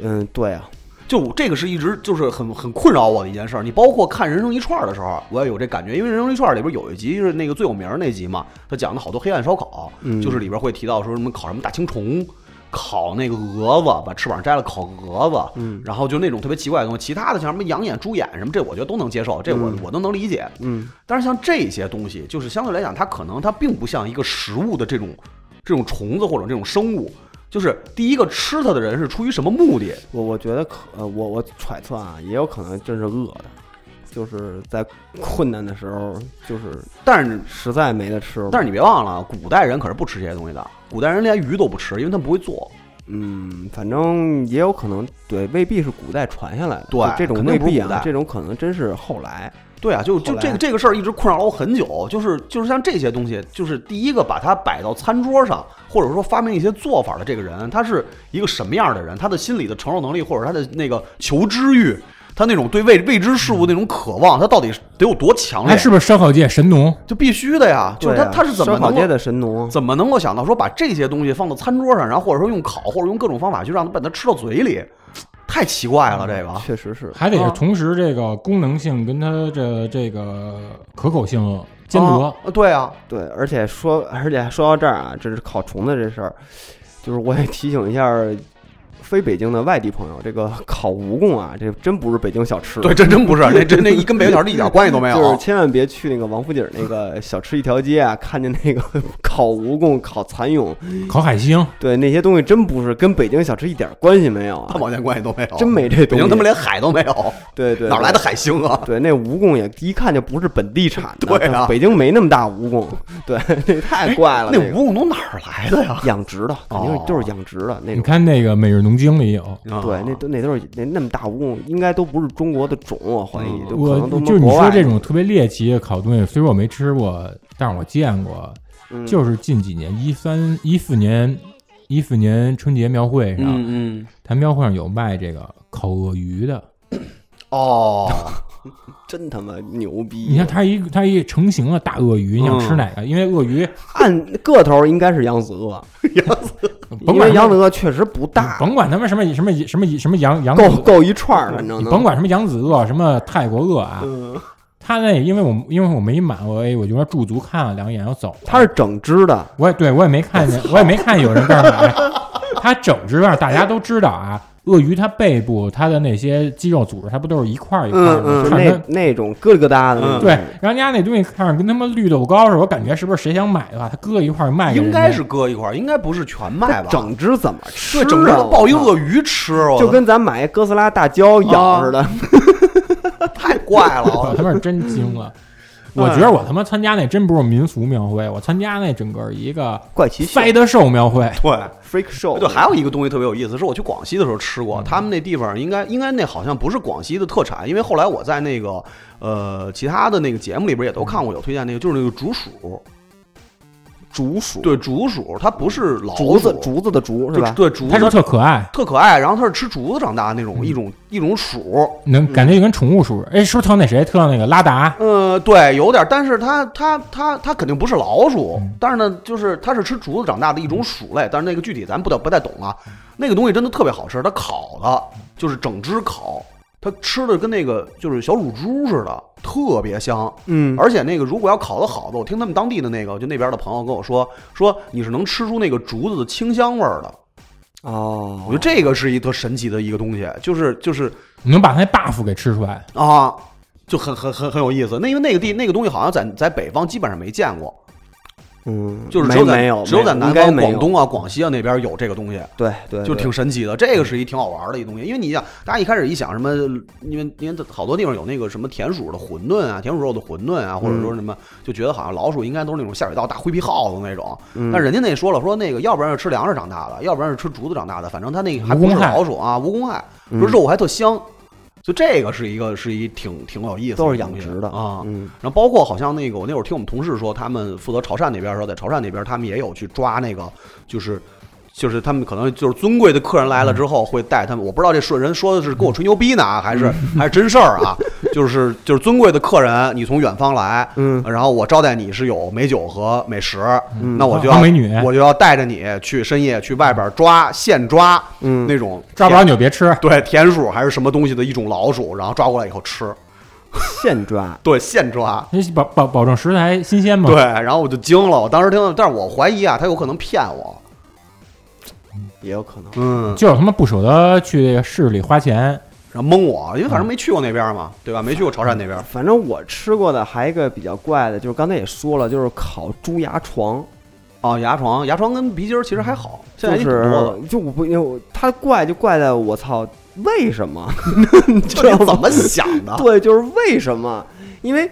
[SPEAKER 1] 嗯，对啊，
[SPEAKER 5] 就我这个是一直就是很很困扰我的一件事儿。你包括看《人生一串》的时候，啊我也有这感觉，因为《人生一串》里边有一集是那个最有名儿那集嘛，他讲的好多黑暗烧烤，
[SPEAKER 1] 嗯
[SPEAKER 5] 就是里边会提到说什么烤什么大青虫。烤那个蛾子，把翅膀摘了烤蛾子，
[SPEAKER 1] 嗯
[SPEAKER 5] 然后就那种特别奇怪的东西。其他的像什么羊眼、猪眼什么，这我觉得都能接受，这我、
[SPEAKER 1] 嗯
[SPEAKER 5] 我都能理解。
[SPEAKER 1] 嗯，
[SPEAKER 5] 但是像这些东西，就是相对来讲，它可能它并不像一个食物的这种这种虫子或者这种生物。就是第一个吃它的人是出于什么目的？
[SPEAKER 1] 我我觉得可，呃我我揣测啊，也有可能真是饿的，就是在困难的时候，就是
[SPEAKER 5] 但是
[SPEAKER 1] 实在没得吃了。
[SPEAKER 5] 但是你别忘了，啊古代人可是不吃这些东西的，古代人连鱼都不吃，因为他们不会做。
[SPEAKER 1] 嗯，反正也有可能，对，未必是古代传下来的，
[SPEAKER 5] 对
[SPEAKER 1] 就这种
[SPEAKER 5] 肯
[SPEAKER 1] 未
[SPEAKER 5] 定不是
[SPEAKER 1] 必
[SPEAKER 5] 古
[SPEAKER 1] 啊
[SPEAKER 5] 代，
[SPEAKER 1] 这种可能真是后来，
[SPEAKER 5] 对啊，就就
[SPEAKER 1] 后来
[SPEAKER 5] 这个这个事儿一直困扰了我很久，就是就是像这些东西，就是第一个把它摆到餐桌上，或者说发明一些做法的这个人，他是一个什么样的人？他的心理的承受能力，或者他的那个求知欲，他那种对未未知事物那种渴望，他到底得有多强
[SPEAKER 2] 哎，
[SPEAKER 5] 烈？
[SPEAKER 2] 是不是烧烤界神农？
[SPEAKER 5] 就必须的呀！就是
[SPEAKER 1] 对
[SPEAKER 5] 他
[SPEAKER 1] 啊
[SPEAKER 5] 他是怎么
[SPEAKER 1] 烧烤
[SPEAKER 5] 能
[SPEAKER 1] 界
[SPEAKER 5] 够
[SPEAKER 1] 的神农？
[SPEAKER 5] 怎么能够想到说把这些东西放到餐桌上，然后或者说用烤或者用各种方法去让他把它吃到嘴里，太奇怪了，这个。
[SPEAKER 1] 确实是，
[SPEAKER 2] 还得是
[SPEAKER 5] 啊
[SPEAKER 2] 同时这个功能性跟它这这个可口性兼得
[SPEAKER 5] 啊。对啊，
[SPEAKER 1] 对，而且说，而且说到这儿啊，这是烤虫子这事儿，就是我也提醒一下非北京的外地朋友，这个烤蜈蚣啊，这真不是北京小吃，
[SPEAKER 5] 对，这真不是，那真那一跟北京小吃一点关系都没
[SPEAKER 1] 就是
[SPEAKER 5] 有。
[SPEAKER 1] 千万别去那个王府井那个小吃一条街啊，看见那个 烤蜈蚣、烤蚕蛹，
[SPEAKER 2] 烤海星，
[SPEAKER 1] 对那些东西真不是跟北京小吃一点关系没有
[SPEAKER 5] 大
[SPEAKER 1] 啊，
[SPEAKER 5] 保健关系都没有，
[SPEAKER 1] 真没这
[SPEAKER 5] 北
[SPEAKER 1] 东西。
[SPEAKER 5] 京他妈连海都没有，
[SPEAKER 1] 对对
[SPEAKER 5] 哪儿来的？海星啊？
[SPEAKER 1] 对对，那蜈蚣也一看就不是本地产的，
[SPEAKER 5] 对啊哎
[SPEAKER 1] 北京没那么大蜈蚣，对，这太怪了。
[SPEAKER 5] 那
[SPEAKER 1] 这个
[SPEAKER 5] 蜈蚣都哪儿来的呀？
[SPEAKER 1] 养殖的肯定
[SPEAKER 5] 哦啊
[SPEAKER 1] 都是养殖的那
[SPEAKER 2] 你
[SPEAKER 1] 种。
[SPEAKER 2] 看那个《每日农经》里有，
[SPEAKER 1] 嗯对，那都那都是那那么大蜈蚣，应该都不是中国的种，我怀疑，
[SPEAKER 5] 嗯
[SPEAKER 1] 就可
[SPEAKER 2] 我
[SPEAKER 1] 能都
[SPEAKER 2] 就是你
[SPEAKER 1] 国
[SPEAKER 2] 说
[SPEAKER 1] 外
[SPEAKER 2] 这种特别猎奇的烤东西，虽说我没吃过，但是我见过。
[SPEAKER 1] 嗯
[SPEAKER 2] 就是近几年，一三一四年，一四年春节庙会上，
[SPEAKER 5] 嗯，
[SPEAKER 2] 它庙会上有卖这个烤鳄鱼的。
[SPEAKER 5] 哦，
[SPEAKER 1] 真他妈牛逼！
[SPEAKER 2] 你看，它一它一成型的大鳄鱼，你想吃
[SPEAKER 5] 嗯
[SPEAKER 2] 哪个？因为鳄鱼
[SPEAKER 1] 按个头应该是扬子鳄，
[SPEAKER 2] 甭
[SPEAKER 1] 因为
[SPEAKER 2] 管它
[SPEAKER 1] 扬
[SPEAKER 2] 们嗯
[SPEAKER 1] 子鳄确实不大，
[SPEAKER 2] 甭管他们什么什么什么什么羊羊
[SPEAKER 1] 够够一串儿，反正嗯
[SPEAKER 2] 你
[SPEAKER 1] 能
[SPEAKER 2] 甭管什么扬子鳄，什么泰国鳄啊，他那因为我因为我没买，我哎我就说驻足看了两眼，我走了。
[SPEAKER 1] 它是整只的，
[SPEAKER 2] 我也对我也没看见，我也没看见有人这儿买。它整只啊，大家都知道啊，鳄鱼它背部它的那些肌肉组织，它不都是一块儿一块儿
[SPEAKER 1] 嗯
[SPEAKER 2] 的，
[SPEAKER 1] 嗯，
[SPEAKER 2] 看
[SPEAKER 1] 那
[SPEAKER 2] 着。
[SPEAKER 1] 那种疙里疙瘩的那种，
[SPEAKER 2] 对，然后人家那东西看着跟他妈绿豆糕似的，我感觉是不是谁想买的话，他搁一块儿卖给人
[SPEAKER 5] 应
[SPEAKER 2] 家
[SPEAKER 5] 该是搁一块儿，应该不是全卖吧？
[SPEAKER 1] 整只怎么吃啊？
[SPEAKER 5] 对，整只
[SPEAKER 1] 我
[SPEAKER 5] 抱一
[SPEAKER 1] 靠
[SPEAKER 5] 鳄鱼吃，我
[SPEAKER 1] 就跟咱买哥斯拉大胶咬似的，
[SPEAKER 5] 太怪
[SPEAKER 2] 我
[SPEAKER 5] 了。
[SPEAKER 2] 他妈是真惊了。我觉
[SPEAKER 5] 嗯
[SPEAKER 2] 得我他妈参加那真不是民俗庙会，我参加那整个一个
[SPEAKER 1] 怪奇秀
[SPEAKER 2] 塞德兽庙会，
[SPEAKER 5] 对。
[SPEAKER 1] freak show，
[SPEAKER 5] 对，还有一个东西特别有意思，是我去广西的时候吃
[SPEAKER 1] 嗯
[SPEAKER 5] 过，他们那地方应该应该那好像不是广西的特产，因为后来我在那个呃其他的那个节目里边也都看过有推荐那个，就是那个竹鼠，
[SPEAKER 1] 竹鼠，
[SPEAKER 5] 对竹鼠，它不是老
[SPEAKER 1] 竹子
[SPEAKER 5] 鼠
[SPEAKER 1] 竹子的竹是嗯
[SPEAKER 5] 就
[SPEAKER 1] 吧？
[SPEAKER 5] 对竹
[SPEAKER 2] 它是
[SPEAKER 5] 子
[SPEAKER 2] 特可爱，
[SPEAKER 5] 特可爱，然后它是吃竹子长大的那种一种一种鼠，
[SPEAKER 2] 能感觉就跟宠物鼠。哎，是不是特那谁特那个拉达？
[SPEAKER 5] 呃，对，有点儿，但是它它它它肯定不是老鼠，但是呢，就是它是吃竹子长大的一种鼠类，但是那个具体咱不太不太懂啊。那个东西真的特别好吃，它烤的，就是整只烤，它吃的跟那个就是小乳猪似的，特别香。
[SPEAKER 1] 嗯，
[SPEAKER 5] 而且那个如果要烤的好的，我听他们当地的那个就那边的朋友跟我说，说你是能吃出那个竹子的清香味儿的。
[SPEAKER 1] 哦，
[SPEAKER 5] 我觉得这个是一特神奇的一个东西，就是就是
[SPEAKER 2] 你能把它那 buff 给吃出来？
[SPEAKER 5] 啊，就很很很很有意思。那因为那个地那个东西好像在在北方基本上没见过，
[SPEAKER 1] 嗯，
[SPEAKER 5] 就是只
[SPEAKER 1] 没
[SPEAKER 5] 有在
[SPEAKER 1] 没有，
[SPEAKER 5] 只有在
[SPEAKER 1] 没
[SPEAKER 5] 南
[SPEAKER 1] 应该
[SPEAKER 5] 方、
[SPEAKER 1] 没有
[SPEAKER 5] 广东啊、广西啊那边有这个东西，
[SPEAKER 1] 对对，
[SPEAKER 5] 就
[SPEAKER 1] 对
[SPEAKER 5] 挺神奇的。这个是一挺好玩的一东西，因为你想，大家一开始一想什么，因为因为好多地方有那个什么田鼠的馄饨啊、田鼠肉的馄饨啊，或者
[SPEAKER 1] 嗯
[SPEAKER 5] 说什么，就觉得好像老鼠应该都是那种下水道大灰皮耗子那种。
[SPEAKER 1] 嗯
[SPEAKER 5] 但人家那说了，说那个要不然是吃粮食长大的，要不然是吃竹子长大的，反正它那个还不是
[SPEAKER 2] 无公害
[SPEAKER 5] 老鼠啊，无公害，
[SPEAKER 1] 嗯
[SPEAKER 5] 说肉还特香。就这个是一个是一挺挺有意思的
[SPEAKER 1] 都
[SPEAKER 5] 东西，
[SPEAKER 1] 是养殖的
[SPEAKER 5] 啊，
[SPEAKER 1] 嗯
[SPEAKER 5] 然后包括好像那个，我那会儿听我们同事说，他们负责潮汕那边的时候，在潮汕那边他们也有去抓那个，就是就是他们可能就是尊贵的客人来了之后会带他们，我不知道这说人说的是跟我吹牛逼呢啊，还是
[SPEAKER 6] 嗯
[SPEAKER 5] 还是真事儿啊？就是就是尊贵的客人，你从远方来，
[SPEAKER 1] 嗯
[SPEAKER 5] 然后我招待你是有美酒和美食，
[SPEAKER 1] 嗯
[SPEAKER 5] 那我就要、
[SPEAKER 6] 当美女
[SPEAKER 5] 我就要带着你去深夜去外边抓现抓，
[SPEAKER 1] 嗯
[SPEAKER 5] 那种
[SPEAKER 6] 抓不着你就别吃。
[SPEAKER 5] 对田鼠还是什么东西的一种老鼠，然后抓过来以后吃，
[SPEAKER 1] 现抓，
[SPEAKER 5] 对现抓，
[SPEAKER 6] 你保保保证食材新鲜嘛？
[SPEAKER 5] 对，，然后我就惊了，我当时听到，但是我怀疑啊，他有可能骗我，
[SPEAKER 1] 也有可能。
[SPEAKER 5] 嗯，
[SPEAKER 6] 就是他妈不舍得去这个市里花钱，
[SPEAKER 5] 然后蒙我，因为反正没去过那边嘛，对吧？没去过潮汕那边，
[SPEAKER 1] 反正我吃过的还有一个比较怪的，就是刚才也说了，就是烤猪牙床，
[SPEAKER 5] 哦，牙床，牙床跟鼻筋儿其实还好，现在
[SPEAKER 1] 嗯就
[SPEAKER 5] 也 挺多的。
[SPEAKER 1] 是呃就我不因为我它怪就怪在我操，为什么？你知
[SPEAKER 5] 这
[SPEAKER 1] 道
[SPEAKER 5] 你
[SPEAKER 1] 吗
[SPEAKER 5] 怎么想的？
[SPEAKER 1] 对，就是为什么？因为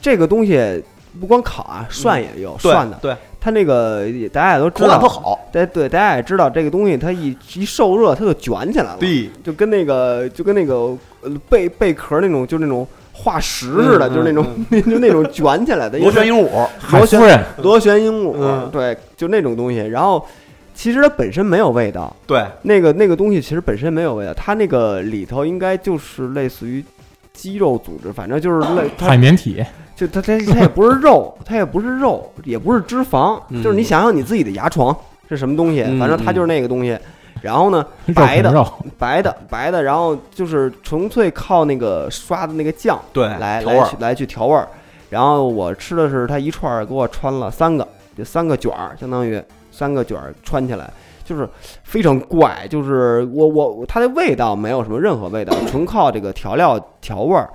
[SPEAKER 1] 这个东西不光烤啊，涮也有涮的，
[SPEAKER 5] 对，
[SPEAKER 1] 它那个也大家也都知
[SPEAKER 5] 口感
[SPEAKER 1] 道
[SPEAKER 5] 不，好。
[SPEAKER 1] 对对，大家也知道这个东西，它一一受热，它就卷起来了，
[SPEAKER 5] 对，
[SPEAKER 1] 就跟那个就跟那个呃贝贝壳那种，就那种化石似的，
[SPEAKER 5] 嗯
[SPEAKER 1] 就是那种、 就那种卷起来的，因为
[SPEAKER 5] 螺旋鹦鹉，
[SPEAKER 1] 螺
[SPEAKER 6] 海
[SPEAKER 1] 旋
[SPEAKER 6] 夫人
[SPEAKER 1] 螺旋鹦鹉，
[SPEAKER 5] 嗯
[SPEAKER 1] 对，就那种东西。然后其实它本身没有味道，
[SPEAKER 5] 对，
[SPEAKER 1] 那个那个东西其实本身没有味道，它那个里头应该就是类似于肌肉组织，反正就是 类
[SPEAKER 6] 海
[SPEAKER 1] 它
[SPEAKER 6] 绵体，
[SPEAKER 1] 就它它它也不是肉，它也不是肉，也不是脂肪，
[SPEAKER 5] 嗯
[SPEAKER 1] 就是你想想你自己的牙床是什么东西，
[SPEAKER 5] 嗯
[SPEAKER 1] 反正它就是那个东西。然后呢，
[SPEAKER 6] 肉
[SPEAKER 1] 白的
[SPEAKER 6] 啃肉，
[SPEAKER 1] 白的白的，然后就是纯粹靠那个刷的那个酱
[SPEAKER 5] 对
[SPEAKER 1] 来
[SPEAKER 5] 调味儿
[SPEAKER 1] 来去来去调味儿。然后我吃的是它一串儿给我穿了三个，就三个卷儿，相当于三个卷儿穿起来，就是非常怪。就是我我它的味道没有什么任何味道，纯靠这个调料调味儿。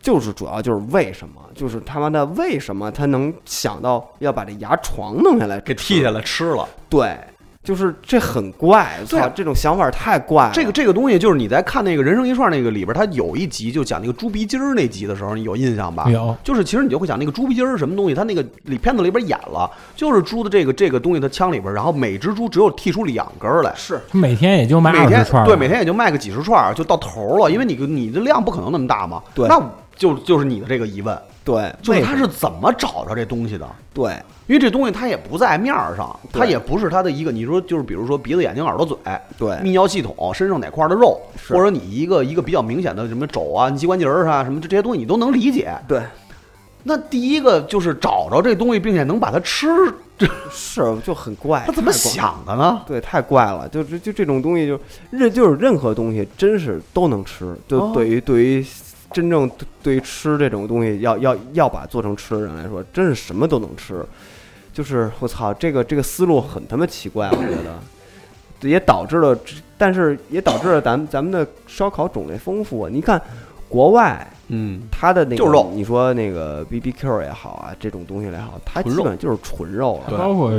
[SPEAKER 1] 就是主要就是为什么，就是他妈的为什么他能想到要把这牙床弄下来
[SPEAKER 5] 给
[SPEAKER 1] 剃
[SPEAKER 5] 剃下来吃了。
[SPEAKER 1] 对，就是这很怪，
[SPEAKER 5] 对啊
[SPEAKER 1] 操，这种想法儿太怪了。
[SPEAKER 5] 这个这个东西就是你在看那个《人生一串》那个里边，它有一集就讲那个猪鼻筋儿那集的时候，你有印象吧？
[SPEAKER 6] 有
[SPEAKER 5] 就是其实你就会想那个猪鼻筋儿是什么东西，它那个里片子里边演了，就是猪的这个这个东西它腔里边，然后每只猪只有剔出两根儿来，是
[SPEAKER 6] 他每天也就卖
[SPEAKER 5] 每
[SPEAKER 6] 二
[SPEAKER 5] 天
[SPEAKER 6] 十串儿，
[SPEAKER 5] 对每天也就卖个几十串儿就到头了，因为你你的量不可能那么大嘛。
[SPEAKER 1] 对
[SPEAKER 5] 那就就是你的这个疑问，
[SPEAKER 1] 对，
[SPEAKER 5] 就是
[SPEAKER 1] 为
[SPEAKER 5] 他
[SPEAKER 1] 什
[SPEAKER 5] 是
[SPEAKER 1] 么
[SPEAKER 5] 怎么找着这东西的？
[SPEAKER 1] 对，
[SPEAKER 5] 因为这东西它也不在面儿上，
[SPEAKER 1] 对
[SPEAKER 5] 它也不是它的一个，你说就是比如说鼻子、眼睛、耳朵、嘴，
[SPEAKER 1] 对
[SPEAKER 5] 泌尿系统、身上哪块儿的肉，
[SPEAKER 1] 是
[SPEAKER 5] 或者你一个一个比较明显的什么肘啊、膝关节儿啊什么这这些东西你都能理解。
[SPEAKER 1] 对，
[SPEAKER 5] 那第一个就是找着这东西，并且能把它吃，
[SPEAKER 1] 是就很怪，
[SPEAKER 5] 他怎么
[SPEAKER 1] 哎太怪？
[SPEAKER 5] 想的呢？
[SPEAKER 1] 对，太怪了，就就就这种东西就，任就是任何东西，真是都能吃。
[SPEAKER 5] 哦
[SPEAKER 1] 就对于、对于真正对对于吃这种东西，要要要把做成吃的人来说，真是什么都能吃。就是我操，这个这个思路很他妈奇怪，我觉得。也导致了这，但是也导致了咱们咱们的烧烤种类丰富啊。你看，国外
[SPEAKER 5] 嗯，
[SPEAKER 1] 它的那个，
[SPEAKER 5] 就是肉
[SPEAKER 1] 你说那个 B B Q 也好啊，这种东西也好，它
[SPEAKER 5] 纯
[SPEAKER 1] 基
[SPEAKER 5] 肉
[SPEAKER 1] 本上就是纯肉啊了。
[SPEAKER 6] 包括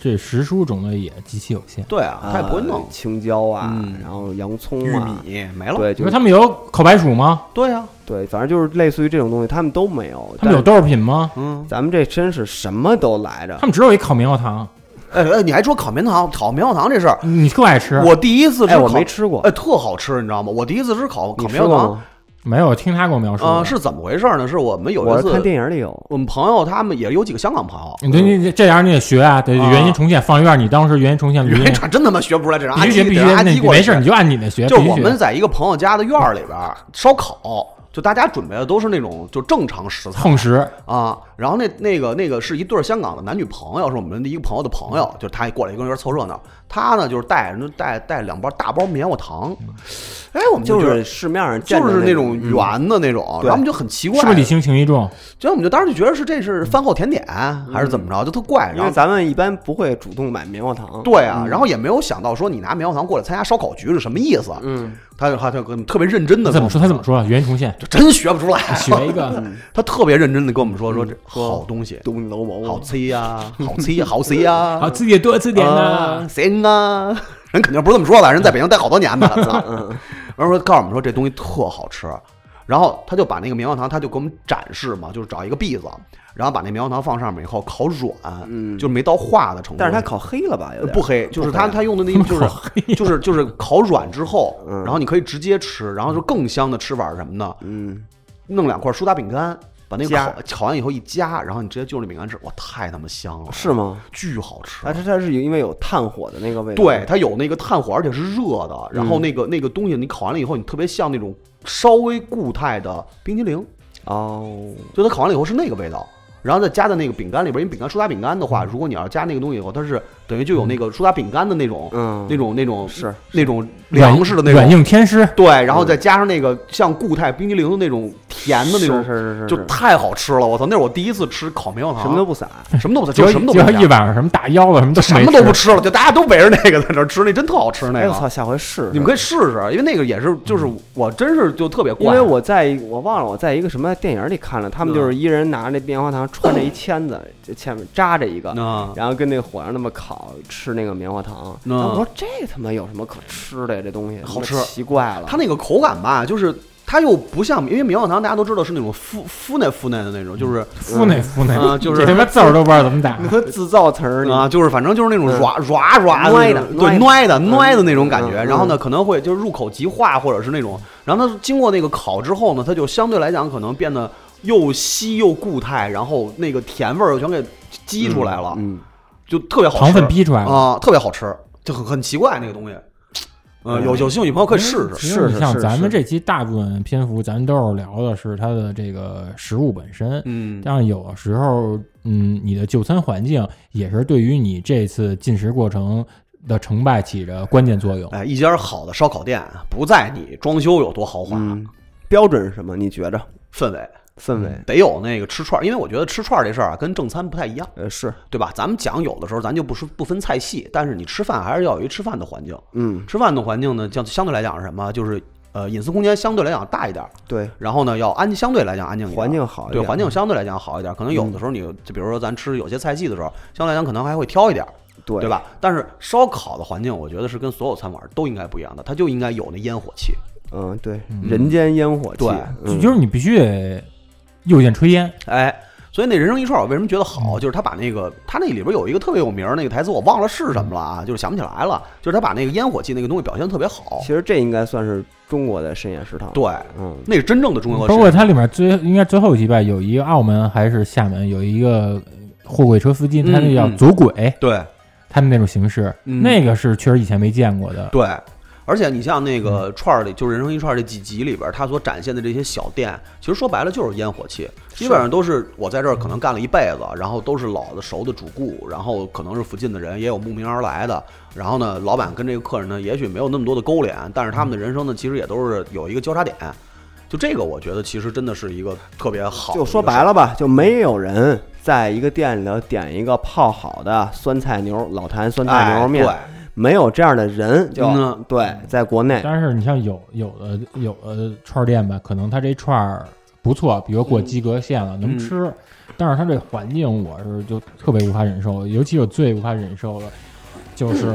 [SPEAKER 6] 这食蔬种类也极其有限。
[SPEAKER 5] 对啊，
[SPEAKER 1] 啊
[SPEAKER 5] 他也不会弄、
[SPEAKER 1] 青椒啊，
[SPEAKER 5] 嗯
[SPEAKER 1] 然后洋葱
[SPEAKER 5] 玉
[SPEAKER 1] 啊，
[SPEAKER 5] 米没了。
[SPEAKER 1] 对，
[SPEAKER 6] 你
[SPEAKER 1] 就
[SPEAKER 6] 说
[SPEAKER 1] 是
[SPEAKER 6] 他们有烤白薯吗？
[SPEAKER 5] 对啊，
[SPEAKER 1] 对，反正就是类似于这种东西，他们都没有。
[SPEAKER 6] 他们有
[SPEAKER 1] 但
[SPEAKER 6] 豆制品吗？
[SPEAKER 5] 嗯，
[SPEAKER 1] 咱们这真是什么都来着
[SPEAKER 6] 他。们只有一烤棉花糖，
[SPEAKER 5] 哎哎，你还说烤棉糖、烤棉花糖这事儿，
[SPEAKER 6] 你特爱吃。
[SPEAKER 5] 我第一次吃
[SPEAKER 1] 哎，我
[SPEAKER 5] 烤
[SPEAKER 1] 没吃过
[SPEAKER 5] 哎，，特好吃，你知道吗？我第一次吃烤烤
[SPEAKER 1] 你吃
[SPEAKER 5] 棉花
[SPEAKER 1] 过
[SPEAKER 5] 糖，
[SPEAKER 1] 吗？
[SPEAKER 6] 没有听他给我描述
[SPEAKER 5] 啊、
[SPEAKER 6] 的
[SPEAKER 5] 是怎么回事呢？是我们有
[SPEAKER 1] 我
[SPEAKER 5] 一
[SPEAKER 1] 是
[SPEAKER 5] 次，
[SPEAKER 1] 看电影里有。
[SPEAKER 5] 我们朋友他们也有几个香港朋友，
[SPEAKER 6] 你对你这样你得学啊，得
[SPEAKER 5] 啊
[SPEAKER 6] 原因重现，放一遍你当时原因重现的
[SPEAKER 5] 原
[SPEAKER 6] 原因，
[SPEAKER 5] 厂真他妈学不出哎来这人，阿
[SPEAKER 6] 必须学
[SPEAKER 5] 基
[SPEAKER 6] 必须
[SPEAKER 5] 得让
[SPEAKER 6] 那
[SPEAKER 5] 阿
[SPEAKER 6] 你
[SPEAKER 5] 基过
[SPEAKER 6] 没
[SPEAKER 5] 来
[SPEAKER 6] 事，
[SPEAKER 5] 学
[SPEAKER 6] 你就按你的学，
[SPEAKER 5] 就是
[SPEAKER 6] 必须
[SPEAKER 5] 我
[SPEAKER 6] 学
[SPEAKER 5] 们在一个朋友家的院儿里边儿烧烤，就大家准备的都是那种就正常食材
[SPEAKER 6] 蹭食，
[SPEAKER 5] 啊。然后那那个那个是一对儿香港的男女朋友，是我们的一个朋友的朋友，就是他过来跟人凑热闹。他呢就是带着带带两包大包棉花糖，哎，我们
[SPEAKER 1] 就
[SPEAKER 5] 觉
[SPEAKER 1] 是
[SPEAKER 5] 得
[SPEAKER 1] 市面上见
[SPEAKER 5] 就
[SPEAKER 1] 着
[SPEAKER 5] 是
[SPEAKER 1] 那
[SPEAKER 5] 种
[SPEAKER 1] 嗯
[SPEAKER 5] 圆的那种，然后我们就很奇怪，
[SPEAKER 6] 是不是礼轻情意重？
[SPEAKER 5] 所以我们就当时就觉得是这是饭后甜点还是怎么着，就特怪。
[SPEAKER 1] 嗯因
[SPEAKER 5] 然
[SPEAKER 1] 为
[SPEAKER 5] 后
[SPEAKER 1] 咱们一般不会主动买棉花糖。嗯
[SPEAKER 5] 对啊，然后也没有想到说你拿棉花糖过来参加烧烤局是什么意思。
[SPEAKER 1] 嗯，
[SPEAKER 5] 他就他就跟特别认真的
[SPEAKER 6] 他怎么说？他怎么说？原因重现，
[SPEAKER 5] 就真学不出来，
[SPEAKER 2] 啊
[SPEAKER 6] 学一个。
[SPEAKER 5] 他特别认真的跟我们说说这
[SPEAKER 1] 说
[SPEAKER 5] 好东西，
[SPEAKER 1] 东楼某
[SPEAKER 5] 好吃呀，好吃呀，好吃呀，
[SPEAKER 6] 好，自己多吃点
[SPEAKER 5] 啊
[SPEAKER 6] 呐。
[SPEAKER 5] 行啊，人肯定不是这么说的，人在北京待好多年呢，操嗯然后说告诉我们说这东西特好吃，然后他就把那个棉花糖，他就给我们展示嘛，就是找一个篦子，然后把那棉花糖放上面以后烤软，
[SPEAKER 1] 嗯
[SPEAKER 5] 就是没到化的程度，
[SPEAKER 1] 但是它烤黑了吧？有
[SPEAKER 5] 呃
[SPEAKER 1] 点
[SPEAKER 5] 不黑，就是
[SPEAKER 1] 不啊
[SPEAKER 5] 他他用的那，就
[SPEAKER 6] 烤
[SPEAKER 5] 是就是就是烤软之后，
[SPEAKER 1] 嗯
[SPEAKER 5] 然后你可以直接吃，然后就更香的吃法是什么呢？
[SPEAKER 1] 嗯，
[SPEAKER 5] 弄两块苏打饼干，把那个
[SPEAKER 1] 夹
[SPEAKER 5] 烤烤完以后一夹，然后你直接就着那饼干吃，哇，太他妈香了，
[SPEAKER 1] 是吗？
[SPEAKER 5] 巨好吃
[SPEAKER 1] 啊，。它它是有因为有炭火的那个味道，
[SPEAKER 5] 对，，它有那个炭火，而且是热的。然后那
[SPEAKER 1] 嗯
[SPEAKER 5] 个、那个东西，你烤完了以后，你特别像那种稍微固态的冰激凌，
[SPEAKER 1] 哦，
[SPEAKER 5] 就它烤完了以后是那个味道。然后再加在那个饼干里边，因为饼干苏打饼干的
[SPEAKER 1] 嗯
[SPEAKER 5] 话，如果你要加那个东西以后，它是等于就有那个苏打饼干的那种、
[SPEAKER 1] 嗯，
[SPEAKER 5] 那种、那种
[SPEAKER 1] 是
[SPEAKER 5] 那种
[SPEAKER 2] 软
[SPEAKER 5] 粮食的那
[SPEAKER 2] 软
[SPEAKER 5] 种，
[SPEAKER 2] 硬天师，
[SPEAKER 5] 对，然后再加上那个像固态冰激凌的那种甜的那种
[SPEAKER 1] 是，是是是，
[SPEAKER 5] 就是太好吃了！我操，那是我第一次吃烤棉花糖，
[SPEAKER 1] 什么都不撒，
[SPEAKER 5] 什么都不
[SPEAKER 2] 结
[SPEAKER 5] 就
[SPEAKER 2] 果
[SPEAKER 5] 什么都
[SPEAKER 2] 结
[SPEAKER 5] 不
[SPEAKER 2] 果
[SPEAKER 5] 加
[SPEAKER 2] 一晚上什么大腰子什么都
[SPEAKER 5] 什
[SPEAKER 2] 没
[SPEAKER 5] 么都不
[SPEAKER 2] 吃，
[SPEAKER 5] 吃了，就大家都围着那个在那儿吃，那真特好吃那
[SPEAKER 1] 哎我操，
[SPEAKER 5] 个。
[SPEAKER 1] 下回试试，
[SPEAKER 5] 你们可以试试，因为那个也是，就是我真是就特别
[SPEAKER 1] 因
[SPEAKER 5] 怪，
[SPEAKER 1] 为我在一我忘了我在一个什么电影里看了，他们
[SPEAKER 5] 嗯
[SPEAKER 1] 就是一人拿着棉花糖，穿着一签子，就前面扎着一个，
[SPEAKER 5] 啊，
[SPEAKER 1] 然后跟那个火上那么烤，吃那个棉花糖。
[SPEAKER 5] 嗯
[SPEAKER 1] 我说这他妈有什么可吃的呀？这东西
[SPEAKER 5] 好吃
[SPEAKER 1] 他妈奇怪了。
[SPEAKER 5] 它那个口感吧，就是它又不像，因为棉花糖大家都知道是那种敷敷那敷那的那种，就是
[SPEAKER 2] 敷那敷那，
[SPEAKER 5] 啊就是
[SPEAKER 2] 这他妈字儿都不知道怎么打。
[SPEAKER 1] 你说自造词儿呢？
[SPEAKER 5] 啊，就是反正就是那种
[SPEAKER 1] 嗯
[SPEAKER 5] 软软软
[SPEAKER 1] 糯
[SPEAKER 5] 的
[SPEAKER 1] 的
[SPEAKER 5] 那种，
[SPEAKER 1] 糯
[SPEAKER 5] 对，糯的糯的那种感觉。
[SPEAKER 1] 嗯嗯
[SPEAKER 5] 然后呢，可能会就是入口即化，或者是那种。然后它经过那个烤之后呢，它就相对来讲可能变得又稀又固态，然后那个甜味儿全给激出来了，
[SPEAKER 1] 嗯，
[SPEAKER 5] 就特别好吃。
[SPEAKER 2] 糖分逼出来了
[SPEAKER 5] 啊，特别好吃，就很很奇怪那个东西。呃，
[SPEAKER 1] 嗯
[SPEAKER 5] 有有兴趣朋友可以试
[SPEAKER 2] 其
[SPEAKER 5] 试。
[SPEAKER 2] 实嗯你
[SPEAKER 1] 是
[SPEAKER 2] 像
[SPEAKER 1] 是
[SPEAKER 2] 咱
[SPEAKER 1] 是
[SPEAKER 2] 们这期大部分篇幅，咱都是聊的是它的这个食物本身，
[SPEAKER 5] 嗯，
[SPEAKER 2] 但是有时候，嗯，你的就餐环境也是对于你这次进食过程的成败起着关键作用。
[SPEAKER 5] 哎，一家好的烧烤店啊不在你装修有多豪华，
[SPEAKER 1] 嗯，标准是什么？你觉着
[SPEAKER 5] 氛围
[SPEAKER 1] 氛围？
[SPEAKER 5] 得有那个吃串儿，因为我觉得吃串儿这事儿啊跟正餐不太一样。
[SPEAKER 1] 呃，是，
[SPEAKER 5] 对吧？咱们讲有的时候咱就不说不分菜系，但是你吃饭还是要有一吃饭的环境。
[SPEAKER 1] 嗯，
[SPEAKER 5] 吃饭的环境呢，相相对来讲是什么？就是呃，隐私空间相对来讲大一点儿，
[SPEAKER 1] 对，
[SPEAKER 5] 然后呢要安相对来讲安静一点，
[SPEAKER 1] 环境好一
[SPEAKER 5] 对
[SPEAKER 1] 点，嗯
[SPEAKER 5] 环境相对来讲好一点。可能有的时候你就比如说咱吃有些菜系的时候，相对来讲可能还会挑一点儿，
[SPEAKER 1] 对
[SPEAKER 5] 对？吧？但是烧烤的环境，我觉得是跟所有餐馆都应该不一样的，它就应该有那烟火气。
[SPEAKER 1] 嗯，对，人间烟火气
[SPEAKER 5] 对，
[SPEAKER 1] 嗯
[SPEAKER 2] 就是你必须得右键吹烟，
[SPEAKER 5] 哎，所以那人生一串，我为什么觉得好？就是他把那个他那里边有一个特别有名儿那个台词，我忘了是什么了啊，就是想不起来了。就是他把那个烟火气那个东西表现得特别好
[SPEAKER 1] 其，实这应该算是中国的深夜食堂。，
[SPEAKER 5] 对，
[SPEAKER 1] 嗯，
[SPEAKER 5] 那是真正的中国
[SPEAKER 2] 包括
[SPEAKER 5] 式。
[SPEAKER 2] 它里面最应该最后几吧，有一个澳门还是厦门有一个货柜车司机，他那
[SPEAKER 5] 嗯
[SPEAKER 2] 叫
[SPEAKER 5] 嗯
[SPEAKER 2] 走鬼，
[SPEAKER 5] 对
[SPEAKER 2] 他们那种形式，
[SPEAKER 5] 嗯
[SPEAKER 2] 那个是确实以前没见过的。
[SPEAKER 5] 对。而且你像那个串儿里，就是《人生一串》这几集里边，他所展现的这些小店，其实说白了就是烟火气，基本上都是我在这儿可能干了一辈子，然后都是老的熟的主顾，然后可能是附近的人，也有慕名而来的。然后呢，老板跟这个客人呢，也许没有那么多的勾连，但是他们的人生呢，其实也都是有一个交叉点。就这个，我觉得其实真的是一个特别好。
[SPEAKER 1] 就说白，了吧，就没有人在一个店里头点一个泡好的酸菜牛老坛酸菜牛
[SPEAKER 5] 哎，
[SPEAKER 1] 肉面，
[SPEAKER 5] 对，
[SPEAKER 1] 没有这样的人。就、
[SPEAKER 5] 嗯呐，
[SPEAKER 1] 对，在国内，
[SPEAKER 2] 但是你像有有的有的串儿店吧，可能它这串儿不错，比如过及格线了、能吃，但是它这环境我是就特别无法忍受，尤其我最无法忍受的就是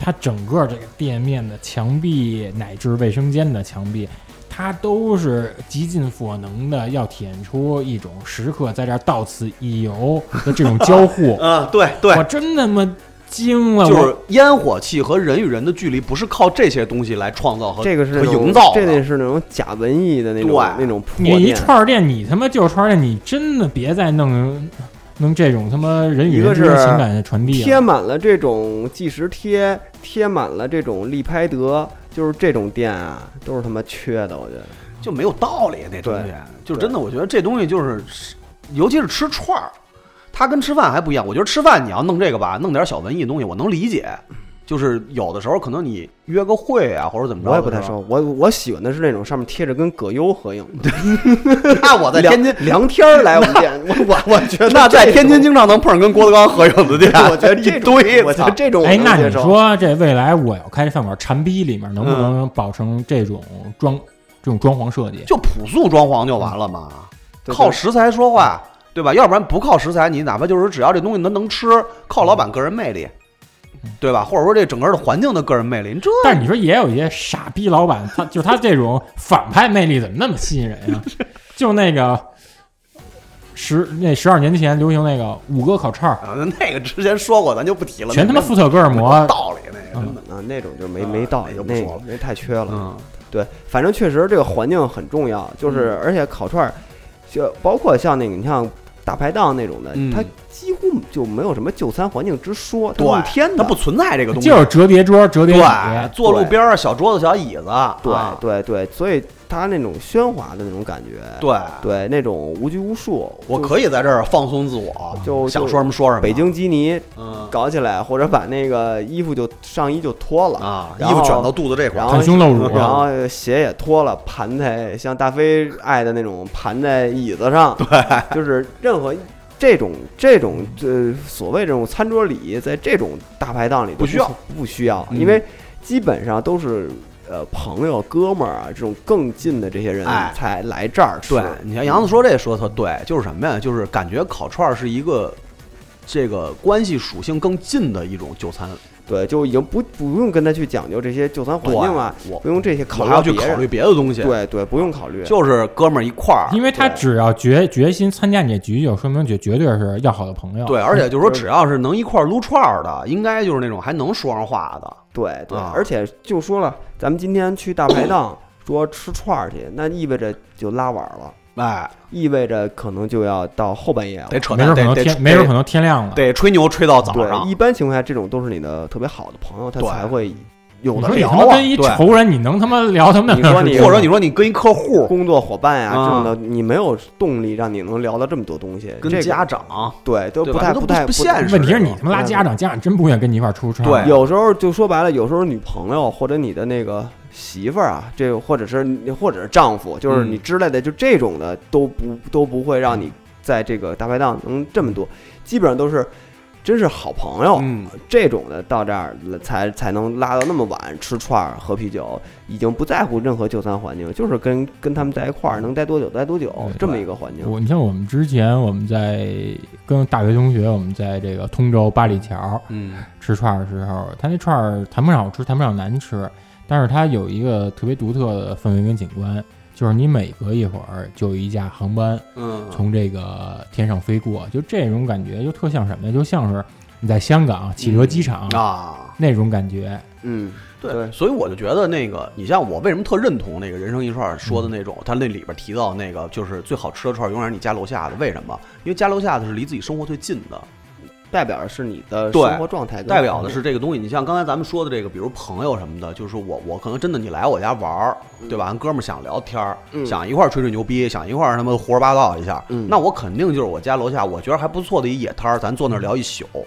[SPEAKER 2] 它整个这个店面的墙壁乃至卫生间的墙壁。它都是极尽所能的要体现出一种时刻在这儿到此一游的这种交互
[SPEAKER 5] 嗯，对 对
[SPEAKER 2] 我，真他妈惊了！
[SPEAKER 5] 就
[SPEAKER 2] 我
[SPEAKER 5] 是烟火气和人与人的距离，不是靠这些东西来创造和
[SPEAKER 1] 这个是那
[SPEAKER 5] 和
[SPEAKER 1] 种
[SPEAKER 5] 营造的
[SPEAKER 1] 这得是那种假文艺的那种
[SPEAKER 5] 对
[SPEAKER 1] 那种破
[SPEAKER 2] 你一
[SPEAKER 1] 店。
[SPEAKER 2] 串儿店，你他妈就是串儿店，你真的别再弄弄这种他妈人与人之间
[SPEAKER 1] 一个是
[SPEAKER 2] 情感的传递
[SPEAKER 1] 贴
[SPEAKER 2] 了。
[SPEAKER 1] 满了这种计时贴，贴满了这种利拍得，就是这种店啊，都是他妈缺的，我觉得。
[SPEAKER 5] 就没有道理啊那东西
[SPEAKER 1] 对，
[SPEAKER 5] 就是真的，我觉得这东西就是，尤其是吃串儿，它跟吃饭还不一样。我觉得吃饭你要弄这个吧，弄点小文艺的东西，我能理解。就是有的时候可能你约个会啊，或者怎么着，
[SPEAKER 1] 我也不太熟，我我喜欢的是那种上面贴着跟葛优合影的。
[SPEAKER 5] 那我在天津，
[SPEAKER 1] 梁天儿来我们店，我我我觉得
[SPEAKER 5] 那在
[SPEAKER 1] 这
[SPEAKER 5] 天津
[SPEAKER 1] 种，
[SPEAKER 5] 经常能碰上跟郭德纲合影的店
[SPEAKER 1] 我 觉得这
[SPEAKER 5] 一
[SPEAKER 1] 种
[SPEAKER 5] 堆，
[SPEAKER 1] 我觉
[SPEAKER 5] 操
[SPEAKER 1] 得这种我
[SPEAKER 2] 哎，
[SPEAKER 1] 能
[SPEAKER 2] 那你
[SPEAKER 1] 接受嗯
[SPEAKER 2] 说这未来我要开这饭馆，馋逼里面能不能保成这种装这种装潢设计？
[SPEAKER 5] 就朴素装潢就完了嘛，
[SPEAKER 1] 对
[SPEAKER 5] 靠
[SPEAKER 1] 对
[SPEAKER 5] 食材说话，对吧？要不然不靠食材，你哪怕就是只要这东西能能吃，靠老板个人魅力，
[SPEAKER 1] 嗯
[SPEAKER 5] 对吧？或者说这整个的环境的个人魅力，你这
[SPEAKER 2] 但是你说也有一些傻逼老板，他就是他这种反派魅力怎么那么吸引人呀、 就那个十那十二年前流行那个五哥烤串儿，
[SPEAKER 5] 啊，那个之前说过，咱就不提了，
[SPEAKER 2] 全他妈
[SPEAKER 5] 复
[SPEAKER 2] 富特戈尔摩，
[SPEAKER 5] 道理那个真的。
[SPEAKER 1] 啊，那种就没没道理
[SPEAKER 5] 哎就，不
[SPEAKER 1] 那
[SPEAKER 5] 说了
[SPEAKER 1] 那太缺了。
[SPEAKER 5] 嗯，
[SPEAKER 1] 对，反正确实这个环境很重要，就是而且烤串儿，就包括像那个你像大排档那种的，
[SPEAKER 5] 嗯
[SPEAKER 1] 它几乎就没有什么就餐环境之说，它
[SPEAKER 5] 对
[SPEAKER 1] 露天
[SPEAKER 5] 它
[SPEAKER 1] 的
[SPEAKER 5] 不。存在这个东西，
[SPEAKER 6] 就是折叠桌、折叠椅，
[SPEAKER 5] 对，坐路边儿小桌子、小椅子，
[SPEAKER 1] 对
[SPEAKER 5] 啊
[SPEAKER 1] 对对，所以它那种喧哗的那种感觉，
[SPEAKER 5] 对，
[SPEAKER 1] 对那种无拘无束，
[SPEAKER 5] 我
[SPEAKER 1] 就
[SPEAKER 5] 可以在这儿放松自我，
[SPEAKER 1] 就就
[SPEAKER 5] 想说什么说什么。
[SPEAKER 1] 北京基尼
[SPEAKER 5] 嗯
[SPEAKER 1] 搞起来，或者把那个衣服就上衣就脱了
[SPEAKER 5] 啊，衣
[SPEAKER 1] 然后
[SPEAKER 5] 服卷到肚子这块
[SPEAKER 1] 然
[SPEAKER 5] 儿，
[SPEAKER 1] 后
[SPEAKER 6] 袒胸露乳啊
[SPEAKER 1] 然后鞋也脱了，盘在像大飞爱的那种盘在椅子上，对，就是任何这种这种呃所谓这种餐桌礼仪，在这种大排档里都
[SPEAKER 5] 不需要
[SPEAKER 1] 不需要，
[SPEAKER 6] 嗯
[SPEAKER 1] 因为基本上都是呃朋友哥们儿啊这种更近的这些人
[SPEAKER 5] 哎
[SPEAKER 1] 才来这儿吃，
[SPEAKER 5] 对，你像杨子说这说的特对，就是什么呀？就是感觉烤串儿是一个这个关系属性更近的一种就餐，
[SPEAKER 1] 对，就已经不不用跟他去讲究这些就餐环境啊
[SPEAKER 5] 对我，
[SPEAKER 1] 不用这些考
[SPEAKER 5] 我
[SPEAKER 1] 虑
[SPEAKER 5] 还要去
[SPEAKER 1] 别人
[SPEAKER 5] 考虑别的东西。，
[SPEAKER 1] 对对，不用考虑，
[SPEAKER 5] 就是哥们儿一块儿，
[SPEAKER 6] 因为他只要决决心参加你这局，就说明绝绝对是要好的朋友。
[SPEAKER 5] 对，而啊且就是说，
[SPEAKER 1] 就是
[SPEAKER 5] 只要是能一块儿撸串儿的，应该就是那种还能说上话的。
[SPEAKER 1] 对对
[SPEAKER 5] 啊，
[SPEAKER 1] 而且就说了，咱们今天去大排档说吃串儿去，那意味着就拉晚了，
[SPEAKER 5] 哎，
[SPEAKER 1] 意味着可能就要到后半夜了。
[SPEAKER 5] 得扯
[SPEAKER 6] 没准
[SPEAKER 5] 淡，
[SPEAKER 6] 可能
[SPEAKER 5] 得得
[SPEAKER 6] 天，没准可能天亮了。
[SPEAKER 5] 得吹牛吹到早上
[SPEAKER 1] 对，。一般情况下，这种都是你的特别好的朋友，他
[SPEAKER 5] 啊对
[SPEAKER 1] 才会有
[SPEAKER 6] 你
[SPEAKER 1] 的
[SPEAKER 6] 说你
[SPEAKER 1] 聊
[SPEAKER 6] 他妈
[SPEAKER 1] 啊。
[SPEAKER 6] 跟一
[SPEAKER 5] 对
[SPEAKER 6] 仇人，你能他妈聊他妈
[SPEAKER 1] 你说你
[SPEAKER 5] 或者你说你跟一客户、
[SPEAKER 1] 工作伙伴呀、
[SPEAKER 5] 啊
[SPEAKER 1] 这种的，你没有动力让你能聊到这么多东西。
[SPEAKER 5] 跟
[SPEAKER 1] 这个
[SPEAKER 5] 家长，
[SPEAKER 1] 对都
[SPEAKER 5] 对
[SPEAKER 1] 不
[SPEAKER 5] 吧
[SPEAKER 1] 太
[SPEAKER 5] 那都不
[SPEAKER 1] 太
[SPEAKER 5] 不现实
[SPEAKER 6] 问题是你他妈拉家长，家长真不愿意跟你一块儿出去吃
[SPEAKER 5] 对
[SPEAKER 6] 饭。
[SPEAKER 1] 有时候就说白了，有时候女朋友或者你的那个媳妇儿啊，这或者是你或者是丈夫，就是
[SPEAKER 5] 嗯
[SPEAKER 1] 你之类的，就这种的都不都不会让你在这个大排档能这么多，基本上都是真是好朋友、
[SPEAKER 5] 嗯，
[SPEAKER 1] 这种的到这儿了才才能拉到那么晚吃串儿喝啤酒，已经不在乎任何就餐环境，就是跟跟他们在一块儿能待多久待多久
[SPEAKER 5] 嗯
[SPEAKER 6] 对
[SPEAKER 1] 这么一个环境。
[SPEAKER 6] 我你像我们之前我们在跟大学同学，我们在这个通州八里桥
[SPEAKER 5] 嗯，
[SPEAKER 6] 吃串儿的时候，他那串儿谈不上好吃，谈不上难吃，但是它有一个特别独特的氛围跟景观，就是你每隔一会儿就有一架航班
[SPEAKER 5] 嗯，
[SPEAKER 6] 从这个天上飞过，就这种感觉就特像什么呀？就像是你在香港启德机场、
[SPEAKER 5] 啊，
[SPEAKER 6] 那种感觉。
[SPEAKER 1] 嗯，对
[SPEAKER 5] 对，所以我就觉得那个，你像我为什么特认同那个人生一串儿说的那种，他那里边提到那个就是最好吃的串儿永远是你家楼下的，为什么？因为家楼下的是离自己生活最近的，
[SPEAKER 1] 代表的是你的
[SPEAKER 5] 对
[SPEAKER 1] 生活状态，
[SPEAKER 5] 代表的是这个东西。你像刚才咱们说的这个，比如朋友什么的，就是我我可能真的你来我家玩儿，对吧？俺哥们儿想聊天儿，
[SPEAKER 1] 嗯
[SPEAKER 5] 想一块儿吹吹牛逼，想一块儿他妈胡说八道一下，
[SPEAKER 1] 嗯
[SPEAKER 5] 那我肯定就是我家楼下，我觉得还不错的一野摊儿，咱坐那儿聊一宿。就
[SPEAKER 1] 嗯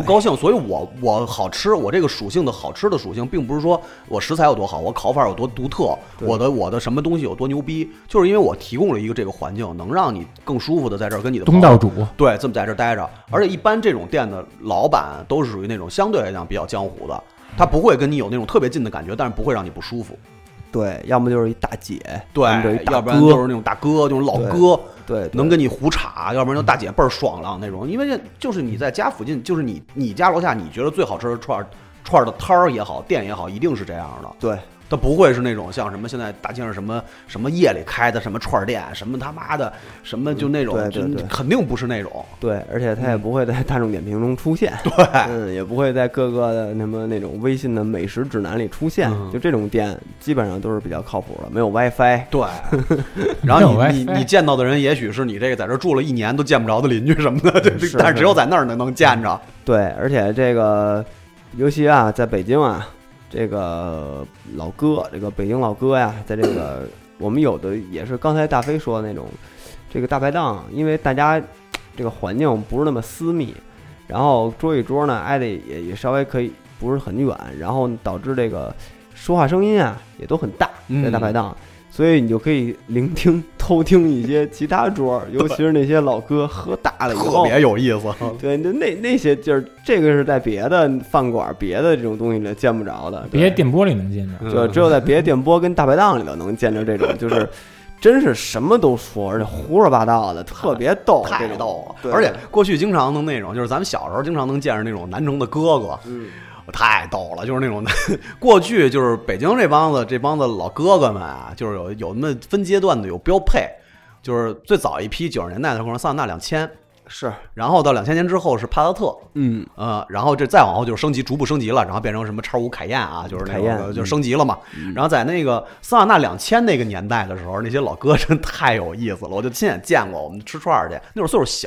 [SPEAKER 1] 对
[SPEAKER 5] 高兴，所以我我好吃，我这个属性的好吃的属性，并不是说我食材有多好，我烤法有多独特，
[SPEAKER 1] 对
[SPEAKER 5] 我的我的什么东西有多牛逼，就是因为我提供了一个这个环境，能让你更舒服的在这儿跟你的
[SPEAKER 6] 东
[SPEAKER 5] 朋友
[SPEAKER 6] 道主
[SPEAKER 5] 对，这么在这儿待着。而且一般这种店的老板都是属于那种相对来讲比较江湖的，他不会跟你有那种特别近的感觉，但是不会让你不舒服。
[SPEAKER 1] 对，要么就是一大姐，
[SPEAKER 5] 对
[SPEAKER 1] 要么就是一，大
[SPEAKER 5] 要不然
[SPEAKER 1] 哥
[SPEAKER 5] 就是那种大哥，就是老哥，
[SPEAKER 1] 对，对
[SPEAKER 5] 能跟你胡扯；要不然就大姐倍儿爽朗那种。因为就是你在家附近，就是你你家楼下，你觉得最好吃的串儿串儿的摊儿也好，店也好，一定是这样的。
[SPEAKER 1] 对
[SPEAKER 5] 它不会是那种像什么现在大街上什么什么夜里开的什么串儿店，什么他妈的什么就那种，
[SPEAKER 1] 对对
[SPEAKER 5] 就
[SPEAKER 1] 对
[SPEAKER 5] 肯定不是那种。
[SPEAKER 1] 对，而且它也不会在大众点评中出现，对，嗯，也不会在各个的什么那种微信的美食指南里出现，
[SPEAKER 5] 嗯
[SPEAKER 1] 就这种店基本上都是比较靠谱的，没有 WiFi，
[SPEAKER 5] 对，然后
[SPEAKER 6] 没有
[SPEAKER 5] 你你
[SPEAKER 6] WiFi
[SPEAKER 5] 你见到的人，也许是你这个在这儿住了一年都见不着的邻居什么 的，对，
[SPEAKER 1] 是
[SPEAKER 5] 但是只有在那儿能能见着。
[SPEAKER 1] 对，而且这个尤其啊，在北京啊，这个老哥，这个北京老哥呀，在这个 我们有的也是刚才大飞说的那种，这个大排档，因为大家这个环境不是那么私密，然后桌与桌呢挨得也也稍微可以不是很远，然后导致这个说话声音啊也都很大，
[SPEAKER 5] 嗯
[SPEAKER 1] 在大排档。所以你就可以聆听、偷听一些其他桌，尤其是那些老哥喝大了以
[SPEAKER 5] 特
[SPEAKER 1] 后，
[SPEAKER 5] 别有意思，
[SPEAKER 1] 对，那那那些劲儿，这个是在别的饭馆、别的这种东西里见不着的，
[SPEAKER 6] 别嗯
[SPEAKER 1] 对
[SPEAKER 6] 的电波里能见着。
[SPEAKER 1] 就只有在别的电波跟大排档里头能见着这种，就是真是什么都说，而且胡说八道的，特别逗，
[SPEAKER 5] 太
[SPEAKER 1] 这种
[SPEAKER 5] 逗
[SPEAKER 1] 对
[SPEAKER 5] 了。而且过去经常能那种，就是咱们小时候经常能见着那种南城的哥哥，
[SPEAKER 1] 嗯，
[SPEAKER 5] 太逗了，就是那种 过去就是北京这帮子这帮子老哥哥们啊，就是有有那么分阶段的有标配，就是最早一批九十年代的时候，可能桑塔纳两千。
[SPEAKER 1] 是，
[SPEAKER 5] 然后到两千年之后是帕萨特，
[SPEAKER 1] 嗯，
[SPEAKER 5] 呃，然后这再往后就是升级，逐步升级了，然后变成什么叉五凯宴啊，就是那
[SPEAKER 1] 凯宴嗯
[SPEAKER 5] 个就升级了嘛。然后在那个桑塔纳两千那个年代的时候，那些老哥真太有意思了，我就亲眼见过。我们吃串儿去，那会儿岁数小，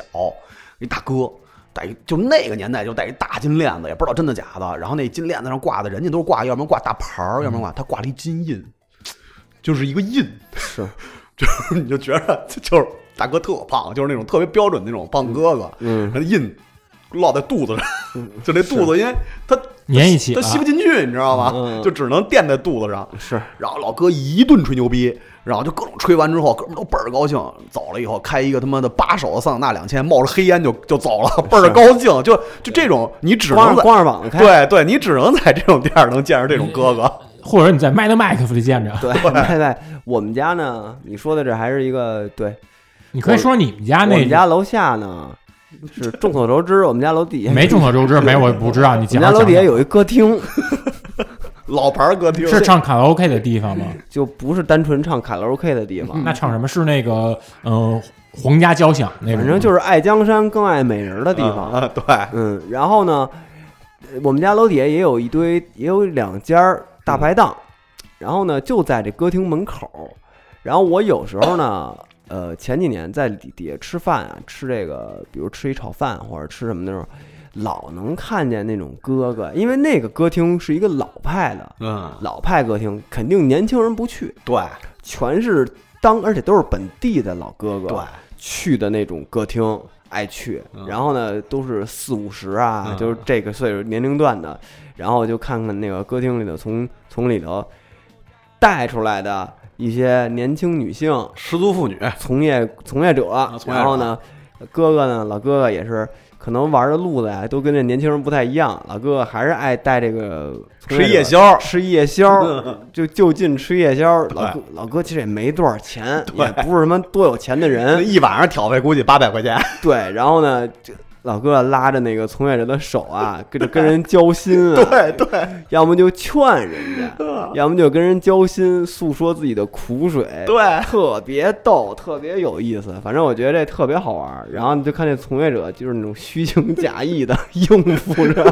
[SPEAKER 5] 一大哥。戴一就那个年代就戴一大金链子，也不知道真的假的。然后那金链子上挂的，人家都是挂，要不然挂大牌儿，要不然
[SPEAKER 1] 嗯
[SPEAKER 5] 挂他挂了一金印，就是一个印，
[SPEAKER 1] 是，
[SPEAKER 5] 就是你就觉得 就是大哥特胖，就是那种特别标准那种胖哥哥，
[SPEAKER 1] 嗯，
[SPEAKER 5] 他的印落在肚子上， 就那肚子，因为他
[SPEAKER 6] 粘一起
[SPEAKER 5] 他
[SPEAKER 6] 了。
[SPEAKER 5] 吸不进去，你知道吗？
[SPEAKER 1] 嗯
[SPEAKER 5] 就只能垫在肚子上。
[SPEAKER 1] 是，
[SPEAKER 5] 然后老哥一顿吹牛逼，然后就各种吹完之后，哥们儿都倍儿高兴。走了以后，开一个他妈的八手的桑塔纳两千，冒着黑烟就就走了，倍儿高兴。就就这种，你只
[SPEAKER 1] 光
[SPEAKER 5] 能
[SPEAKER 1] 着
[SPEAKER 5] 在
[SPEAKER 1] 光着膀子开，
[SPEAKER 5] 对对，你只能在这种店儿能见着这种哥哥。
[SPEAKER 2] 嗯
[SPEAKER 6] 或者你在麦德麦克夫里见着，
[SPEAKER 1] 对对对，我们家呢，你说的这还是一个对，
[SPEAKER 6] 你可以说你们家
[SPEAKER 1] 我
[SPEAKER 6] 那
[SPEAKER 1] 们家楼下呢是众所周知，我们家楼底下
[SPEAKER 6] 没众所周知，没我不知道。你
[SPEAKER 1] 我们
[SPEAKER 6] 讲
[SPEAKER 1] 家
[SPEAKER 6] 讲
[SPEAKER 1] 楼底下
[SPEAKER 6] 讲
[SPEAKER 1] 有一歌厅，
[SPEAKER 5] 老牌儿歌厅
[SPEAKER 6] 是唱卡拉 OK 的地方吗？
[SPEAKER 1] 就不是单纯唱卡拉 OK 的地方，
[SPEAKER 6] 那唱什么是那个嗯皇家交响那种吗？
[SPEAKER 1] 反正就是爱江山更爱美人的地方。
[SPEAKER 5] 啊，对，
[SPEAKER 1] 嗯，然后呢，呃我们家楼底下也有一堆，也有两家儿大排档，然后呢就在这歌厅门口儿。然后我有时候呢，呃，前几年在底底下吃饭啊，吃这个，比如吃一炒饭或者吃什么的时候，老能看见那种哥哥，因为那个歌厅是一个老派的
[SPEAKER 5] 嗯，
[SPEAKER 1] 老派歌厅，肯定年轻人不去，
[SPEAKER 5] 对
[SPEAKER 1] 全是当而且都是本地的老哥哥，
[SPEAKER 5] 对，
[SPEAKER 1] 去的那种歌厅爱去，
[SPEAKER 5] 嗯
[SPEAKER 1] 然后呢都是四五十啊，
[SPEAKER 5] 嗯
[SPEAKER 1] 就是这个岁数年龄段的，然后就看看那个歌厅里头从从里头带出来的一些年轻女 性
[SPEAKER 5] 失足妇女，
[SPEAKER 1] 从业从业者，
[SPEAKER 5] 啊从业
[SPEAKER 1] 然
[SPEAKER 5] 者
[SPEAKER 1] 后呢哥哥呢老哥哥也是。可能玩的路子呀，都跟这年轻人不太一样。老哥哥还是爱带这个从
[SPEAKER 5] 吃
[SPEAKER 1] 业者
[SPEAKER 5] 夜宵，
[SPEAKER 1] 吃夜 宵，就就近吃夜宵。
[SPEAKER 5] 对
[SPEAKER 1] 老哥老哥其实也没多少钱，也不是什么多有钱的
[SPEAKER 5] 那
[SPEAKER 1] 人。
[SPEAKER 5] 一晚上挑费估计八百块钱。
[SPEAKER 1] 对，然后呢，就老哥拉着那个从业者的手啊，跟着跟人交心啊，
[SPEAKER 5] 对对，嗯
[SPEAKER 1] 要么就劝人 家，要么就跟人交心，诉说自己的苦水。
[SPEAKER 5] 对
[SPEAKER 1] 特别逗，特别有意思，反正我觉得这特别好玩儿。然后你就看这从业者，就是那种虚情假意的应付着，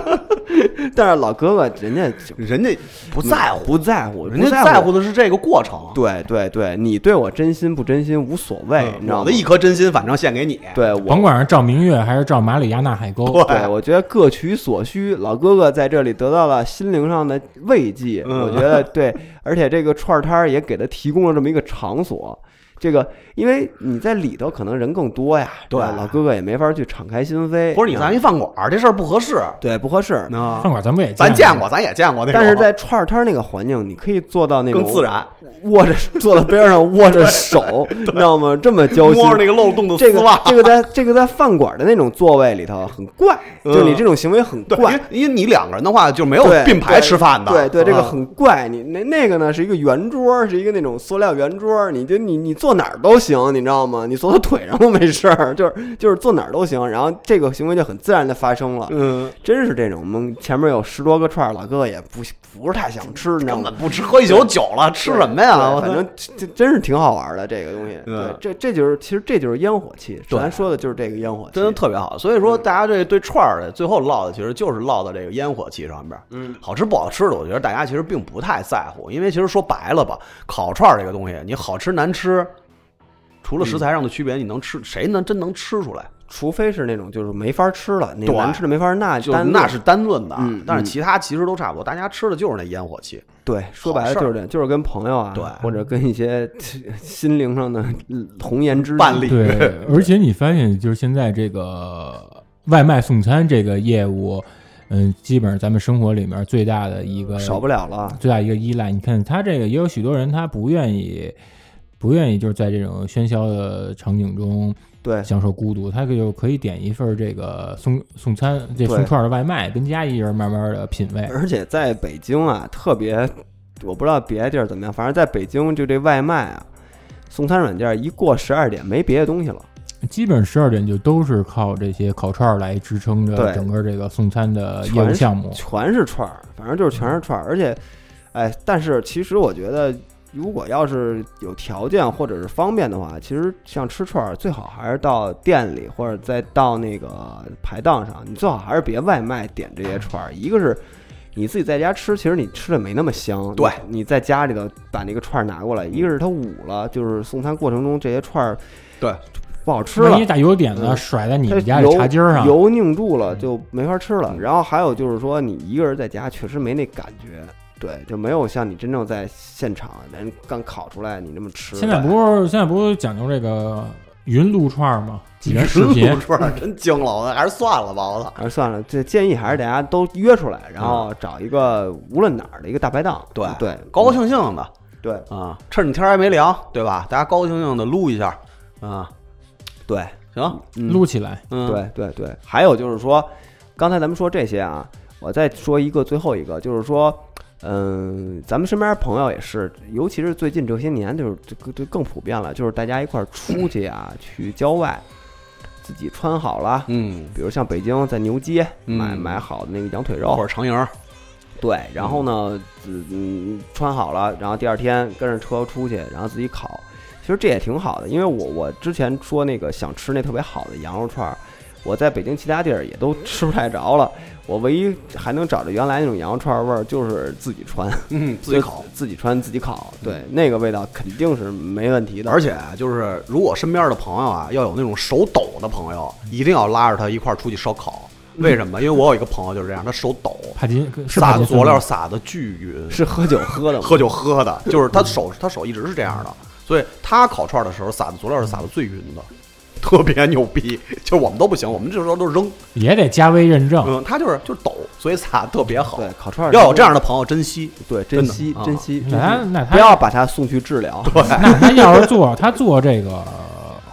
[SPEAKER 1] 但是老哥哥人家就
[SPEAKER 5] 人家不在乎，
[SPEAKER 1] 不在乎，
[SPEAKER 5] 人家
[SPEAKER 1] 不
[SPEAKER 5] 在乎的是这个过程。
[SPEAKER 1] 对对对，你对我真心不真心无所谓，嗯你知道
[SPEAKER 5] 嗯
[SPEAKER 1] 吗
[SPEAKER 5] 我的？一颗真心，反正献给你。
[SPEAKER 1] 对我
[SPEAKER 6] 甭管是照明月还是照马里亚纳海沟，
[SPEAKER 1] 对，我觉得各取所需。老哥哥在这里得到了心灵上的慰藉，
[SPEAKER 5] 嗯
[SPEAKER 1] 我觉得对，而且这个串儿摊儿也给他提供了这么一个场所。这个，因为你在里头可能人更多呀，
[SPEAKER 5] 对
[SPEAKER 1] 老哥哥也没法去敞开心扉，啊
[SPEAKER 5] 或者你咱一饭馆儿这事儿不合适，
[SPEAKER 1] 对不合适。
[SPEAKER 5] 啊
[SPEAKER 6] 饭，馆咱们也
[SPEAKER 5] 咱见过，咱也见过那
[SPEAKER 1] 嗯
[SPEAKER 5] 种，
[SPEAKER 1] 但是在串儿摊儿那个环境，你可以做到那种
[SPEAKER 5] 更自，然，
[SPEAKER 1] 握着坐到边上握着 手，你知道吗？这么交
[SPEAKER 5] 摸
[SPEAKER 1] 心，
[SPEAKER 5] 着那个漏洞的
[SPEAKER 1] 这
[SPEAKER 5] 丝
[SPEAKER 1] 个
[SPEAKER 5] 袜。
[SPEAKER 1] 这个在这个在饭馆的那种座位里头很怪，
[SPEAKER 5] 嗯
[SPEAKER 1] 就你这种行为很
[SPEAKER 5] 对，因
[SPEAKER 1] 怪
[SPEAKER 5] 为。因为你两个人的话就没有
[SPEAKER 1] 对
[SPEAKER 5] 并排吃饭的，
[SPEAKER 1] 对对，这个
[SPEAKER 5] 啊
[SPEAKER 1] 很怪。你那那个呢，是一个圆桌，是一个那种塑料圆桌，你就你你坐哪儿都行，你知道吗？你坐他腿上都没事儿，就是就是坐哪儿都行。然后这个行为就很自然的发生了，
[SPEAKER 5] 嗯，
[SPEAKER 1] 真是这种。我们前面有十多个串儿，老哥哥也不不是太想吃，你知道
[SPEAKER 5] 根
[SPEAKER 1] 吗
[SPEAKER 5] 本？不吃，喝一宿酒了，吃什么呀？
[SPEAKER 1] 对
[SPEAKER 5] 我
[SPEAKER 1] 反正这这真是挺好玩的这个东西。对
[SPEAKER 5] 嗯，
[SPEAKER 1] 这这就是其实这就是烟火气，
[SPEAKER 5] 对
[SPEAKER 1] 咱说的就是这个烟火气。
[SPEAKER 5] 真的特别好。所以说，大家这对串儿的最后落的，其实就是落到这个烟火气上边。嗯，好吃不好吃的，我觉得大家其实并不太在乎，因为其实说白了吧，烤串儿这个东西，你好吃难吃，除了食材上的区别，你能吃谁能真能吃出来？
[SPEAKER 1] 除非是那种就是没法吃了，你
[SPEAKER 5] 对
[SPEAKER 1] 难吃的没法纳，
[SPEAKER 5] 就
[SPEAKER 1] 单
[SPEAKER 5] 那
[SPEAKER 1] 论
[SPEAKER 5] 是单论的啊
[SPEAKER 1] 嗯，
[SPEAKER 5] 但是
[SPEAKER 1] 嗯
[SPEAKER 5] 其他其实都差不多，大家吃的就是那烟火气。
[SPEAKER 1] 对，说白了
[SPEAKER 5] 事儿
[SPEAKER 1] 就是这，就是跟朋友啊，
[SPEAKER 5] 对
[SPEAKER 1] 或者跟一些 心灵上的嗯红颜知己
[SPEAKER 5] 伴侣
[SPEAKER 6] 对， 而且你发现就是现在这个外卖送餐这个业务，嗯，基本上咱们生活里面最大的一个
[SPEAKER 1] 少不了了。
[SPEAKER 6] 最大一个依赖。你看他这个也有许多人他不愿意。不愿意就是在这种喧嚣的场景中
[SPEAKER 1] 对，
[SPEAKER 6] 享受孤独，他就可以点一份这个送送餐这
[SPEAKER 1] 对
[SPEAKER 6] 送串儿的外卖，跟家一人慢慢的品味。
[SPEAKER 5] 哎
[SPEAKER 1] 而且在北京啊，特别，我不知道别的地儿怎么样，反正在北京就这外卖啊，送餐软件一过十二点没别的东西了。
[SPEAKER 6] 基本十二点就都是靠这些烤串儿来支撑
[SPEAKER 1] 对
[SPEAKER 6] 着整个这个送餐的业务项目。
[SPEAKER 1] 全是串儿，反正就是全是串儿，而且，哎，但是其实我觉得如果要是有条件或者是方便的话，其实像吃串儿，最好还是到店里或者再到那个排档上。你最好还是别外卖点这些串儿，一个是你自己在家吃，其实你吃的没那么香。
[SPEAKER 5] 对
[SPEAKER 1] 你，你在家里头把那个串儿拿过来，一个是它捂了，就是送餐过程中这些串儿
[SPEAKER 5] 对
[SPEAKER 1] 不好吃了
[SPEAKER 6] 万一。把油点子
[SPEAKER 1] 嗯
[SPEAKER 6] 甩在你
[SPEAKER 1] 它
[SPEAKER 6] 们家这
[SPEAKER 1] 油
[SPEAKER 6] 茶几儿上，啊
[SPEAKER 1] 油凝住了就没法吃了。然后还有就是说，你一个人在家确实没那感觉，对，就没有像你真正在现场人刚烤出来你那么吃。
[SPEAKER 6] 现在不是现在不是讲究这个云撸串儿吗？几人视频
[SPEAKER 5] 撸，串儿真精了，我还是算了吧，我操！
[SPEAKER 1] 还是算了，这建议还是大家都约出来，然
[SPEAKER 6] 嗯
[SPEAKER 1] 后找一个无论哪儿的一个大排档，
[SPEAKER 5] 对
[SPEAKER 1] 对，嗯
[SPEAKER 5] 高高兴兴的
[SPEAKER 1] 对
[SPEAKER 5] 啊，趁着天儿还没凉，对吧？大家高高兴兴的撸一下啊，
[SPEAKER 1] 对
[SPEAKER 5] 行，
[SPEAKER 1] 嗯
[SPEAKER 6] 撸起来，
[SPEAKER 5] 嗯，，
[SPEAKER 1] 对对对，还有就是说，刚才咱们说这些啊，我再说一个最后一个，就是说，嗯，咱们身边朋友也是，尤其是最近这些年，就是这个这更普遍了，就是大家一块儿出去啊，去郊外，自己穿好了，
[SPEAKER 5] 嗯，
[SPEAKER 1] 比如像北京在牛街买
[SPEAKER 5] 嗯
[SPEAKER 1] 买好的那个羊腿
[SPEAKER 5] 或
[SPEAKER 1] 肉
[SPEAKER 5] 者，长营，
[SPEAKER 1] 对，然后呢，嗯，穿好了，然后第二天跟着车出去，然后自己烤。其实这也挺好的，因为我我之前说那个想吃那特别好的羊肉串儿，我在北京其他地儿也都吃不太着了。我唯一还能找着原来那种羊肉串儿味儿，就是自己穿，
[SPEAKER 5] 嗯，自己烤
[SPEAKER 1] 就。
[SPEAKER 5] 嗯
[SPEAKER 1] 自己穿，自己烤。对，那个味道肯定是没问题的。
[SPEAKER 5] 而且啊就是，如果身边的朋友啊，要有那种手抖的朋友，一定要拉着他一块儿出去烧烤。为什么？因为我有一个朋友就是这样，他手抖，
[SPEAKER 6] 帕金是帕
[SPEAKER 5] 撒
[SPEAKER 6] 金森
[SPEAKER 5] 佐料
[SPEAKER 6] 吗
[SPEAKER 5] 撒的巨匀，
[SPEAKER 1] 是喝酒喝的吗，
[SPEAKER 5] 喝酒喝的，就是他手他手一直是这样的，所以他烤串的时候撒的佐料是撒的最匀的，特别牛逼。就是我们都不行，我们这时候都扔，
[SPEAKER 6] 也得加微认
[SPEAKER 2] 哦
[SPEAKER 6] 证，
[SPEAKER 5] 嗯，他就是就是抖，所以撒得特别好
[SPEAKER 1] 对。烤串儿
[SPEAKER 5] 要有这样的朋友，珍惜。
[SPEAKER 1] 对珍
[SPEAKER 5] 真的
[SPEAKER 1] 惜
[SPEAKER 5] 啊
[SPEAKER 1] 珍惜，珍
[SPEAKER 6] 那
[SPEAKER 2] 嗯
[SPEAKER 1] 惜
[SPEAKER 6] 那他
[SPEAKER 1] 嗯不要把它送去治疗。
[SPEAKER 6] 那他要是做 他做这个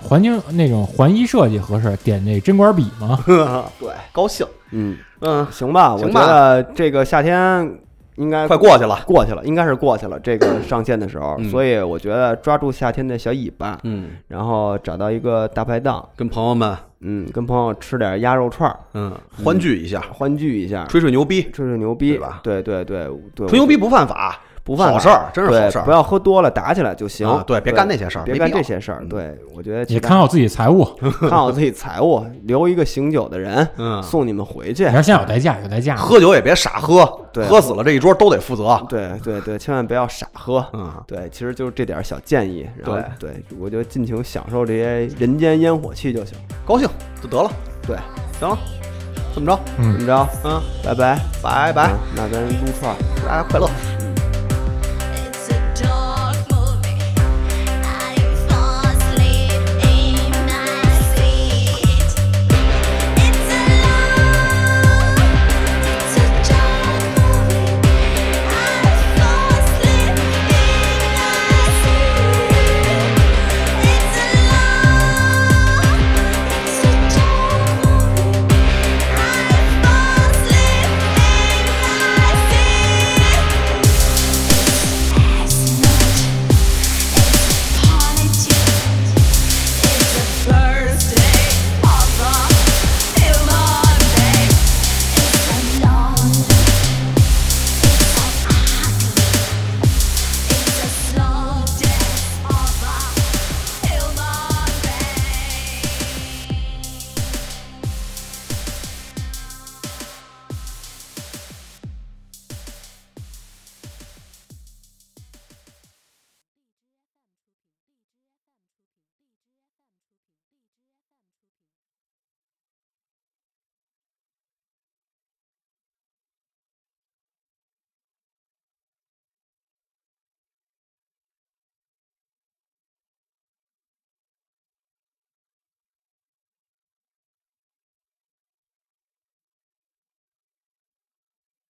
[SPEAKER 6] 环境那种环衣设计合适，点那针管笔 吗？
[SPEAKER 5] 对，高兴，
[SPEAKER 1] 嗯。
[SPEAKER 5] 嗯，
[SPEAKER 1] 行吧，我
[SPEAKER 5] 行
[SPEAKER 1] 觉
[SPEAKER 5] 吧
[SPEAKER 1] 得这个夏天应该
[SPEAKER 5] 快过去了。
[SPEAKER 1] 过去了，应该是过去了。这个上线的时候，
[SPEAKER 5] 嗯
[SPEAKER 1] 所以我觉得抓住夏天的小尾巴，
[SPEAKER 5] 嗯，
[SPEAKER 1] 然后找到一个大排档，
[SPEAKER 5] 跟朋友们，
[SPEAKER 1] 嗯，跟朋友吃点鸭肉串儿，
[SPEAKER 5] 嗯，欢聚一下，
[SPEAKER 1] 欢聚一下，
[SPEAKER 5] 吹吹牛逼，
[SPEAKER 1] 吹吹牛逼，
[SPEAKER 5] 对吧
[SPEAKER 1] 对对对对，
[SPEAKER 5] 吹牛逼不犯法，
[SPEAKER 1] 不犯法
[SPEAKER 5] 好事儿，真是
[SPEAKER 1] 对
[SPEAKER 5] 好事
[SPEAKER 1] 不
[SPEAKER 5] 儿。
[SPEAKER 1] 要喝多了打起来就行
[SPEAKER 5] 啊。对别干那些事儿
[SPEAKER 1] 别
[SPEAKER 5] 没
[SPEAKER 1] 干
[SPEAKER 5] 必要
[SPEAKER 1] 这些事儿。
[SPEAKER 5] 嗯
[SPEAKER 1] 对，我觉得
[SPEAKER 6] 也
[SPEAKER 1] 其他
[SPEAKER 6] 看好自己 财务，
[SPEAKER 1] 看好自己财务，留一个醒酒的人，
[SPEAKER 5] 嗯
[SPEAKER 1] 送你们回去
[SPEAKER 6] 你。要现在有代驾，有代驾，
[SPEAKER 5] 喝酒也别傻喝，
[SPEAKER 1] 对
[SPEAKER 5] 喝死了这一桌都得负责。
[SPEAKER 1] 对对对，千万不要傻喝。
[SPEAKER 5] 嗯，
[SPEAKER 1] 对，其实就是这点儿小建议。然后对，我就尽情享受这些人间烟火气就行。
[SPEAKER 5] 高兴就得了，
[SPEAKER 1] 对，
[SPEAKER 5] 行了，这么着，
[SPEAKER 1] 怎么着？
[SPEAKER 5] 嗯，
[SPEAKER 1] 拜拜，
[SPEAKER 5] 拜拜，
[SPEAKER 1] 嗯那咱撸串儿。
[SPEAKER 5] 大家快乐。
[SPEAKER 6] 拜